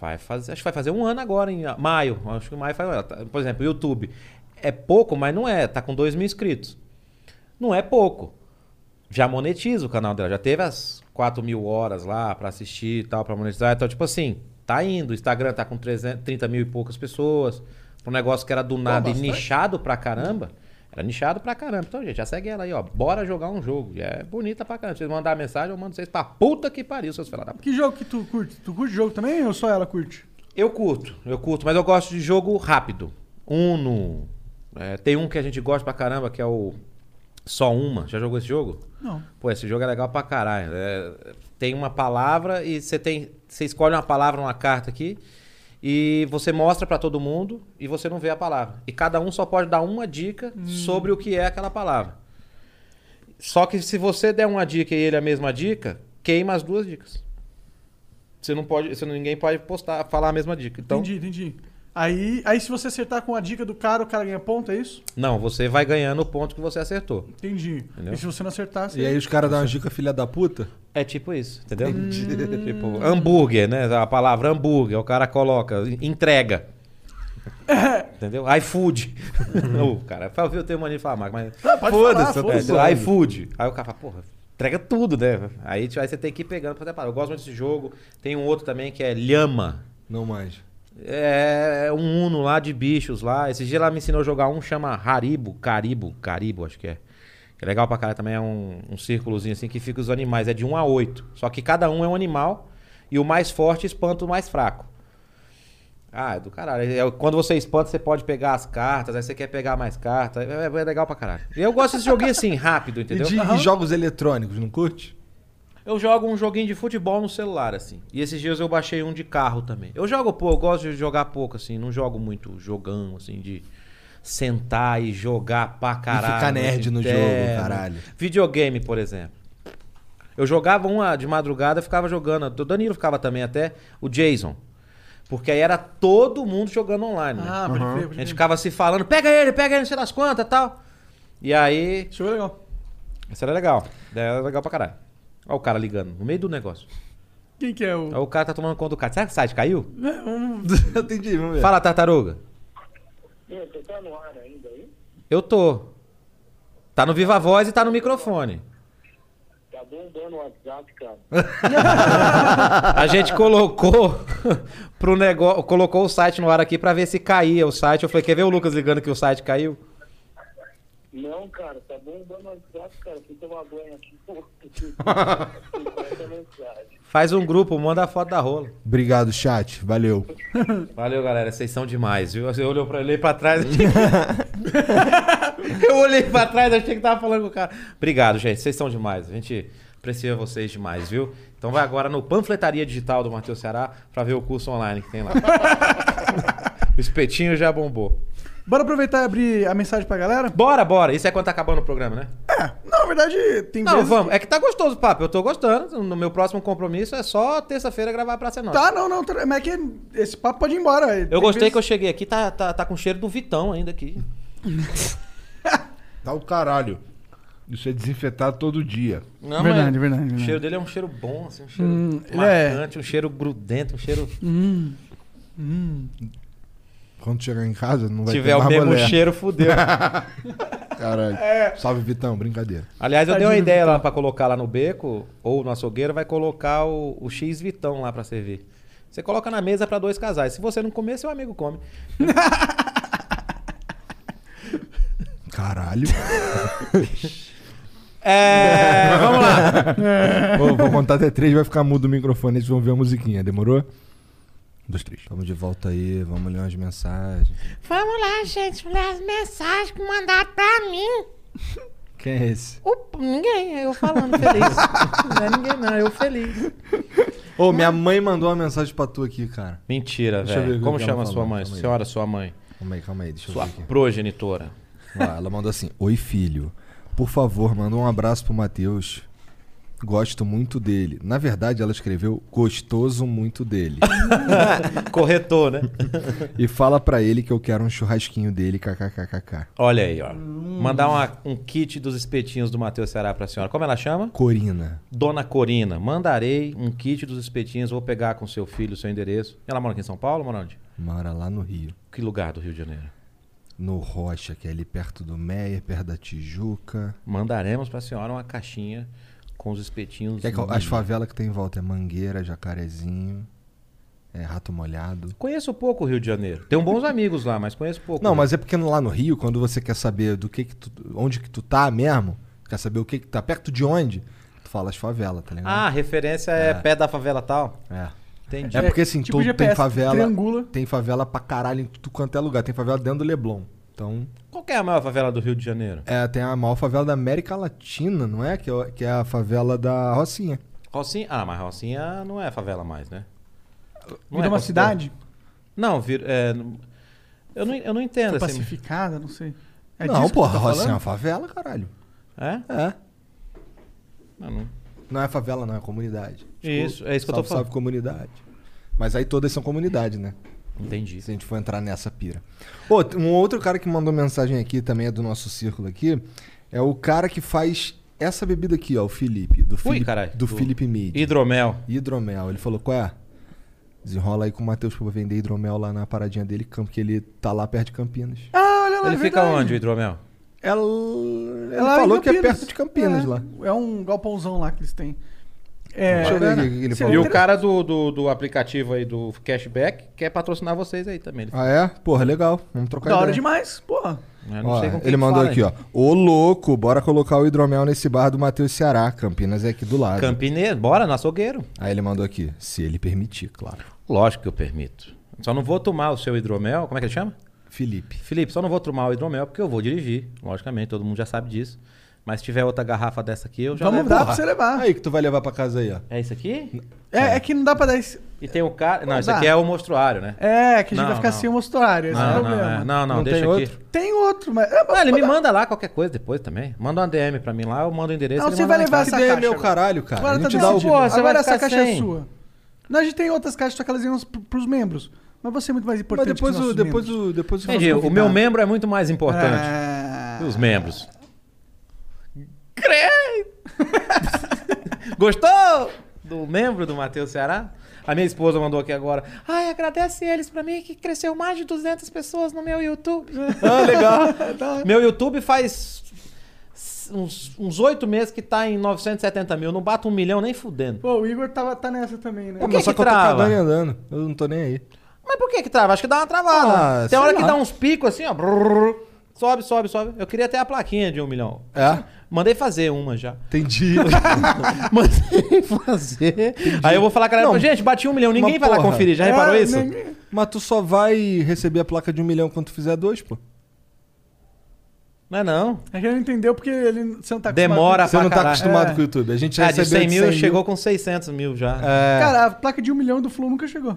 S3: Vai fazer, acho que vai fazer um ano agora, em maio. Acho que em maio faz. ela tá- Por exemplo, o YouTube. É pouco, mas não é. Tá com 2 mil inscritos. Não é pouco. Já monetiza o canal dela. Já teve as 4 mil horas lá pra assistir e tal, pra monetizar. Então, tipo assim, tá indo. O Instagram tá com 300, 30 mil e poucas pessoas. Pra um negócio que era do nada e
S2: bastante.
S3: nichado pra caramba. Era nichado pra caramba. Então, gente, já segue ela aí, ó. Bora jogar um jogo. E É bonita pra caramba. Se vocês mandarem mensagem, eu mando vocês pra puta que pariu, seus filhos da puta.
S1: Que jogo que tu curte? Tu curte jogo também ou só ela curte?
S3: Eu curto, eu curto, mas eu gosto de jogo rápido. Uno. É, tem um que a gente gosta pra caramba, que é o Só Uma. Já jogou esse jogo?
S1: Não.
S3: Pô, esse jogo é legal pra caralho. É, tem uma palavra e você tem. Você escolhe uma palavra numa carta aqui e você mostra pra todo mundo e você não vê a palavra. E cada um só pode dar uma dica sobre o que é aquela palavra. Só que se você der uma dica e ele é a mesma dica, queima as duas dicas. Você não pode, você não- ninguém pode postar, falar a mesma dica. Então,
S1: Entendi, entendi. Aí, aí se você acertar com a dica do cara, o cara ganha ponto, é isso?
S3: não, você vai ganhando o ponto que você acertou.
S1: Entendi. E se você não acertar, você...
S2: E aí os caras dão uma dica filha da puta.
S3: É tipo isso, entendeu?
S1: Hum.
S3: tipo, hambúrguer, né? A palavra hambúrguer, o cara coloca, entrega. entendeu? iFood. o cara fala, viu, eu tenho mania de falar, marca, mas.
S1: Ah, pode falar,
S3: eu
S1: foda-se.
S3: tenho iFood. Aí o cara fala, porra, entrega tudo, né? Aí, tipo, aí você tem que ir pegando pra separar. Eu gosto muito desse jogo. Tem um outro também que é Lhama.
S2: Não mais.
S3: É um Uno lá de bichos lá. Esse dia ela me ensinou a jogar um, chama Haribo, Caribo, Caribo, acho que é. Que é legal pra caralho também, é um, um círculozinho assim que fica os animais. É de 1 a 8. Só que cada um é um animal e o mais forte espanta o mais fraco. Ah, é do caralho. É, quando você espanta, você pode pegar as cartas, aí você quer pegar mais cartas. É, é legal pra caralho. E Eu gosto desse joguinho assim, rápido,
S2: E,
S3: entendeu?
S2: de- e jogos eletrônicos, não curte?
S3: Eu jogo um joguinho de futebol no celular, assim. E esses dias eu baixei um de carro também. Eu jogo pouco, eu gosto de jogar pouco, assim. Não jogo muito jogão, assim, de sentar e jogar pra caralho.
S2: ficar nerd no jogo,
S3: terno.
S2: caralho.
S3: Videogame, por exemplo. Eu jogava uma de madrugada, eu ficava jogando. O Danilo ficava também até, o Jason. Porque aí era todo mundo jogando online, né?
S1: Ah, pode crer,
S3: A
S1: pode
S3: gente
S1: crer.
S3: ficava se falando, pega ele, pega ele, não sei das quantas e tal. E aí,
S1: Isso foi legal.
S3: isso era legal. Era legal pra caralho. Olha o cara ligando, no meio do negócio.
S1: Quem que é o... Né,
S3: Aí o cara tá tomando conta do cara. Será que o site caiu?
S2: Entendi, vamos ver.
S3: Fala, tartaruga.
S10: tá
S3: Eu tô. Tá no Viva Voz e tá no microfone. Tá bombando o WhatsApp, cara. A gente colocou pro negócio. Colocou o site no ar aqui pra ver se caía o site. Eu falei, quer ver o Lucas ligando que o site caiu?
S10: Não, cara, tá bombando o WhatsApp, cara. Fui tomar banho aqui.
S3: Faz um grupo, manda a foto da rola.
S2: Obrigado, chat. Valeu.
S3: Valeu, galera. Vocês são demais, viu? Eu olhei pra, olhei pra trás. achei que- eu olhei pra trás, achei que tava falando com o cara. Obrigado, gente. Vocês são demais. A gente Aprecio vocês demais, viu? Então vai agora no Panfletaria Digital do Matheus Ceará pra ver o curso online que tem lá. o espetinho já bombou.
S1: Bora aproveitar e abrir a mensagem pra galera?
S3: Bora, bora. Isso é quando tá acabando o programa, né?
S1: Não, na verdade, tem
S3: Não,
S1: vezes
S3: vamos. É que tá gostoso o papo. Eu tô gostando. No meu próximo compromisso é só terça-feira gravar pra ser
S1: que-
S3: nossa.
S1: Tá, não, não. tra- Mas é que esse papo pode ir embora.
S3: Eu gostei que eu cheguei aqui, tá, tá, tá com cheiro do Vitão ainda aqui.
S11: Tá o caralho. Isso é desinfetado todo dia.
S3: Não, mas O cheiro dele é um cheiro bom, assim, um cheiro
S11: Hum, ele é-
S3: marcante, um cheiro grudento, um cheiro.
S11: Quando chegar em casa, não vai
S3: Tiver
S11: ter
S3: o
S11: mais
S3: mesmo
S11: bolé.
S3: cheiro, fudeu.
S11: Caralho. Salve, Vitão. Brincadeira.
S3: Aliás, eu dei uma
S11: Tadinho do
S3: ideia lá pra colocar lá no beco, ou no açougueiro, vai colocar o, o X Vitão lá pra servir. Você coloca na mesa pra dois casais. Se você não comer, seu amigo come.
S11: Caralho.
S3: É. Vamos lá.
S11: Ô, vou contar até três, vai ficar mudo o microfone, eles vão ver a musiquinha, demorou? Um, dois, três.
S2: Vamos de volta aí, vamos ler umas mensagens.
S12: Vamos lá, gente, ler as mensagens que mandaram pra mim.
S2: Quem é esse?
S12: Opa, ninguém, eu falando feliz. não é ninguém, não, eu feliz.
S2: Ô, minha mãe mandou uma mensagem pra tu aqui, cara.
S3: Mentira,
S2: Deixa eu ver
S3: velho.
S2: o que
S3: Como
S2: ela
S3: chama a
S2: falou,
S3: sua mãe?
S2: calma aí.
S3: Senhora, sua mãe.
S2: Calma aí, calma aí, deixa eu
S3: Sua
S2: ver aqui.
S3: progenitora.
S2: Ó, Ela mandou assim: Oi, filho. Por favor, manda um abraço pro Matheus. Gosto muito dele. Na verdade, ela escreveu gostoso muito dele.
S3: Corretor, né?
S2: e fala pra ele que eu quero um churrasquinho dele, kkkk.
S3: Olha aí, ó. Mandar uma- um kit dos espetinhos do Matheus Ceará pra senhora. Como ela chama?
S2: Corina.
S3: Dona Corina. Mandarei um kit dos espetinhos. Vou pegar com seu filho, seu endereço. Ela mora aqui em São Paulo, mora onde?
S2: Mora lá no Rio.
S3: Que lugar do Rio de Janeiro?
S2: No Rocha, que é ali perto do Meia, perto da Tijuca.
S3: Mandaremos pra senhora uma caixinha com os espetinhos.
S2: Que é que as favelas que tem em volta é Mangueira, Jacarezinho, é Rato Molhado.
S3: Conheço pouco o Rio de Janeiro. Tenho bons amigos lá, mas conheço pouco.
S2: Não, mas é porque lá no Rio, quando você quer saber do que, que tu, onde que tu tá mesmo, quer saber o que que tá perto de onde, tu fala as favelas, tá ligado?
S3: Ah, a referência é,
S2: É.
S3: pé da favela tal?
S2: É.
S3: Entendi.
S2: É porque assim,
S1: tipo
S3: tudo
S2: tudo tem favela, tem favela pra caralho em tudo quanto é lugar, tem favela dentro do Leblon. Então,
S3: Qual que é a maior favela do Rio de Janeiro?
S2: é, tem a maior favela da América Latina, não é? Que é, que é a favela da Rocinha.
S3: Rocinha. Ah, mas Rocinha não é favela mais, né? Não é
S1: Virou é uma
S3: considerado.
S1: cidade?
S3: Não, vir, é, não- eu, não, eu não entendo.
S1: Foi
S3: Assim,
S1: pacificada, não sei.
S2: não,
S1: disso que tu
S2: porra,
S1: tá
S2: Rocinha é
S1: falando?
S2: uma favela, caralho.
S3: É?
S2: É.
S3: não.
S2: é favela, não, é comunidade.
S3: Isso, é isso que eu tô
S2: salve,
S3: falando.
S2: Salve comunidade. Mas aí todas são comunidade, né?
S3: Entendi.
S2: Se a gente for entrar nessa pira. Ô, tem um outro cara que mandou mensagem aqui, também é do nosso círculo aqui, é o cara que faz essa bebida aqui, ó, o Felipe. Do Felipe,
S3: caralho.
S2: do
S3: Do
S2: Felipe Mid.
S3: Hidromel.
S2: Hidromel. Ele falou, qual é? Desenrola aí com o Matheus pra eu vender hidromel lá na paradinha dele, campo, que ele tá lá perto de Campinas.
S1: Ah, olha lá,
S3: Ele
S1: é
S3: fica
S1: verdade.
S3: onde, o hidromel?
S2: Ela,
S1: É
S2: ele
S1: lá em
S2: falou que é
S1: Campinas.
S2: perto de Campinas
S1: É,
S2: lá.
S1: É um galpãozão lá que eles têm. É,
S3: Deixa eu ver
S1: né?
S3: aqui o que ele
S1: Seria
S3: falou. E o
S1: interessante.
S3: cara do, do, do aplicativo aí do cashback quer patrocinar vocês aí também. Ele
S2: Ah, é? Porra, legal. Vamos trocar
S1: Da
S2: ideia.
S1: hora demais, porra.
S3: Eu não
S2: Ó,
S3: sei com quem
S2: ele
S3: que
S2: mandou
S3: fala
S2: aqui, ó.
S3: ainda.
S2: Ô louco, bora colocar o hidromel nesse bar do Matheus Ceará. Campinas é aqui do lado.
S3: Campineiro, bora, no açougueiro.
S2: Aí ele mandou aqui, se ele permitir, claro.
S3: Lógico que eu permito. Só não vou tomar o seu hidromel. Como é que ele chama?
S2: Felipe.
S3: Felipe, só não vou tomar o hidromel porque eu vou dirigir. Logicamente, todo mundo já sabe disso. Mas se tiver outra garrafa dessa aqui, eu já
S1: Vamos
S3: levo.
S1: dar
S3: Porra.
S1: Tá pra você levar.
S2: Aí que tu vai levar pra casa aí, ó.
S3: É isso aqui?
S1: É, é que não dá pra dar esse.
S3: E tem o cara. Não,
S1: Não
S3: isso
S1: dá.
S3: aqui é o mostruário, né?
S1: É, que a gente
S3: Não,
S1: vai ficar
S3: não.
S1: sem o mostruário, esse é o
S3: Não, não,
S1: problema.
S3: é. não, não,
S1: Não
S3: deixa
S1: tem
S3: aqui.
S1: outro? Tem outro, mas. é,
S3: Ah, ele me manda lá qualquer coisa depois também. Manda uma DM pra mim lá, eu mando o endereço.
S1: Não,
S3: ele
S1: você
S3: manda
S1: vai
S3: lá em
S1: levar
S3: casa.
S1: essa caixa.
S2: é meu caralho, cara.
S1: Agora
S2: Não
S1: tá
S2: te dá o-
S1: decidido.
S3: Pô, você vai
S1: Agora essa
S3: ficar
S1: caixa é
S3: sem.
S1: sua. Não, a gente tem outras caixas, só que elas iam pros- pros membros. Mas você é muito mais importante que
S2: depois o-
S1: os nossos
S2: depois
S1: membros.
S2: o- depois o
S3: Entendi. O meu membro é muito mais importante.
S1: Ah.
S3: que Os membros. Gostou do membro do Matheus Ceará? A minha esposa mandou aqui agora.
S12: Ai, agradece eles pra mim que cresceu mais de 200 pessoas no meu YouTube.
S3: Ah, legal. Meu YouTube faz uns uns oito meses que tá em 970 mil. Não bato um milhão nem fudendo.
S1: Pô, o Igor tava, tá nessa também, né?
S3: Por que,
S2: só
S3: que
S2: é que eu tô
S3: trava?
S2: cagando e andando. Eu não tô nem aí.
S3: Mas por que que trava? Acho que dá uma travada.
S2: Ah,
S3: Tem hora
S2: sei
S3: que
S2: lá.
S3: dá uns picos assim, ó. Brrr. sobe, sobe, sobe. Eu queria ter a plaquinha de um milhão.
S2: É?
S3: Mandei fazer uma já.
S2: Entendi.
S3: Mandei fazer. Aí eu vou falar, cara,
S2: Não,
S3: gente, bati um milhão,
S2: Mas,
S3: ninguém vai lá
S2: porra,
S3: conferir. Já
S2: é,
S3: reparou isso?
S2: ninguém- Mas tu só vai receber a placa de um milhão quando tu fizer dois, pô.
S3: Não é não.
S1: É que ele não entendeu porque ele, você não tá acostumado
S3: Demora
S1: com
S3: pra caralho.
S1: É.
S3: ah, de 100 mil, chegou
S1: com.
S3: com 600 mil já.
S2: É.
S1: Cara, a placa de um milhão do Flu nunca chegou.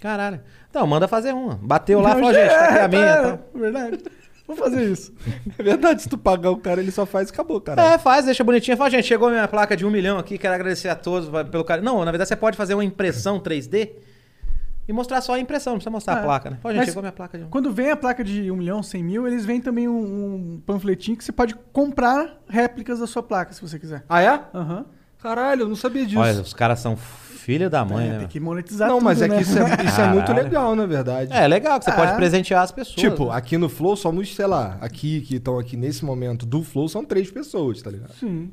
S3: Caralho. Então, manda fazer uma. Bateu lá e falou,
S1: Não,
S3: gente, tá aqui a minha.
S1: é,
S3: tá?
S1: Verdade. Vou fazer isso.
S2: É verdade, se tu pagar o cara, ele só faz e acabou, cara.
S3: É, faz, deixa bonitinha. Fala, gente, chegou minha placa de um milhão aqui, quero agradecer a todos va- pelo cara. Não, na verdade você pode fazer uma impressão 3D e mostrar só a impressão, não precisa mostrar a
S1: É.
S3: placa, né? Fala, gente,
S1: Mas
S3: chegou minha placa de um
S1: Quando vem a placa de 1 milhão, 100 mil, eles vêm também um, um panfletinho que você pode comprar réplicas da sua placa, se você quiser.
S2: Ah, é?
S1: Aham.
S2: Caralho, eu não sabia disso.
S3: Olha, os caras são filha da mãe, né?
S1: É, tem
S3: meu?
S1: que monetizar
S2: não,
S1: tudo,
S2: mas é
S1: né?
S2: que isso é, isso é
S3: Caralho.
S2: muito legal, na verdade.
S3: É, legal, que você pode presentear as pessoas,
S2: Tipo,
S3: né?
S2: aqui no Flow somos, sei lá, aqui que estão aqui nesse momento do Flow são três pessoas, tá ligado?
S1: Sim.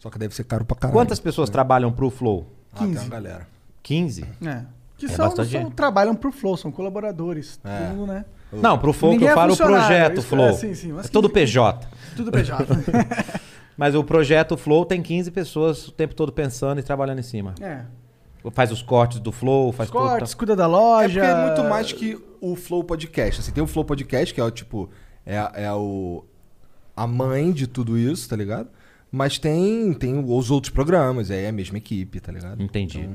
S2: Só que deve ser caro pra
S1: ah,
S2: caralho.
S3: Quantas pessoas trabalham pro Flow?
S2: Ah, tem uma 15. galera.
S3: 15?
S1: É. Que
S3: É
S1: são,
S3: bastante
S1: são-
S3: gente.
S1: trabalham pro Flow, são colaboradores.
S3: É.
S1: Tudo, né?
S3: Não, pro Flow que
S1: Ninguém
S3: eu
S1: é
S3: falo o
S1: funcionário,
S3: projeto
S1: isso é-
S3: Flow.
S1: sim, sim, mas
S3: é todo
S1: 15
S3: PJ.
S1: Tudo PJ.
S3: Mas o projeto Flow tem 15 pessoas o tempo todo pensando e trabalhando em cima.
S1: É.
S3: Faz os cortes do Flow, faz tudo. tá?
S1: Cortes, cuida da loja.
S2: É porque é muito mais que o Flow Podcast. Assim, tem o Flow Podcast, que é o tipo. É, a- é o, a mãe de tudo isso, tá ligado? Mas tem, tem os outros programas, é a mesma equipe, tá ligado?
S3: Entendi.
S2: Então,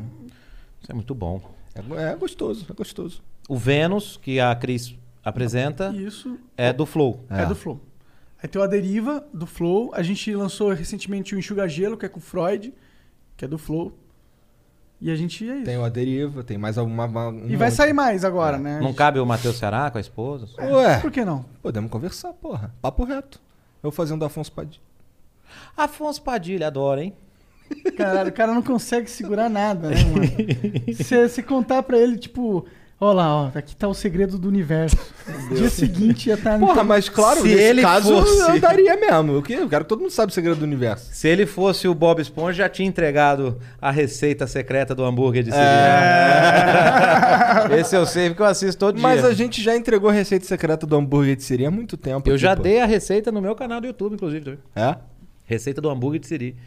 S3: Isso é muito bom.
S2: É, é gostoso, é gostoso.
S3: O Vênus, que a Cris apresenta,
S1: Isso.
S3: é do Flow.
S1: É. do Flow. Aí tem o A Deriva, do Flow. A gente lançou recentemente o Enxuga Gelo, que é com o Freud, que é do Flow. E a gente é isso.
S2: Tem o A Deriva, tem mais alguma. uma- um
S1: e vai
S2: monte.
S1: sair mais agora, né?
S3: É. Não cabe o Matheus Ceará com a esposa?
S1: É, Por que não?
S2: Podemos conversar, porra. Papo reto. Eu fazendo Afonso Padilha.
S3: Afonso Padilha, adora, hein?
S1: Caralho, o cara não consegue segurar nada, né, mano? Se você contar pra ele, tipo, ó lá, ó, aqui tá o segredo do universo. No dia seguinte ia tá estar...
S2: Porra, mas claro,
S3: Então, se
S2: nesse
S3: ele
S2: caso eu
S3: fosse-
S2: daria mesmo. Eu que- eu quero que todo mundo sabe o segredo do universo.
S3: Se ele fosse o Bob Esponja, já tinha entregado a receita secreta do hambúrguer de cereal. Esse eu sei porque eu assisto todo
S2: É. Mas
S3: dia.
S2: a gente já entregou a receita secreta do hambúrguer de siri há muito tempo.
S3: Eu já
S2: pô.
S3: dei a receita no meu canal do YouTube, inclusive. também.
S2: É?
S3: Receita do hambúrguer de siri.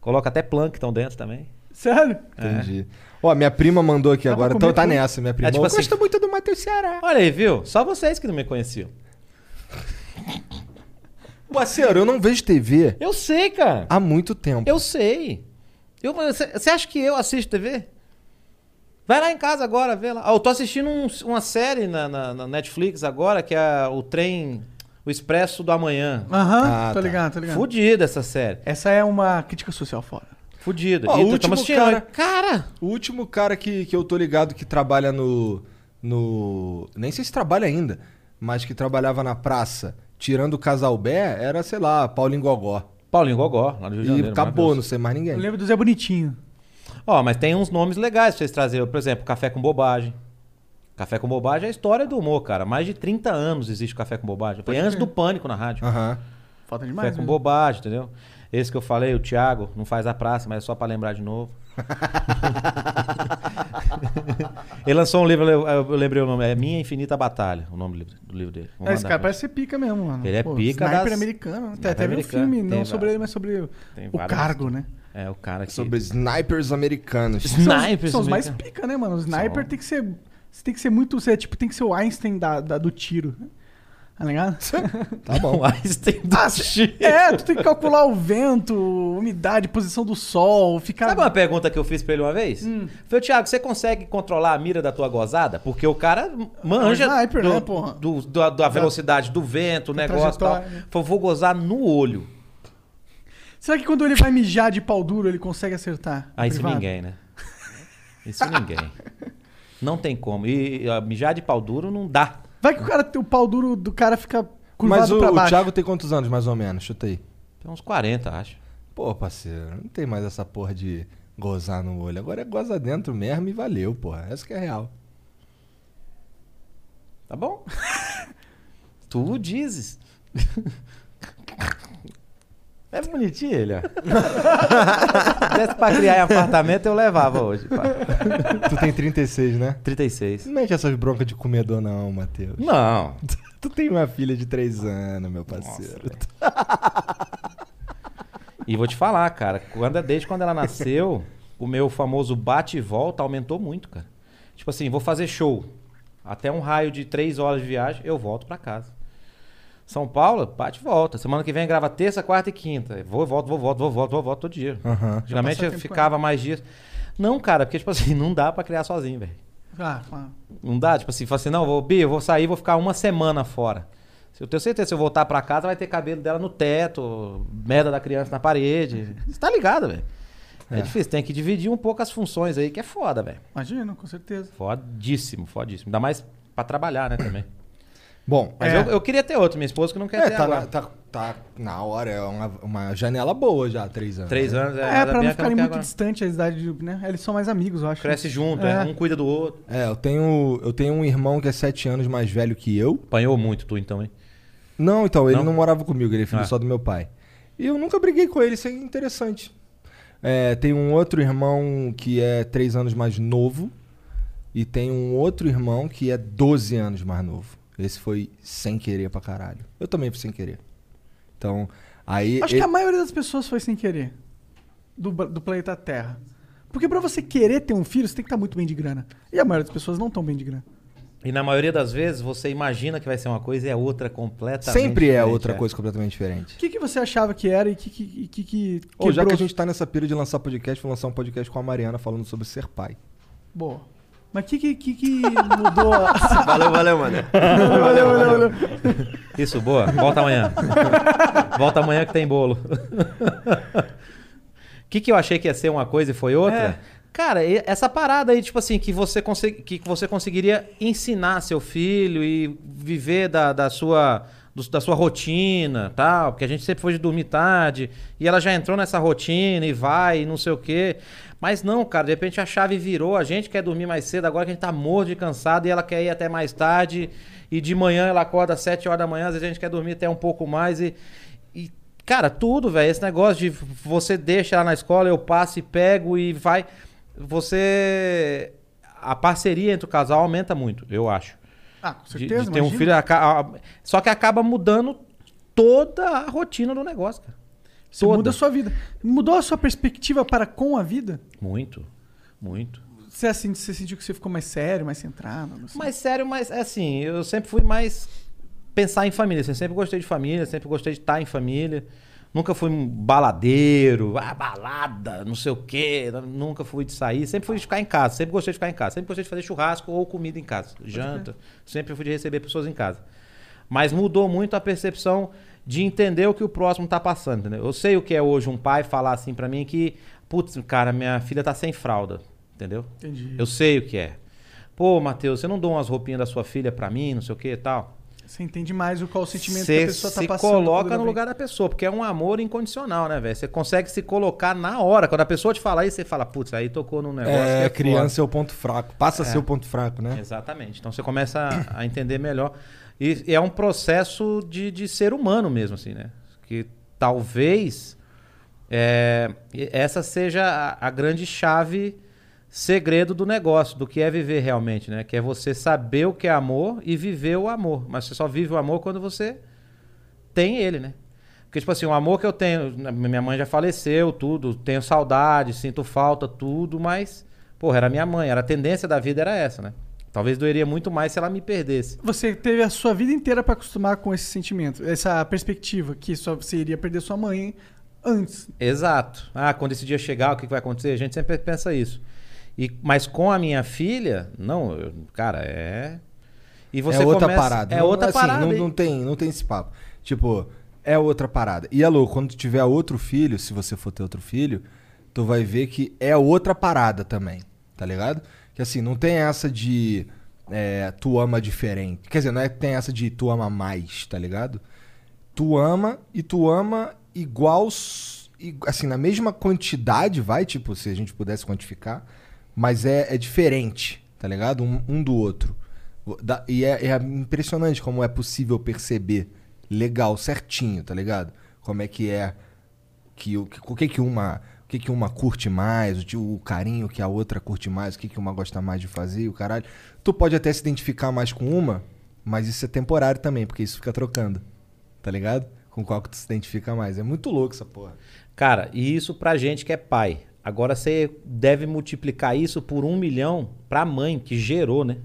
S3: Coloca até plankton dentro também.
S1: Sério?
S2: Entendi. Ó, minha prima mandou aqui agora.
S3: pra
S2: Então
S3: comer
S2: tá
S3: tudo.
S2: nessa, minha prima.
S3: É tipo
S2: Eu
S3: assim-
S2: gosto muito do Matheus Ceará.
S3: Olha aí, viu? Só vocês que não me conheciam.
S2: Parceiro, eu não vejo TV
S3: Eu sei, cara.
S2: há muito tempo.
S3: Eu sei. Você acha que eu assisto TV? Vai lá em casa agora, vê lá. Ah, eu tô assistindo um- uma série na, na- na Netflix agora, que é o trem, o Expresso do Amanhã.
S2: Ah,
S1: Aham,
S3: Ah,
S1: tô
S3: tá.
S1: ligado, tô
S2: tá
S1: ligado.
S3: Fudida essa série.
S1: Essa é uma crítica social fora.
S3: Fudida.
S2: Ó,
S3: E
S2: o
S3: tu-
S2: último
S3: tamo assistindo,
S2: cara,
S3: hein? cara.
S2: O último cara que, que eu tô ligado que trabalha no. no. Nem sei se trabalha ainda, mas que trabalhava na praça, tirando o Casalbé, era, sei lá, Paulinho Gogó.
S3: Paulinho Gogó, lá no Rio de Janeiro.
S2: e acabou, né?
S3: maravilhoso.
S2: não sei mais ninguém.
S1: Eu lembro do Zé Bonitinho.
S3: Ó, mas tem uns nomes legais pra vocês trazerem. Por exemplo, Café com Bobagem. Café com Bobagem é a história do humor, cara. Mais de 30 anos existe Café com Bobagem. Foi
S1: Pode
S3: antes
S1: crer.
S3: do Pânico na rádio.
S2: Ah,
S1: Falta
S3: Café
S1: demais.
S3: com
S1: né?
S3: Bobagem, entendeu? Esse que eu falei, o Thiago, não faz a praça, mas é só pra lembrar de novo. Ele lançou um livro, eu eu lembrei o nome, é Minha Infinita Batalha, o nome do livro- do livro dele. Vou
S1: Ah, Esse
S3: mandar
S1: cara
S3: pra
S1: parece ser pica mesmo, mano.
S3: Ele é pica
S1: Sniper
S3: das-
S1: americano. né? Tem
S3: Sniper
S1: até ver um
S3: americano,
S1: filme,
S3: tem
S1: não sobre
S3: vários.
S1: ele, mas sobre
S3: Tem
S1: o
S3: vários.
S1: cargo, né?
S3: É, o cara que...
S2: Sobre snipers americanos.
S1: São os-
S3: Snipers
S1: são os mais
S3: americanos.
S1: pica, né, mano? O sniper tem que ser. Você tem que ser muito. Você é, tipo, tem que ser o Einstein da, da- do tiro. Tá ligado?
S2: Tá bom.
S3: O Einstein
S1: Ah,
S3: do Chile.
S1: é, tu tem que calcular o vento, umidade, posição do sol, ficar.
S3: Sabe uma pergunta que eu fiz pra ele uma vez?
S1: Hum.
S3: Falei, Thiago, você consegue controlar a mira da tua gozada? Porque o cara manja
S1: É um sniper,
S3: do-
S1: né, porra?
S3: do- da, da velocidade do vento, o negócio e tal.
S1: trajetória, né?
S3: Falei, vou gozar no olho.
S1: Será que quando ele vai mijar de pau duro, ele consegue acertar?
S3: Ah, isso
S1: Privado?
S3: ninguém, né? Isso ninguém. Não tem como. E ó, mijar de pau duro não dá.
S1: Vai que o cara, o pau duro do cara fica curvado
S2: Mas o,
S1: pra
S2: o
S1: baixo.
S2: Thiago tem quantos anos, mais ou menos? Chuta aí.
S3: Tem uns 40, acho.
S2: Pô, parceiro, não tem mais essa porra de gozar no olho. Agora é goza dentro mesmo e valeu, porra. Essa que é real.
S3: Tá bom? tu dizes. É bonitinho ele, ó. Se desse pra criar em apartamento, eu levava hoje. pá.
S2: tu tem 36, né?
S3: 36.
S2: Não é que essas broncas de comedor, não, Matheus.
S3: Não.
S2: Tu tem uma filha de 3 anos, meu parceiro.
S3: E vou te falar, cara, quando, é, desde quando ela nasceu, o meu famoso bate e volta aumentou muito, cara. Tipo assim, vou fazer show. Até um raio de três horas de viagem, eu volto pra casa. São Paulo, bate e volta. Semana que vem grava terça, quarta e quinta. Vou, volto, vou, volto, vou, volto, vou, volto todo dia.
S2: Aham.
S3: Geralmente
S1: Já
S3: eu
S1: passa tempo,
S3: ficava mais dias. Não, cara, porque, tipo assim, não dá pra criar sozinho, velho.
S1: Ah, claro.
S3: Não dá, tipo assim, fala assim, não, vou, Bi, eu vou sair, vou ficar uma semana fora. Se Eu tenho certeza, se eu voltar pra casa, vai ter cabelo dela no teto, merda da criança na parede. Você tá ligado, velho. É.
S1: É.
S3: difícil, tem que dividir um pouco as funções aí, que é foda, velho.
S1: Imagino, com certeza.
S3: Fodíssimo, fodíssimo. Ainda mais pra trabalhar, né, também.
S2: Bom,
S3: Mas
S2: é.
S3: eu, eu queria ter outro, minha esposa que não quer
S2: É,
S3: ter
S2: tá
S3: agora.
S2: na, tá- tá na hora, é uma, uma janela boa já, três anos.
S3: Três anos,
S1: É, pra não ficarem muito distante a idade, de- né? Eles são mais amigos, eu acho.
S3: um cuida do outro.
S2: É, eu tenho, eu tenho um irmão que é sete anos mais velho que eu.
S3: Apanhou muito tu então, hein?
S2: Não, então, ele
S3: Não?
S2: não, morava comigo, ele é filho
S3: Ah.
S2: só do meu pai. E eu nunca briguei com ele, isso é interessante. É, tem um outro irmão que é três anos mais novo. E tem um outro irmão que é 12 anos mais novo. Esse foi sem querer pra caralho. Eu também fui sem querer. Então, aí.
S1: Acho
S2: ele-
S3: é
S1: que a maioria das pessoas foi sem querer. Do, ba- do planeta Terra. Porque pra você querer ter um filho, você tem que estar muito bem de grana. E a maioria das pessoas não estão bem de grana.
S3: E na maioria das vezes você imagina que vai ser uma coisa e é outra completamente.
S2: Sempre é
S3: diferente,
S2: outra coisa completamente diferente.
S1: O que, que você achava que era e o que, que, que, que
S2: Ô, já que a
S1: quebrou-
S2: gente tá nessa pira de lançar podcast, vou lançar um podcast com a Mariana falando sobre ser pai.
S1: Boa. Mas o que, que, que, que mudou a...
S2: Valeu, valeu, mano.
S1: valeu, valeu, valeu.
S3: Isso, boa. Volta amanhã. Volta amanhã que tem bolo. O que, que eu achei que ia ser uma coisa e foi outra? Cara, e- essa parada aí, tipo assim, que você, conse- que você conseguiria ensinar seu filho e viver da, da sua. do- Da sua rotina tal, porque a gente sempre foi de dormir tarde e ela já entrou nessa rotina e vai e não sei o quê. Mas não, cara, de repente a chave virou, a gente quer dormir mais cedo, agora que a gente tá morto de cansado e ela quer ir até mais tarde e de manhã ela acorda às 7 horas da manhã, às vezes a gente quer dormir até um pouco mais e, e, cara, tudo, velho. Esse negócio de você deixa lá na escola, eu passo e pego e vai. Você. A parceria entre o casal aumenta muito, eu acho.
S1: Ah, com
S3: De,
S1: certeza,
S3: de ter um
S1: imagina.
S3: filho. aca- a- Só que acaba mudando toda a rotina do negócio, cara.
S1: Você muda a sua vida. Mudou a sua perspectiva para com a vida?
S3: Muito. Muito.
S1: Você, assim, você sentiu que você ficou mais sério, mais centrado? Não sei.
S3: Mais sério, mas assim, eu sempre fui mais pensar em família. assim, sempre gostei de família, sempre gostei de estar em família. Nunca fui um baladeiro, ah, balada, não sei o quê. Nunca fui de sair, sempre fui de ficar em casa, sempre gostei de ficar em casa, sempre gostei de fazer churrasco ou comida em casa, janta. Sempre fui de receber pessoas em casa. Mas mudou muito a percepção de entender o que o próximo tá passando, entendeu? Eu sei o que é hoje um pai falar assim pra mim que, putz, cara, minha filha tá sem fralda, entendeu?
S1: Entendi.
S3: Eu sei o que é. Pô, Matheus, você não dou umas roupinhas da sua filha pra mim, não sei o que e tal?
S1: Você entende mais o qual o sentimento que a
S3: Você
S1: pessoa tá
S3: se
S1: passando. quando
S3: coloca
S1: ela
S3: no
S1: vem.
S3: lugar da pessoa, porque é um amor incondicional, né, velho? Você consegue se colocar na hora. Quando a pessoa te fala isso, você fala, putz, aí tocou num negócio que é
S2: É,
S3: foda.
S2: criança é o ponto fraco. Passa a
S3: É.
S2: ser o ponto fraco, né?
S3: Exatamente. Então você começa a- a entender melhor. E e é um processo de, de ser humano mesmo, assim, né? Que talvez é, e- essa seja a, a grande chave, segredo do negócio, do que é viver realmente, né? Que é você saber o que é amor e viver o amor. Mas você só vive o amor quando você tem ele, né? Porque, tipo assim, o amor que eu tenho, na- minha mãe já faleceu, tudo, tenho saudade, sinto falta, tudo, mas, porra, era minha mãe, era a tendência da vida, era essa, né? Talvez doeria muito mais se ela me perdesse.
S1: Você teve a sua vida inteira pra acostumar com esse sentimento, essa perspectiva, que só você iria perder sua mãe antes.
S3: Exato. Ah, quando esse dia chegar, o que que vai acontecer? A gente sempre pensa isso. E, mas com a minha filha, não, eu- cara, é. E você
S2: é outra
S3: começa-
S2: parada.
S3: É
S2: Não-
S3: outra
S2: assim,
S3: parada.
S2: Não,
S3: e-
S2: não tem, não tem esse papo. Tipo, é outra parada. E alô, quando tu tiver outro filho, se você for ter outro filho, tu vai ver que é outra parada também. Tá ligado? Que assim, não tem essa de é, tu ama diferente. Quer dizer, não é que tem essa de tu ama mais, tá ligado? Tu ama e tu ama igual. s- i- Assim, na mesma quantidade, vai, tipo, se a gente pudesse quantificar. Mas é, é diferente, tá ligado? Um- um do outro. Da- e é, é impressionante como é possível perceber legal, certinho, tá ligado? Como é que é que o que, o que, que uma o que, que uma curte mais, o, ti- o carinho que a outra curte mais, o que, que uma gosta mais de fazer, e o caralho. Tu pode até se identificar mais com uma, mas isso é temporário também, porque isso fica trocando. Tá ligado? Com qual que tu se identifica mais. É muito louco essa porra.
S3: Cara, e isso pra gente que é pai. Agora você deve multiplicar isso por um milhão pra mãe que gerou, né?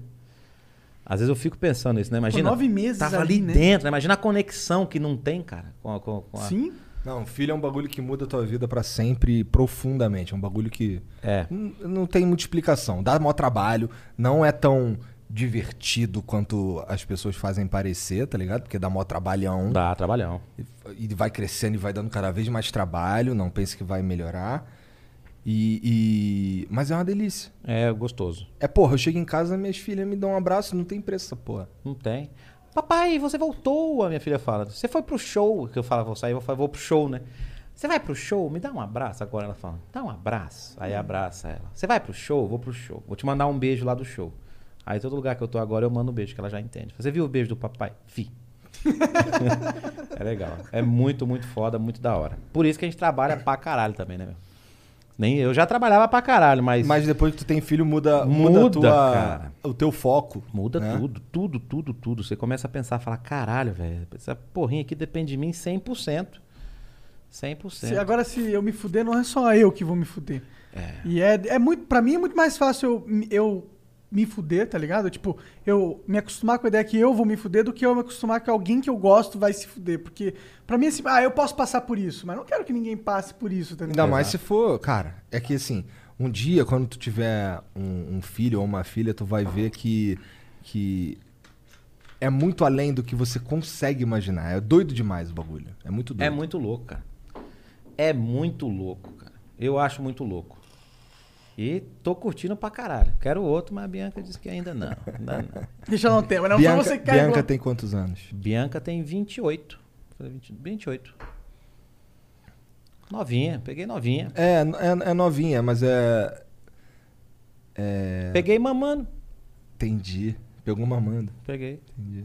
S3: Às vezes eu fico pensando nisso, né? Imagina.
S1: nove meses
S3: Tava
S1: ali,
S3: ali,
S1: né?
S3: dentro, né? Imagina a conexão que não tem, cara. Com a- com a- com a-
S1: Sim.
S2: Não, filho é um bagulho que muda a tua vida pra sempre profundamente. É um bagulho que
S3: É.
S2: N- não tem muita explicação. Dá maior trabalho, não é tão divertido quanto as pessoas fazem parecer, tá ligado? Porque dá maior trabalhão.
S3: Dá trabalhão.
S2: E vai crescendo e vai dando cada vez mais trabalho, não pense que vai melhorar. E, e- Mas é uma delícia.
S3: É gostoso.
S2: É, porra, eu chego em casa, minhas filhas me dão um abraço, não tem preço essa porra.
S3: Não tem. Papai, você voltou, a minha filha fala. Você foi pro show. Que eu falo, vou sair, eu falo, vou pro show, né? Você vai pro show? Me dá um abraço agora. Ela fala, dá um abraço. Aí abraça ela. Você vai pro show? Vou pro show. Vou te mandar um beijo lá do show. Aí todo lugar que eu tô agora eu mando um beijo, que ela já entende. Você viu o beijo do papai? Vi. é legal. É muito, muito foda, muito da hora. Por isso que a gente trabalha pra caralho também, né, meu? Nem eu já trabalhava pra caralho, mas.
S2: Mas depois que tu tem filho, muda, muda,
S3: Muda,
S2: a tua-
S3: cara.
S2: o teu foco.
S3: Muda
S2: né?
S3: tudo, tudo, tudo, tudo. Você começa a pensar, falar, caralho, velho, essa porrinha aqui depende de mim 100%. 100%.
S1: Se- agora, se eu me fuder, não é só eu que vou me fuder. E é, é muito. Pra mim é muito mais fácil eu, eu me fuder, tá ligado? Tipo, eu me acostumar com a ideia que eu vou me fuder do que eu me acostumar que alguém que eu gosto vai se fuder. Porque, pra mim, é assim, ah, eu posso passar por isso, mas não quero que ninguém passe por isso, tá ligado?
S2: Ainda mais se for, cara, é que assim, um dia quando tu tiver um, um filho ou uma filha, tu vai ver que, que é muito além do que você consegue imaginar. É doido demais o bagulho. É muito doido.
S3: É muito louco, cara. É muito louco, cara. Eu acho muito louco. E tô curtindo pra caralho. Quero outro, mas a Bianca disse que ainda não. Ainda não.
S1: Deixa eu não ter, mas não
S2: Bianca,
S1: foi você que caiu.
S2: Bianca tem quantos anos?
S3: Bianca tem 28. Falei, 20 28. Novinha, peguei novinha.
S2: É, é, é novinha, mas é. é-
S3: Peguei mamando.
S2: Entendi. Pegou mamando.
S3: Peguei.
S2: Entendi.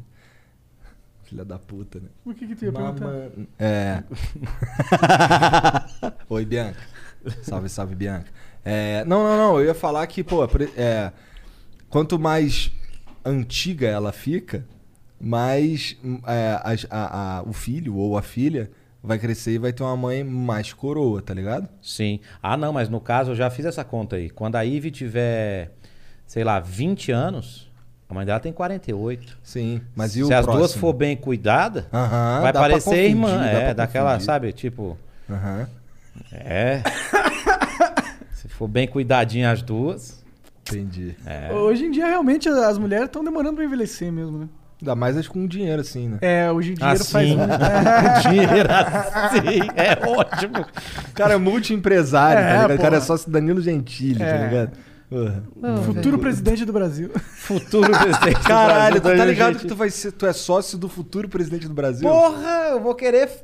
S2: Filha da puta, né?
S1: O que que tu ia perguntar?
S2: É. Oi, Bianca. Salve, salve, Bianca. É, Não, não, não. Eu ia falar que, pô, pre- é, quanto mais antiga ela fica, mais hum, é, as- a- a- o filho ou a filha vai crescer e vai ter uma mãe mais coroa, tá ligado?
S3: Sim. Ah, não, mas no caso eu já fiz essa conta aí. Quando a Ive tiver, sei lá, 20 anos, a mãe dela tem 48.
S2: Sim, mas
S3: Se
S2: e o
S3: as duas
S2: próximo?
S3: for bem cuidada,
S2: Aham,
S3: vai
S2: dá pra
S3: parecer
S2: confundir,
S3: irmã,
S2: dá pra
S3: é, daquela,
S2: confundir.
S3: sabe, tipo,
S2: Aham.
S3: é. Se for bem cuidadinha as duas.
S2: Entendi.
S3: É.
S1: Hoje em dia, realmente, as mulheres estão demorando pra envelhecer mesmo, né?
S2: Ainda mais as com dinheiro, assim, né?
S1: É, hoje em dia
S3: Ah,
S2: Assim.
S1: faz um- muito.
S3: Dinheiro assim, é ótimo.
S2: O cara é multi-empresário,
S1: É,
S2: tá ligado? O cara
S1: porra.
S2: é sócio Danilo Gentili,
S1: É.
S2: tá ligado? Porra.
S1: Futuro presidente do Brasil.
S3: Futuro presidente do
S2: Caralho, tu
S3: Brasil, um
S2: tá
S3: Danilo
S2: ligado que
S3: Gentili.
S2: tu vai ser, tu é sócio do futuro presidente do Brasil?
S3: Porra, eu vou querer f-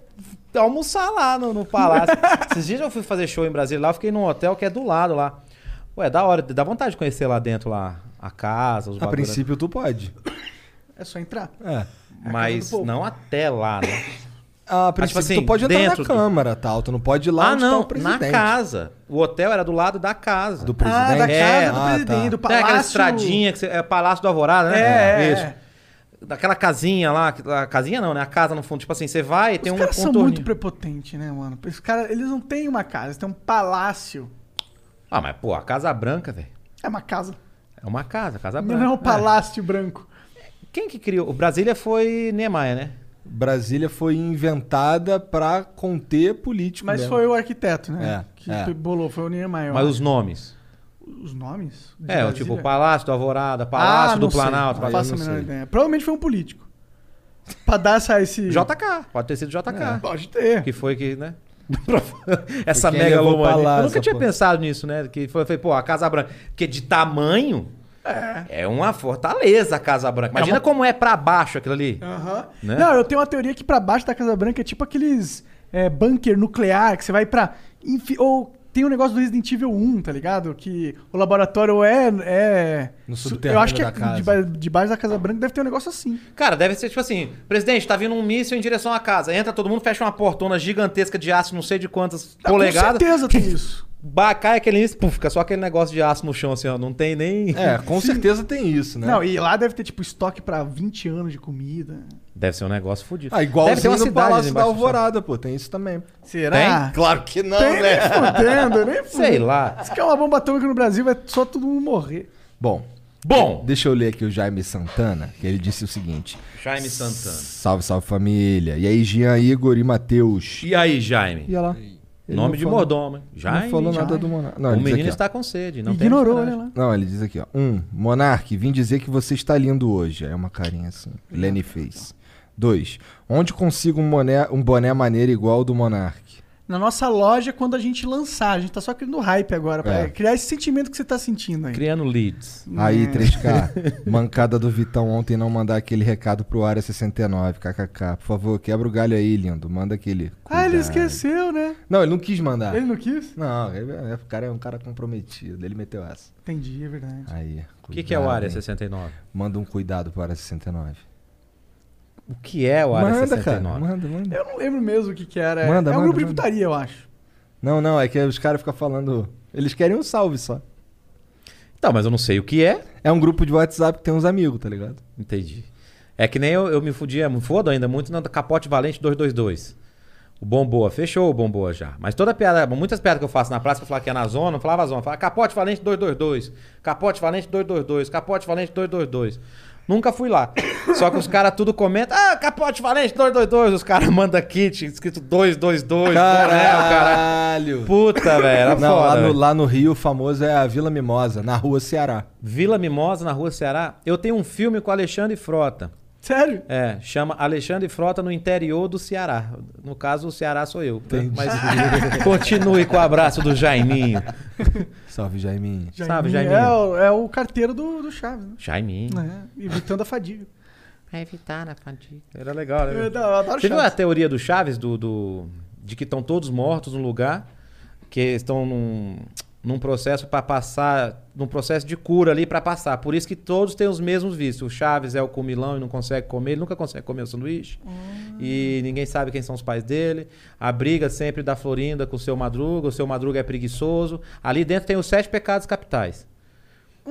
S3: almoçar lá no, no palácio. Esses dias eu fui fazer show em Brasília lá, eu fiquei num hotel que é do lado lá. Ué, da hora, dá vontade de conhecer lá dentro lá a casa, os
S2: A
S3: bagulho.
S2: princípio tu pode.
S1: É só entrar.
S2: É.
S3: Mas não até lá, né?
S2: A
S3: Mas, tipo
S2: princípio
S3: assim,
S2: tu pode entrar
S3: dentro
S2: na
S3: do-
S2: Câmara, tal. Tu não pode ir lá
S3: ah,
S2: onde tá
S3: não,
S2: o presidente.
S3: na casa. O hotel era do lado da casa. Do
S2: presidente? Ah, da casa do presidente, do
S3: É, tá. Tem aquela
S1: palácio.
S3: estradinha, que você- é Palácio do Alvorada, né?
S1: É, é, é.
S3: Isso. Daquela casinha lá, que- a casinha não, né? A casa no fundo, tipo assim, você vai e tem
S1: Os
S3: um
S1: caras são
S3: contorninho.
S1: muito prepotentes, né, mano? Os caras, eles não têm uma casa, eles têm um palácio.
S3: Ah, mas pô, a Casa Branca, velho.
S1: É uma casa.
S3: É uma casa, Casa
S1: Não,
S3: Branca.
S1: é um palácio branco.
S3: Quem que criou? O Brasília foi Niemeyer, né?
S2: Brasília foi inventada pra conter
S3: Tipo
S2: político
S1: Mas
S2: mesmo.
S1: foi o arquiteto, né?
S2: É,
S1: que
S2: é.
S1: bolou, foi o Niemeyer.
S3: Mas os nomes.
S1: Os nomes? de
S3: É, o
S1: Brasília?
S3: tipo Palácio do Alvorada, Palácio
S1: Ah,
S3: do
S1: não sei.
S3: Planalto.
S1: Não
S3: Palácio
S1: faço a menor ideia. Provavelmente foi um político. Pra dar essa, esse...
S3: JK, pode ter sido JK.
S1: É, pode ter.
S3: Que foi que, né? Essa
S2: Foi quem levou pra lá
S3: megalomania. Eu nunca
S2: essa
S3: tinha
S2: porra.
S3: pensado nisso, né? Que foi, foi, pô, a Casa Branca. Porque de tamanho é, uma fortaleza a Casa Branca. Imagina como é pra baixo aquilo ali.
S1: Aham.
S3: Né?
S1: Não, eu tenho uma teoria que pra baixo da Casa Branca é tipo aqueles é, bunker nuclear que você vai pra. infi- Ou tem um negócio do Resident Evil 1, tá ligado? Que o laboratório é. é
S2: No
S1: su-
S2: subterrâneo
S1: Eu acho que
S2: da
S1: é
S2: casa.
S1: deba- debaixo da Casa Branca deve ter um negócio assim.
S3: Cara, deve ser tipo assim: presidente, tá vindo um míssil em direção à casa. Entra todo mundo, fecha uma portona gigantesca de aço, não sei de quantas
S1: Ah,
S3: polegadas.
S1: Com certeza tem isso.
S3: Bah, cai aquele início, pum, fica só aquele negócio de aço no chão, assim, ó. Não tem nem.
S2: É, com certeza tem isso, né?
S1: Não, e lá deve ter tipo estoque pra 20 anos de comida.
S3: Deve ser um negócio fodido.
S2: Ah, igual
S3: Deve ter uma
S2: no
S3: cidade ali
S2: Palácio da
S3: embaixo do chão.
S2: Alvorada, pô, tem isso também.
S1: Será?
S2: Tem? Claro que não,
S1: Tem,
S2: né?
S1: nem fudendo, é nem fudendo.
S3: Sei lá.
S1: Se quer uma bomba atômica no Brasil, vai só todo mundo morrer.
S2: Bom,
S3: Bom.
S2: Deixa eu ler aqui o Jaime Santana, que ele disse o seguinte:
S3: Jaime Santana.
S2: Salve, salve família. E aí, Jean, Igor e Matheus.
S3: E aí, Jaime?
S2: E lá. Ele
S3: Nome
S2: não
S3: de
S2: falou-
S3: mordomo, hein?
S2: não
S3: Jaime.
S2: falou
S3: Jaime.
S2: nada do Monark. Não,
S3: o
S2: ele diz
S3: menino
S2: aqui, ó. né,
S3: está com sede. Não tem
S1: olha né, lá.
S2: Não, ele diz aqui, ó. Um, Monark, vim dizer que você está lindo hoje. Aí É uma carinha assim. Lenny fez. Dois, onde consigo um boné, um boné maneiro igual ao do Monark?
S1: Na nossa loja, quando a gente lançar, a gente tá só criando hype agora, pra
S2: É.
S1: criar esse sentimento que você tá sentindo aí.
S3: Criando leads.
S2: Aí,
S1: É.
S2: 3K, mancada do Vitão ontem não mandar aquele recado pro Área 69, kkk. Por favor, quebra o galho aí, lindo. Manda aquele.
S1: Ah, ele
S2: Cuidado.
S1: esqueceu, né?
S2: Não, ele não quis
S3: Ah.
S2: mandar.
S1: Ele não quis?
S2: Não, ele- é, o cara é um cara comprometido. Ele meteu essa.
S1: Entendi, é verdade.
S2: Aí.
S3: O que, que é o
S2: cuidado,
S3: Área
S2: hein.
S3: 69?
S2: Manda um cuidado pro Área 69.
S3: O que é o Área
S2: Manda, cara,
S3: 69?
S2: manda, manda.
S1: Eu não lembro mesmo o que que era.
S2: Manda,
S1: é um
S2: manda,
S1: grupo de
S2: manda.
S1: putaria, eu acho.
S2: Não, não, é que os caras ficam falando. Eles querem um salve só.
S3: Tá, mas eu não sei o que é.
S2: É um grupo de WhatsApp que tem uns amigos, tá ligado?
S3: Entendi. É que nem eu, eu me fudia, me fodo ainda muito na Capote Valente 222. O Bomboa, fechou o Bomboa já. Mas toda piada, muitas piadas que eu faço na praça, que eu falava que é na zona, eu falava zona, eu falava Capote Valente 222, Capote Valente 222, Capote Valente 222. Nunca fui lá. Só que os caras tudo comentam, ah, Capote Valente 222, os caras mandam kit escrito 222.
S2: Caralho!
S3: né, Puta, velho, era
S2: Não,
S3: foda,
S2: lá, no,
S3: velho.
S2: lá no Rio, o famoso é a Vila Mimosa, na rua Ceará.
S3: Vila Mimosa, na rua Ceará, eu tenho um filme com Alexandre Frota.
S1: Sério?
S3: É, chama Alexandre Frota no interior do Ceará. No caso, o Ceará sou eu. né? Mas continue com o abraço do Jaiminho.
S2: Salve, Jaiminho.
S3: Salve, Jaiminho. Hum.
S1: É, o- é o carteiro do, do Chaves, né?
S3: Jaiminho.
S1: É, evitando a fadiga.
S13: Pra evitar a fadiga.
S3: Era legal, né?
S1: Eu adoro- eu adoro
S3: Você viu a
S1: Chaves.
S3: teoria do Chaves, do, do- de que estão todos mortos num lugar, que estão num, num processo para passar, num processo de cura ali para passar. Por isso que todos têm os mesmos vícios. O Chaves é o comilão e não consegue comer, ele nunca consegue comer o sanduíche. E ninguém sabe quem são os pais dele. A briga sempre da Florinda com o seu Madruga, o seu Madruga é preguiçoso. Ali dentro tem os sete pecados capitais.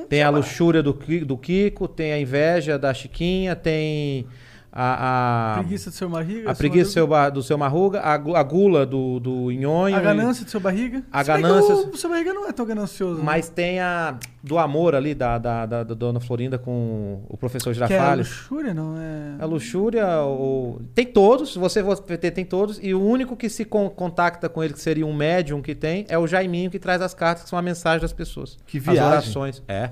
S3: Tem a luxúria do, Ki- do Kiko, tem a inveja da Chiquinha, tem a. a
S1: preguiça do seu barriga.
S3: a preguiça do seu, ba- do seu Marruga, a, gu- a gula do, do Nhonho.
S1: A ganância do seu barriga.
S3: A
S1: Se bem que
S3: ganância-
S1: O, o seu barriga não é tão ganancioso. né?
S3: Mas tem a do amor ali da, da, da, da dona Florinda com o professor
S1: Que é a
S3: Girafales.
S1: luxúria, não é...
S3: A luxúria, o... tem todos, se você for ter, tem todos, e o único que se con- contacta com ele, que seria um médium que tem, é o Jaiminho que traz as cartas, que são a mensagem das pessoas.
S2: Que viagem.
S3: As orações. É.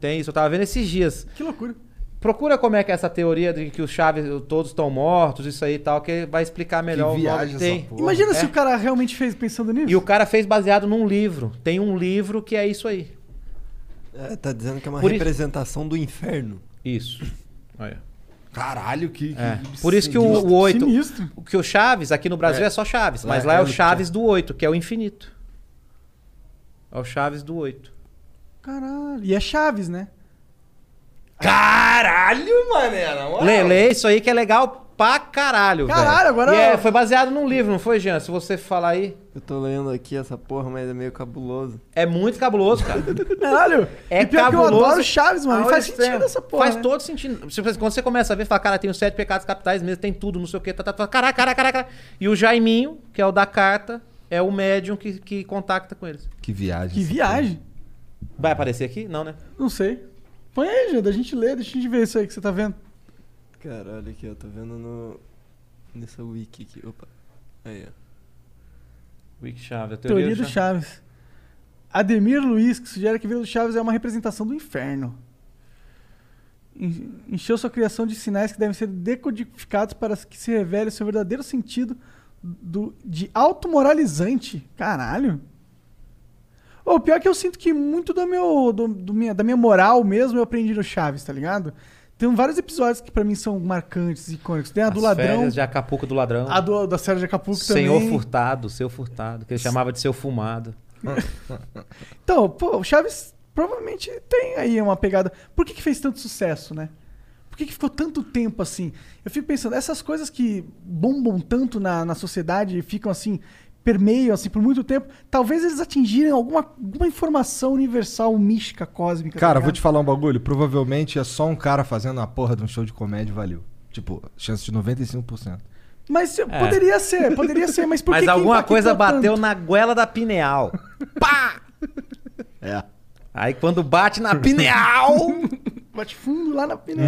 S3: Tem isso, eu tava vendo esses dias.
S1: Que loucura.
S3: Procura como é que é essa teoria de que os Chaves, todos estão mortos, isso aí e tal, que vai explicar melhor o nome que tem.
S1: Imagina se
S3: É.
S1: o cara realmente fez pensando nisso.
S3: E o cara fez baseado num livro. Tem um livro que é isso aí.
S7: É, tá dizendo que é uma
S3: Por isso-
S7: representação do inferno.
S3: Isso. Olha.
S2: Caralho, que.
S3: É. Por isso que o, o 8.
S1: Sinistro.
S3: O que o Chaves, aqui no Brasil é, só Chaves, mas
S2: É,
S3: lá é,
S2: é
S3: o
S2: o
S3: Chaves do 8, que é o infinito. É o Chaves do 8.
S1: Caralho. E é Chaves, né?
S2: Caralho, mané, na moral.
S3: Lê, lê isso aí que é legal pra caralho.
S1: Caralho,
S3: velho.
S1: agora-
S3: E é, foi baseado num livro, não foi, Jean? Se você falar aí.
S7: Eu tô lendo aqui essa porra, mas é meio cabuloso.
S3: É muito cabuloso, cara.
S1: Caralho.
S3: É
S1: e pior que eu
S3: cabuloso.
S1: adoro Chaves, mano. E
S3: Ao
S1: faz
S3: extremo.
S1: sentido essa porra,
S3: Faz
S1: né?
S3: todo sentido. Se você- Quando você começa a ver, fala, cara, tem os sete pecados capitais mesmo, tem tudo, não sei o quê. Tá, tá, tá, caraca, caraca, caraca. E o Jaiminho, que é o da carta, é o médium que, que contacta com eles.
S2: Que viagem.
S1: Que viagem.
S3: Vai aparecer aqui? Não, né?
S1: Não sei. Põe aí, Jean, da gente ler, deixa a gente ver isso aí que você tá vendo.
S7: Cara, olha aqui, eu tô vendo no. Nessa wiki aqui. Opa. Aí, ó.
S3: Wick Chave, a
S1: Teoria,
S3: teoria,
S1: do Chaves. Ademir Luiz, que sugere que Vila do Chaves é uma representação do inferno. En- Encheu sua criação de sinais que devem ser decodificados para que se revele seu verdadeiro sentido do, de automoralizante. Caralho. Ô, O pior é que eu sinto que muito do meu, do- do minha, da minha moral mesmo eu aprendi no Chaves, tá ligado? Tem vários episódios que pra mim são marcantes, icônicos. Tem a do
S3: As
S1: ladrão,
S3: férias de Acapulco do ladrão.
S1: a do- da série de Acapulco
S3: Senhor
S1: também.
S3: Furtado, seu Furtado, que ele chamava de seu fumado.
S1: Então, pô, o Chaves provavelmente tem aí uma pegada. Por que, que fez tanto sucesso, né? Por que, que ficou tanto tempo assim? Eu fico pensando, essas coisas que bombam tanto na, na sociedade e ficam assim, permeiam assim por muito tempo, talvez eles atingirem alguma, alguma informação universal, mística, cósmica. tá
S2: Cara, vou
S1: ligado?
S2: te falar um bagulho. Provavelmente é só um cara fazendo uma porra de um show de comédia e valeu. Tipo, chance de 95%.
S1: Mas poderia ser, poderia ser, mas por
S3: Mas
S1: que que
S3: alguma
S1: impactou
S3: coisa
S1: tanto?
S3: bateu na goela da pineal. Pá!
S2: É.
S3: Aí quando bate na pineal.
S1: Bate fundo lá na pneu.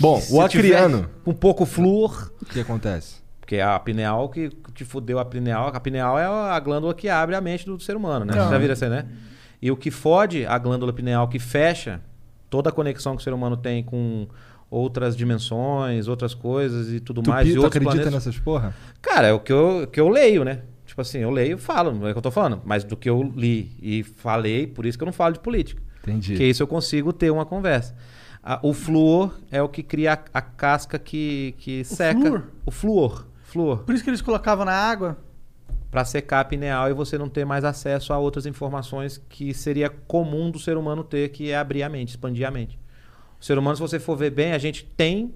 S2: Bom,
S3: Se
S2: o
S3: tiver
S2: acriano.
S3: Com pouco flúor.
S2: O que acontece?
S3: Porque é a pineal que te fudeu a pineal. A pineal é a glândula que abre a mente do ser humano, né?
S2: Não.
S3: Você já viram assim, né? E o que fode a glândula pineal, que fecha toda a conexão que o ser humano tem com outras dimensões, outras coisas e tudo mais.
S2: Tupi,
S3: e
S2: tu
S3: outros
S2: acredita
S3: planetas.
S2: nessas porra?
S3: Cara, é o que eu, que eu leio, né? Tipo assim, eu leio e falo, é o que eu tô falando. Mas do que eu li e falei, por isso que eu não falo de política.
S2: Entendi.
S3: Porque isso eu consigo ter uma conversa. Ah, o flúor é o que cria a, a casca que, que seca.
S1: flúor?
S3: O flúor. Flúor.
S1: Por isso que eles colocavam na água.
S3: Pra secar a pineal e você não ter mais acesso a outras informações que seria comum do ser humano ter, que é abrir a mente, expandir a mente. O ser humano, se você for ver bem, a gente tem,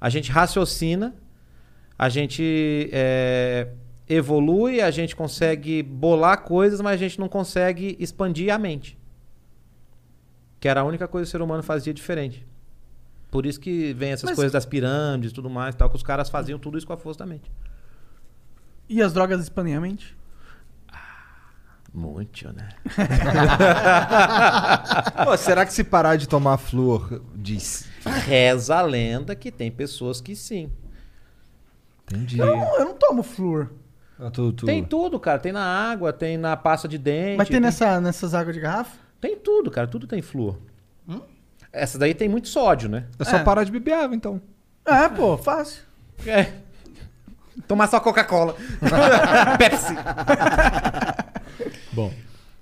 S3: a gente raciocina, a gente é, evolui, a gente consegue bolar coisas, mas a gente não consegue expandir a mente. Que era a única coisa que o ser humano fazia diferente. Por isso que vem essas
S1: Mas-
S3: coisas das pirâmides e tudo mais, tal, que os caras faziam tudo isso com a força da mente.
S1: E as drogas expandem a mente?
S3: Muito, né?
S2: Pô, será que se parar de tomar flúor diz?
S3: Reza a lenda que tem pessoas que sim.
S2: Entendi.
S1: Eu não, eu não tomo flúor.
S3: Tem tudo, cara. Tem na água, tem na pasta de dente.
S1: Mas tem nessa, nessas águas de garrafa?
S3: Tem tudo, cara. Tudo tem flúor. Hum? Essa daí tem muito sódio, né?
S1: É só É. parar
S2: de beber água, então.
S1: É, pô, fácil.
S3: É. Tomar só Coca-Cola. Pepsi.
S2: Bom.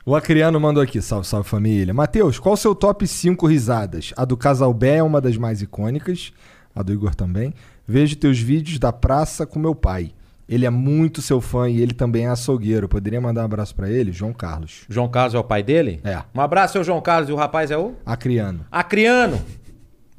S2: O Acriano mandou aqui, salve, salve família. Matheus, qual o seu top 5 risadas? A do Casalbé é uma das mais icônicas, a do Igor também. Vejo teus vídeos da praça com meu pai. Ele é muito seu fã e ele também é açougueiro. Poderia mandar um abraço pra ele? João Carlos.
S3: João Carlos é o pai dele?
S2: É.
S3: Um abraço, seu João Carlos. E o rapaz é o?
S2: Acriano.
S3: Acriano.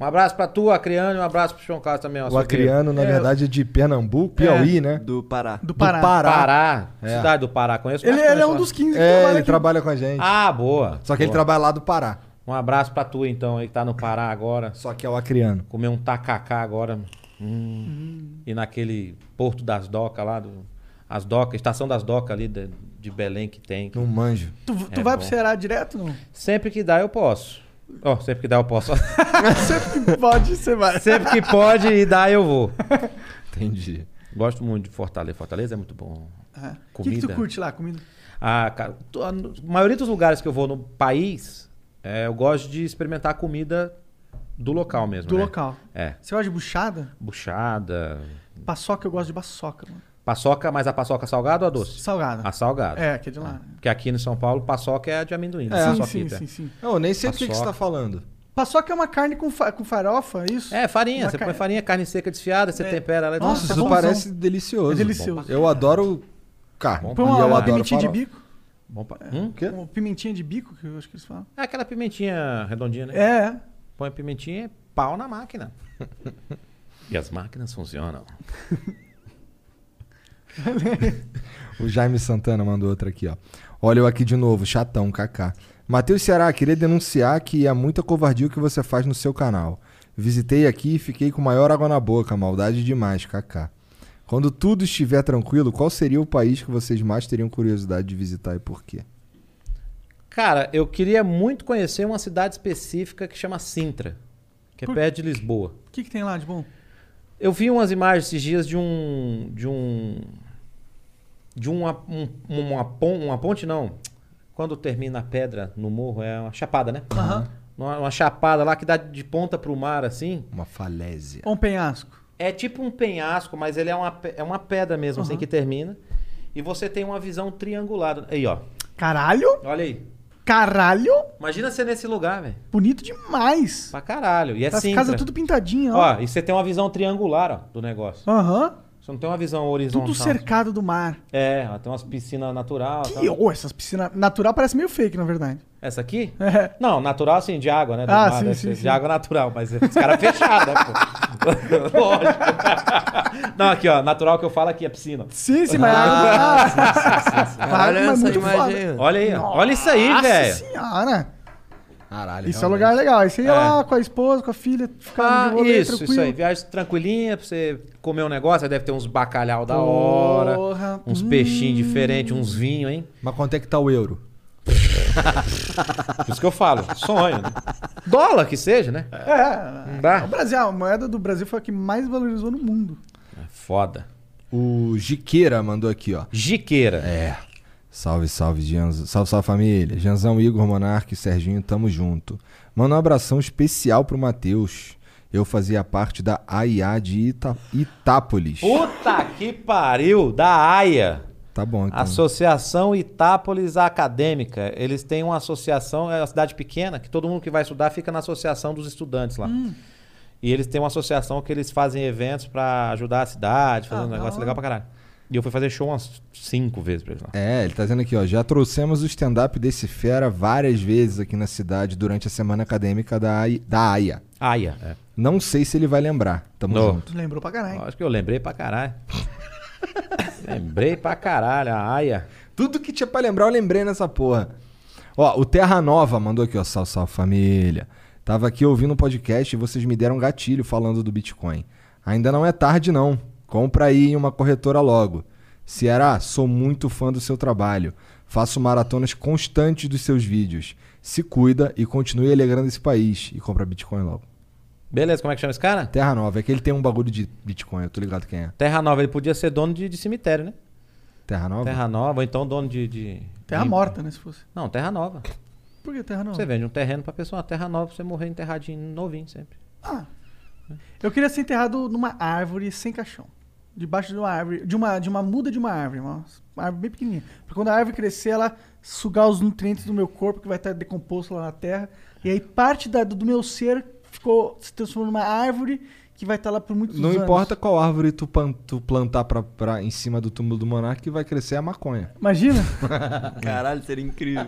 S3: Um abraço pra tu, Acriano. E um abraço pro João Carlos também.
S2: O Acriano, na verdade, é de Pernambuco, Piauí, né?
S7: Do Pará.
S1: Do
S3: Pará.
S2: Pará.
S3: Pará.
S2: É.
S3: Cidade do Pará. Conheço
S2: Ele-
S3: bastante
S2: ele é um
S3: lá.
S2: dos 15 que É, trabalha ele aqui. trabalha com a gente.
S3: Ah, boa.
S2: Só que ele
S3: Boa.
S2: trabalha lá do Pará.
S3: Um abraço pra tu, então, aí que tá no Pará agora.
S2: Só que é o Acriano.
S3: Comer um tacacá agora. Hum. E naquele Porto das Docas lá, do, as docas, estação das Docas ali de, de Belém que tem.
S2: Não manjo.
S1: Tu, tu
S3: É
S1: vai
S3: bom.
S1: pro Ceará direto, não?
S3: Sempre que dá, eu posso. Ó, sempre que dá, eu posso.
S1: Sempre que pode, você vai.
S3: sempre que pode e dá, eu vou.
S2: Entendi.
S3: Gosto muito de Fortaleza. Fortaleza é muito bom.
S1: É. O que, que
S3: Comida.
S1: tu curte lá? Comida?
S3: Ah, cara, to- a no- maioria dos lugares que eu vou no país, é, eu gosto de experimentar a comida do local mesmo.
S1: Do
S3: né?
S1: local.
S3: É.
S1: Você gosta de buchada?
S3: Buchada,
S1: Paçoca, eu gosto de paçoca, mano.
S3: paçoca, mas a paçoca salgada ou a doce?
S1: Salgada.
S3: A salgada.
S1: É, que é de lá.
S3: Porque aqui em São Paulo, paçoca é a de amendoim. né?
S1: É. Sim,
S3: Paçoquita.
S1: sim, sim, sim.
S2: Eu nem sei do que, que você
S3: Paçoca.
S2: tá falando.
S1: Paçoca é uma carne com, fa- com farofa, é isso?
S3: É, farinha.
S1: Uma
S3: Você
S1: ca-
S3: põe farinha, carne seca desfiada, você
S1: É.
S3: tempera ela. um
S1: Nossa,
S2: Nossa,
S1: é
S2: isso
S1: bonzão.
S2: parece Tá delicioso.
S1: É delicioso.
S2: Eu adoro carne.
S1: Põe
S2: e
S1: uma,
S2: eu
S1: uma
S2: adoro
S1: pimentinha de
S2: farofa.
S1: bico.
S3: Bom
S1: é
S3: pra...
S2: O quê?
S1: Uma pimentinha de bico, que eu acho que eles falam.
S3: É aquela pimentinha redondinha, né?
S1: É, é.
S3: Põe a pimentinha e pau na máquina. e as máquinas funcionam.
S2: O Jaime Santana mandou outra aqui, ó. Olha eu aqui de novo, chatão, kaká. Matheus Ceará, queria denunciar que é muita covardia o que você faz no seu canal. Visitei aqui e fiquei com maior água na boca, maldade demais, kaká. Quando tudo estiver tranquilo, qual seria o país que vocês mais teriam curiosidade de visitar e por quê?
S3: Cara, eu queria muito conhecer uma cidade específica que chama Sintra, que é
S1: Por-
S3: perto de Lisboa.
S1: O que, que tem lá de bom?
S3: Eu vi umas imagens esses dias de um. de um. de uma, um- uma, pon- uma ponte, não. Quando termina a pedra no morro, é uma chapada, né?
S1: Aham.
S3: Uma, uma chapada lá que dá de ponta pro mar, assim.
S2: Uma falésia.
S1: Ou um penhasco?
S3: É tipo um penhasco, mas ele é uma, pe- é uma pedra mesmo, assim,
S1: Aham.
S3: que termina. E você tem uma visão triangulada. Aí, ó.
S1: Caralho?
S3: Olha aí.
S1: Caralho?
S3: Imagina ser nesse lugar, velho.
S1: Bonito demais.
S3: Pra caralho. E é
S1: As
S3: Sintra.
S1: casas tudo pintadinha, ó.
S3: Ó, e você tem uma visão triangular, ó, do negócio.
S1: Aham.
S3: Você não tem uma visão horizontal.
S1: Tudo cercado do mar.
S3: É, ó, tem umas piscinas natural.
S1: Que,
S3: tal.
S1: ô, essas piscinas. Natural parece meio fake, na verdade.
S3: Essa aqui?
S1: É.
S3: Não, natural assim, de água, né? Do
S1: Ah,
S3: mar,
S1: sim,
S3: deve
S1: sim,
S3: ser
S1: sim.
S3: De água natural, mas é os caras fechados, né, pô? Lógico. Não, aqui, ó, natural que eu falo aqui é piscina.
S1: Sim, sim, mas. Ah,
S7: Olha
S1: mas
S7: essa
S1: muito
S7: imagem.
S1: foda.
S7: aí.
S3: Olha aí, ó. olha isso aí,
S1: Nossa
S3: velho.
S1: senhora.
S2: Caralho.
S1: Isso é um lugar legal. Isso aí é
S3: É.
S1: lá com a esposa, com a filha, ficar
S3: Ah,
S1: no rolê
S3: isso,
S1: tranquilo.
S3: isso aí. Viagem tranquilinha pra você comer um negócio. Aí deve ter uns bacalhau da hora,
S1: Porra. hum.
S3: uns peixinhos diferentes, uns vinhos, hein?
S2: Mas quanto é que tá o euro?
S3: Por isso que eu falo, sonho. Né? Dólar que seja, né?
S1: É,
S3: Não dá?
S1: o Brasil, a moeda do Brasil foi a que mais valorizou no mundo.
S3: É Foda.
S2: O Jiqueira mandou aqui, ó.
S3: Jiqueira.
S2: É. Salve, salve, Janzão. Salve, salve, família. Janzão, Igor, Monarque e Serginho, tamo junto. Manda um abração especial pro Matheus. Eu fazia parte da AIA de Ita Itápolis.
S3: Puta que pariu, da AIA.
S2: Tá bom, então.
S3: Associação Itápolis Acadêmica. Eles têm uma associação, é uma cidade pequena, que todo mundo que vai estudar fica na associação dos estudantes lá.
S12: Hum.
S3: E eles têm uma associação que eles fazem eventos pra ajudar a cidade, fazer
S12: Ah,
S3: um
S12: da
S3: negócio
S12: hora.
S3: legal pra caralho. E eu fui fazer show umas cinco vezes pra eles lá.
S2: É, ele tá dizendo aqui, ó. Já trouxemos o stand-up desse fera várias vezes aqui na cidade durante a semana acadêmica da, AI da AIA.
S3: AIA.
S2: Não sei se ele vai lembrar. É, Tamo
S3: No.
S2: junto.
S1: Tu lembrou pra caralho.
S3: Acho que eu lembrei pra caralho. lembrei pra caralho, a Aya.
S2: Tudo que tinha pra lembrar, eu lembrei nessa porra. Ó, o Terra Nova mandou aqui, ó. Salve, salve família. Tava aqui ouvindo um podcast e vocês me deram um gatilho falando do Bitcoin. Ainda não é tarde, não. Compra aí em uma corretora logo. Ceará, sou muito fã do seu trabalho. Faço maratonas constantes dos seus vídeos. Se cuida e continue alegrando esse país. E compra Bitcoin logo.
S3: Beleza, como é que chama esse cara?
S2: Terra Nova, é que ele tem um bagulho de Bitcoin, eu tô ligado quem é.
S3: Terra Nova, ele podia ser dono de, de cemitério, né?
S2: Terra Nova?
S3: Terra Nova, ou então dono de. de-
S1: Terra
S3: de-
S1: morta, né? Se fosse.
S3: Não, Terra Nova.
S1: Por que terra não?
S3: Você vende um terreno pra pessoa, uma Terra Nova, pra você morrer enterradinho novinho sempre.
S1: Ah. Eu queria ser enterrado numa árvore sem caixão. Debaixo de uma árvore, de uma, de uma muda de uma árvore, uma uma árvore bem pequenininha. Pra quando a árvore crescer, ela sugar os nutrientes do meu corpo, que vai estar decomposto lá na terra. E aí parte da- do meu ser ficou se transformou numa árvore que vai estar lá por muitos
S2: Não
S1: anos.
S2: importa qual árvore tu, pan- tu plantar pra, pra- em cima do túmulo do monarca, que vai crescer a maconha.
S1: Imagina.
S7: Caralho, seria incrível.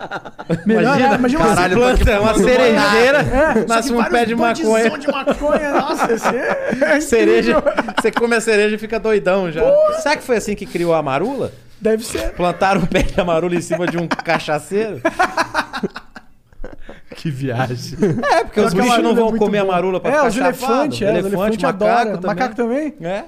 S1: Melhor, imagina, imagina uma
S7: Caralho,
S1: planta,
S7: planta,
S3: uma
S7: planta.
S3: cerejeira,
S1: É,
S3: nasce
S1: só
S3: um
S1: que
S3: pé de
S1: vários
S3: maconha.
S1: bandizão de maconha, nossa, esse é
S3: cereja.
S1: incrível.
S3: Você come a cereja e fica doidão já. Será que foi assim que criou a marula?
S1: Deve ser.
S3: Plantaram o pé de marula em cima de um cachaceiro?
S2: Que viagem.
S3: É, porque
S1: Pior
S3: os
S1: que a
S3: bichos não
S1: marula é
S3: vão
S1: muito
S3: comer a
S1: boa.
S3: marula pra
S1: É,
S3: ficar
S1: os
S3: chapado.
S1: elefantes, é, os elefantes adoram. Macaco também?
S3: É.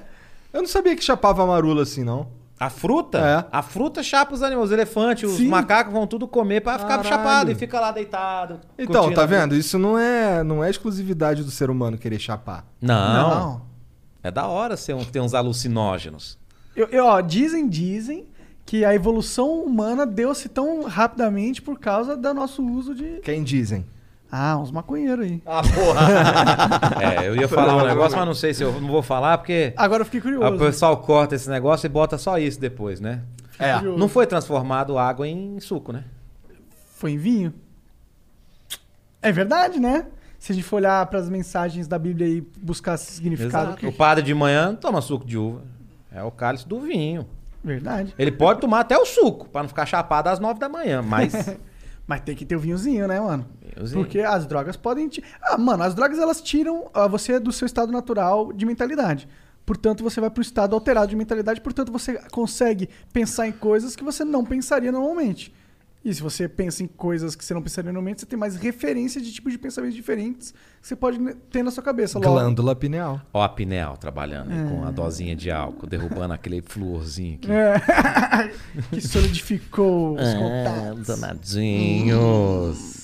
S2: Eu não sabia que chapava a marula assim, não.
S3: A fruta?
S1: É.
S3: A fruta chapa os animais. Os elefantes, os macacos vão tudo comer pra ficar
S2: Caralho.
S3: chapado e fica lá deitado.
S2: Então,
S3: curtindo
S2: tá
S3: a vida.
S2: vendo? Isso não é, não é exclusividade do ser humano querer chapar.
S3: Não. É da hora ser um- ter uns alucinógenos.
S1: Eu, eu, ó, dizem, dizem que a evolução humana deu-se tão rapidamente por causa do nosso uso de.
S2: Quem dizem?
S1: Ah, uns maconheiros aí.
S3: Ah, porra! é, eu ia falar um negócio, mas não sei se eu não vou falar, porque.
S1: Agora eu fiquei curioso.
S3: O pessoal corta esse negócio e bota só isso depois, né?
S1: É. curioso.
S3: Não foi transformado água em suco, né?
S1: Foi em vinho? É verdade, né? Se a gente for olhar pras mensagens da Bíblia e buscar significado.
S3: Exato. O padre de manhã não toma suco de uva. É o cálice do vinho.
S1: Verdade.
S3: Ele pode tomar até o suco, pra não ficar chapado às nove da manhã, mas.
S1: Mas tem que ter o vinhozinho, né, mano?
S3: Vinhozinho.
S1: Porque as drogas podem te. Ah, mano, as drogas elas tiram ah, você do seu estado natural de mentalidade. Portanto, você vai pro estado alterado de mentalidade, portanto, você consegue pensar em coisas que você não pensaria normalmente. E se você pensa em coisas que você não pensaria normalmente, você tem mais referência de tipos de pensamentos diferentes que você pode ne- ter na sua cabeça. Logo.
S2: Glândula pineal.
S3: Ó, a Pinel trabalhando aí com
S1: É.
S3: a dosinha de álcool, derrubando aquele fluorzinho aqui.
S1: É. que solidificou os
S3: É,
S1: contatos.
S3: danadinhos.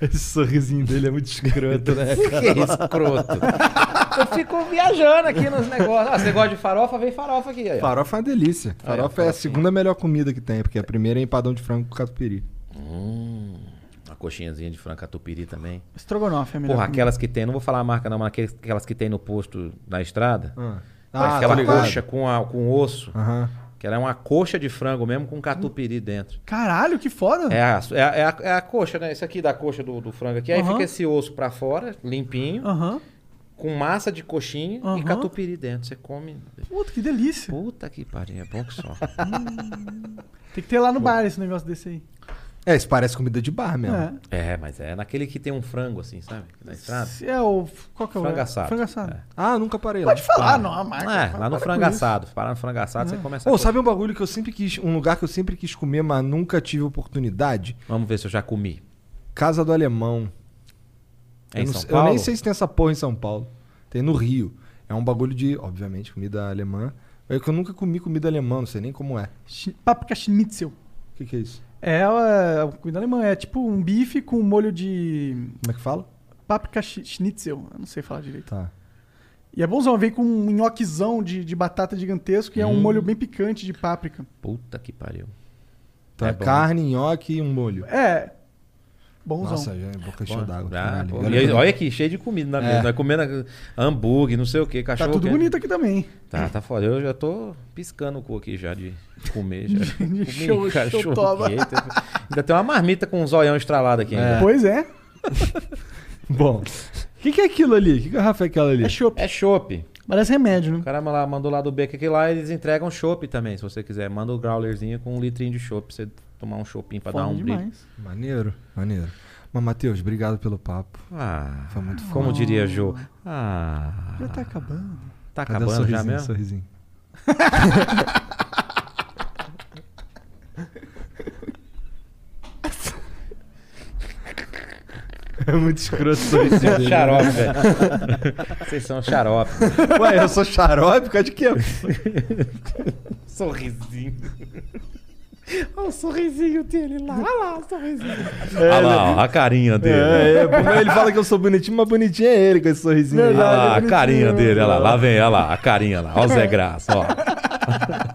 S2: Esse sorrisinho dele é muito escroto, né?
S3: Que escroto. Eu fico viajando aqui nos negócios. Ah, você gosta de farofa? Vem farofa aqui. Aí, ó.
S2: Farofa é uma delícia.
S3: Aí, ó,
S2: Farofa é a segunda melhor comida que tem, porque a primeira é empadão de frango com catupiry.
S3: Hum, uma coxinhazinha de frango catupiry também.
S1: Estrogonofe é melhor.
S3: Porra,
S1: comida.
S3: aquelas que tem, não vou falar a marca não, mas aquelas- aquelas que tem no posto na estrada.
S2: Ah.
S3: Parece
S2: Ah,
S3: aquela
S2: tô ligado.
S3: coxa com, a, com osso.
S2: Aham.
S3: Que era uma coxa de frango mesmo com catupiry dentro.
S1: Caralho, que
S2: Ah.
S1: foda.
S3: É a, é, a, é, a, é a coxa, né? Isso aqui da coxa do, do frango aqui. Aí
S1: Aham.
S3: fica esse osso pra fora, limpinho,
S2: Ah.
S1: Aham.
S3: com massa de coxinha e
S1: Aham.
S3: catupiry dentro. Você come.
S1: Puta, que delícia.
S3: Puta que pariu, é bom que só.
S1: Tem que ter lá no bar esse negócio desse aí.
S2: É, isso parece comida de bar mesmo.
S1: É.
S3: é, mas é naquele que tem um frango assim, sabe? Na estrada.
S1: Se é o. Qual que é o.
S3: Frango assado.
S1: Frango assado.
S2: Ah, nunca parei
S1: Pode
S2: lá.
S1: falar,
S2: Ah.
S1: não, a marca. Fala,
S3: É, lá no
S1: para com
S3: frango
S1: isso.
S3: assado. Parar no frango assado, você começa
S2: Ô,
S3: a
S2: sabe um bagulho que eu sempre quis, um lugar que eu sempre quis comer, mas nunca tive oportunidade?
S3: Vamos ver se eu já comi.
S2: Casa do Alemão.
S3: É
S2: eu,
S3: em
S2: não
S3: São
S2: sei- eu
S3: Paulo?
S2: nem sei se tem essa porra em São Paulo. Tem no Rio. É um bagulho de, obviamente, comida alemã. É que eu nunca comi comida alemã, não sei nem como é.
S1: Chi- Paprika Schnitzel.
S2: que, que é isso?
S1: É, é a comida alemã. É tipo um bife com molho de.
S2: Como é que fala?
S1: Páprica chi- schnitzel. Eu não sei falar direito.
S2: Tá.
S1: E é bonzão, vem com um nhoquezão de, de batata gigantesco e é um
S3: Hum.
S1: molho bem picante de páprica.
S3: Puta que pariu.
S2: Então é
S3: bom.
S2: carne, nhoque e um molho.
S1: É. Bonzão.
S2: Nossa, já é boca cheia d'água.
S3: Ah,
S2: caralho.
S3: pô,
S2: Agora
S3: e aí,
S2: eu-
S3: olha aqui, cheio de comida na
S2: É.
S3: mesa. Nós comendo hambúrguer, não sei o que, é
S1: Tá
S3: cachorro.
S1: tudo
S3: quente.
S1: bonito aqui também.
S3: Tá, tá foda. Eu já tô piscando o cu aqui já de comer. Já. Comi
S1: show- showtoba.
S3: quente. Ainda tem uma marmita com um zoião estralado aqui ainda.
S1: Pois é.
S2: Bom. O que, que é aquilo ali? Que garrafa é aquela ali?
S1: É chopp.
S3: É chopp.
S1: Parece remédio, né?
S3: O cara lá, mandou lá do beco aqui lá, eles entregam chopp também, se você quiser. Manda o growlerzinho com um litrinho de chopp pra você tomar um choppinho pra dar um brilho.
S2: Maneiro, maneiro. Mas, Matheus, obrigado pelo papo.
S3: Ah,
S2: Foi muito
S3: como
S2: foda.
S3: diria Jô. Ah,
S1: Já tá acabando.
S3: tá
S2: Cadê o
S3: acabando já
S2: um sorrisinho,
S3: mesmo?
S2: sorrisinho? É muito escroto
S3: Vocês são xarope, velho. Vocês são xarope.
S2: Ué, eu sou xarope? Por causa de quê?
S3: Sorrisinho.
S14: Olha o sorrisinho dele lá. Olha lá o sorrisinho.
S3: Olha lá, ó, a carinha dele.
S2: né? É, é, bom, ele fala que eu sou bonitinho, mas bonitinho é ele com esse sorrisinho.
S3: Olha lá, a
S2: Ele é
S3: carinha
S2: bonitinho.
S3: dele, olha lá, lá vem, olha lá, a carinha lá. Olha o Zé Graça, ó.
S2: Deixa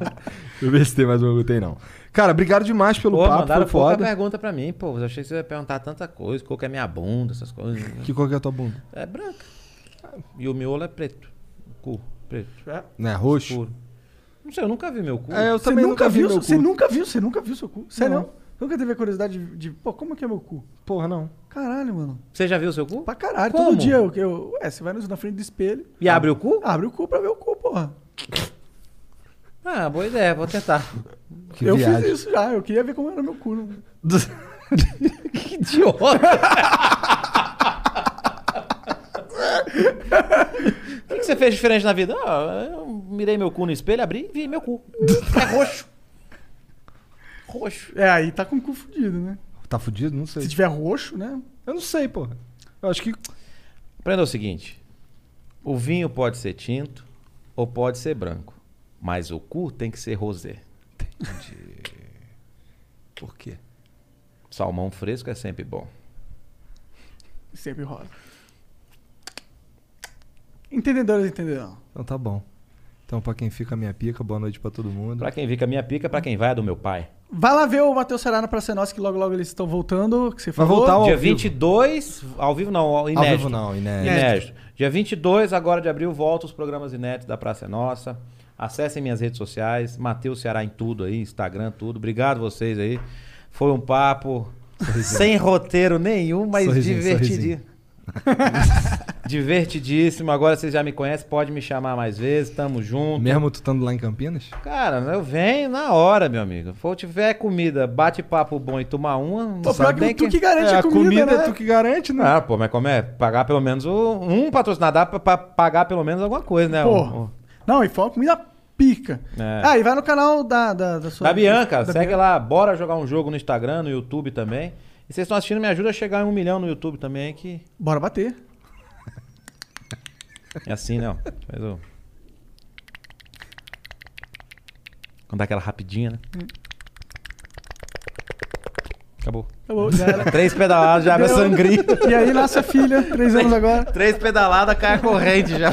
S2: eu ver se tem mais uma que eu tenho, não. Cara, obrigado demais pelo
S3: Pô,
S2: papo,
S3: mandaram
S2: foi
S3: pouca
S2: foda.
S3: pergunta pra mim, pô. Eu achei que você ia perguntar tanta coisa, qual que é minha bunda, essas coisas.
S2: Que cor que é a tua bunda?
S3: É branca. E o miolo é preto. O cu, preto.
S2: Não é roxo?
S3: Escuro. Não sei, eu nunca vi meu cu.
S2: É, eu
S1: Você
S2: também
S1: nunca
S2: nunca vi
S1: viu,
S2: meu
S1: você
S2: cu.
S1: nunca viu, você nunca viu seu cu. Você não.
S2: Não.
S1: Nunca teve a curiosidade de, de, pô, como que é meu cu?
S2: Porra, não.
S1: Caralho, mano.
S3: Você já viu seu cu?
S1: Pra caralho,
S3: Como?
S1: todo dia eu, eu- é, você vai no- na frente do espelho,
S3: E abre o cu?
S1: abre o cu pra ver o cu, porra.
S3: Ah, boa ideia, vou tentar.
S2: Que
S1: eu
S2: viagem.
S1: fiz isso já, eu queria ver como era meu cu. né?
S3: Que idiota! O que, que você fez diferente na vida? Ah, eu mirei meu cu no espelho, abri e vi meu cu. É roxo. Roxo.
S1: É, aí tá com o cu fudido, né?
S2: Tá fudido? Não sei.
S1: Se tiver roxo, né?
S2: Eu não sei, porra. Eu acho que.
S3: Aprenda o seguinte: o vinho pode ser tinto ou pode ser branco, mas o cu tem que ser rosé.
S2: Por quê?
S3: Salmão fresco é sempre bom.
S1: Sempre rola. Entendedores entenderão.
S2: Então tá bom. Então, pra quem fica a minha pica, boa noite pra todo mundo.
S3: Pra quem fica a minha pica, pra quem vai é do meu pai.
S1: Vai lá ver o Matheus Será na Praça é Nossa, que logo logo eles estão voltando. Que você falou.
S2: voltar Tá ao
S3: Dia
S2: vivo.
S3: 22, ao vivo não, ao inédito.
S2: vivo não, inédito.
S3: É, Inédito. Dia 22 agora de abril volta os programas inéditos da Praça é Nossa. Acessem minhas redes sociais, Matheus Ceará em tudo aí, Instagram, tudo. Obrigado vocês aí. Foi um papo sem roteiro nenhum, mas
S2: Sorrisinho,
S3: divertidinho. Divertidíssimo. Agora vocês já me conhecem, pode me chamar mais vezes. Tamo junto.
S2: Mesmo tu estando lá em Campinas?
S3: Cara, eu venho na hora, meu amigo. Se eu tiver comida, bate-papo bom e tomar uma, não
S1: Pô, pior
S3: sabe
S1: que
S3: nem
S1: tu
S3: quem...
S1: que garante
S2: É,
S1: a comida, né?
S2: é tu que garante, né?
S3: Ah, pô, mas como é? Pagar pelo menos o- um patrocinador pra, pra pagar pelo menos alguma coisa, né?
S1: Porra.
S3: O- o-
S1: Não, e foi uma comida pica.
S3: É.
S1: Ah, e vai no canal da, da, é da sua.
S3: da Bianca, segue
S1: Bianca.
S3: lá, bora jogar um jogo no Instagram, no YouTube também. E vocês estão assistindo, me ajuda a chegar em um milhão no YouTube também, que
S1: Bora bater.
S3: é assim, né? ó. Faz o... Quando dá aquela rapidinha, né?
S1: Hum.
S3: Acabou.
S1: Acabou, Tá já era.
S3: Três pedaladas, já abre a
S1: Deu.
S3: sangria.
S1: E aí, nossa filha, três anos agora.
S3: Três pedaladas, cai a corrente já.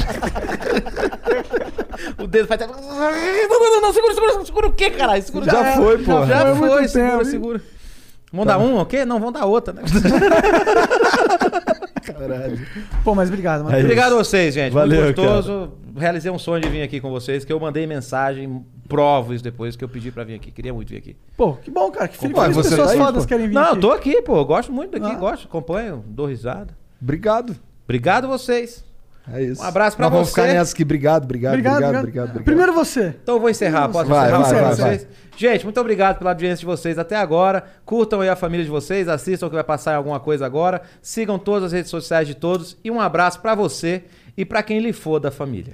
S3: o dedo faz. Não, não, não, não, segura, segura, segura o quê, caralho? Segura
S2: Já foi, porra.
S3: Já,
S1: Já foi
S3: foi,
S1: muito
S3: segura,
S1: tempo, hein? Tá. É
S3: segura. Vão dar um, ok? Não, vão dar outra, né?
S2: Caralho.
S1: Pô, mas obrigado, mano.
S2: É isso.
S3: Obrigado a vocês, gente.
S2: Valeu,
S3: Muito gostoso. Realizei um sonho de vir aqui com vocês, que eu mandei mensagem, provo isso depois, que eu pedi pra vir aqui. Queria muito vir aqui.
S1: Pô, que bom, cara. Que feliz
S2: Ué,
S1: que as
S2: você
S1: pessoas
S2: tá aí,
S1: fodas
S2: pô?
S1: querem vir.
S3: Não,
S1: aqui.
S3: eu tô aqui, pô. Eu Gosto muito daqui,
S1: Ah.
S3: gosto, acompanho, dou risada.
S2: Obrigado.
S3: Obrigado a vocês.
S2: É isso.
S3: Um abraço pra
S2: Nós vamos
S3: você.
S2: ficar nessa aqui. Obrigado, obrigado,
S1: Obrigado,
S2: obrigado, obrigado.
S1: obrigado. Primeiro você.
S3: Então eu vou encerrar, posso
S2: Vai,
S3: encerrar
S2: vai,
S3: pra
S2: vai,
S3: vocês? Gente, muito obrigado pela audiência de vocês até agora. Curtam aí a família de vocês, assistam o que vai passar em alguma coisa agora. Sigam todas as redes sociais de todos e um abraço pra você e pra quem lhe for da família.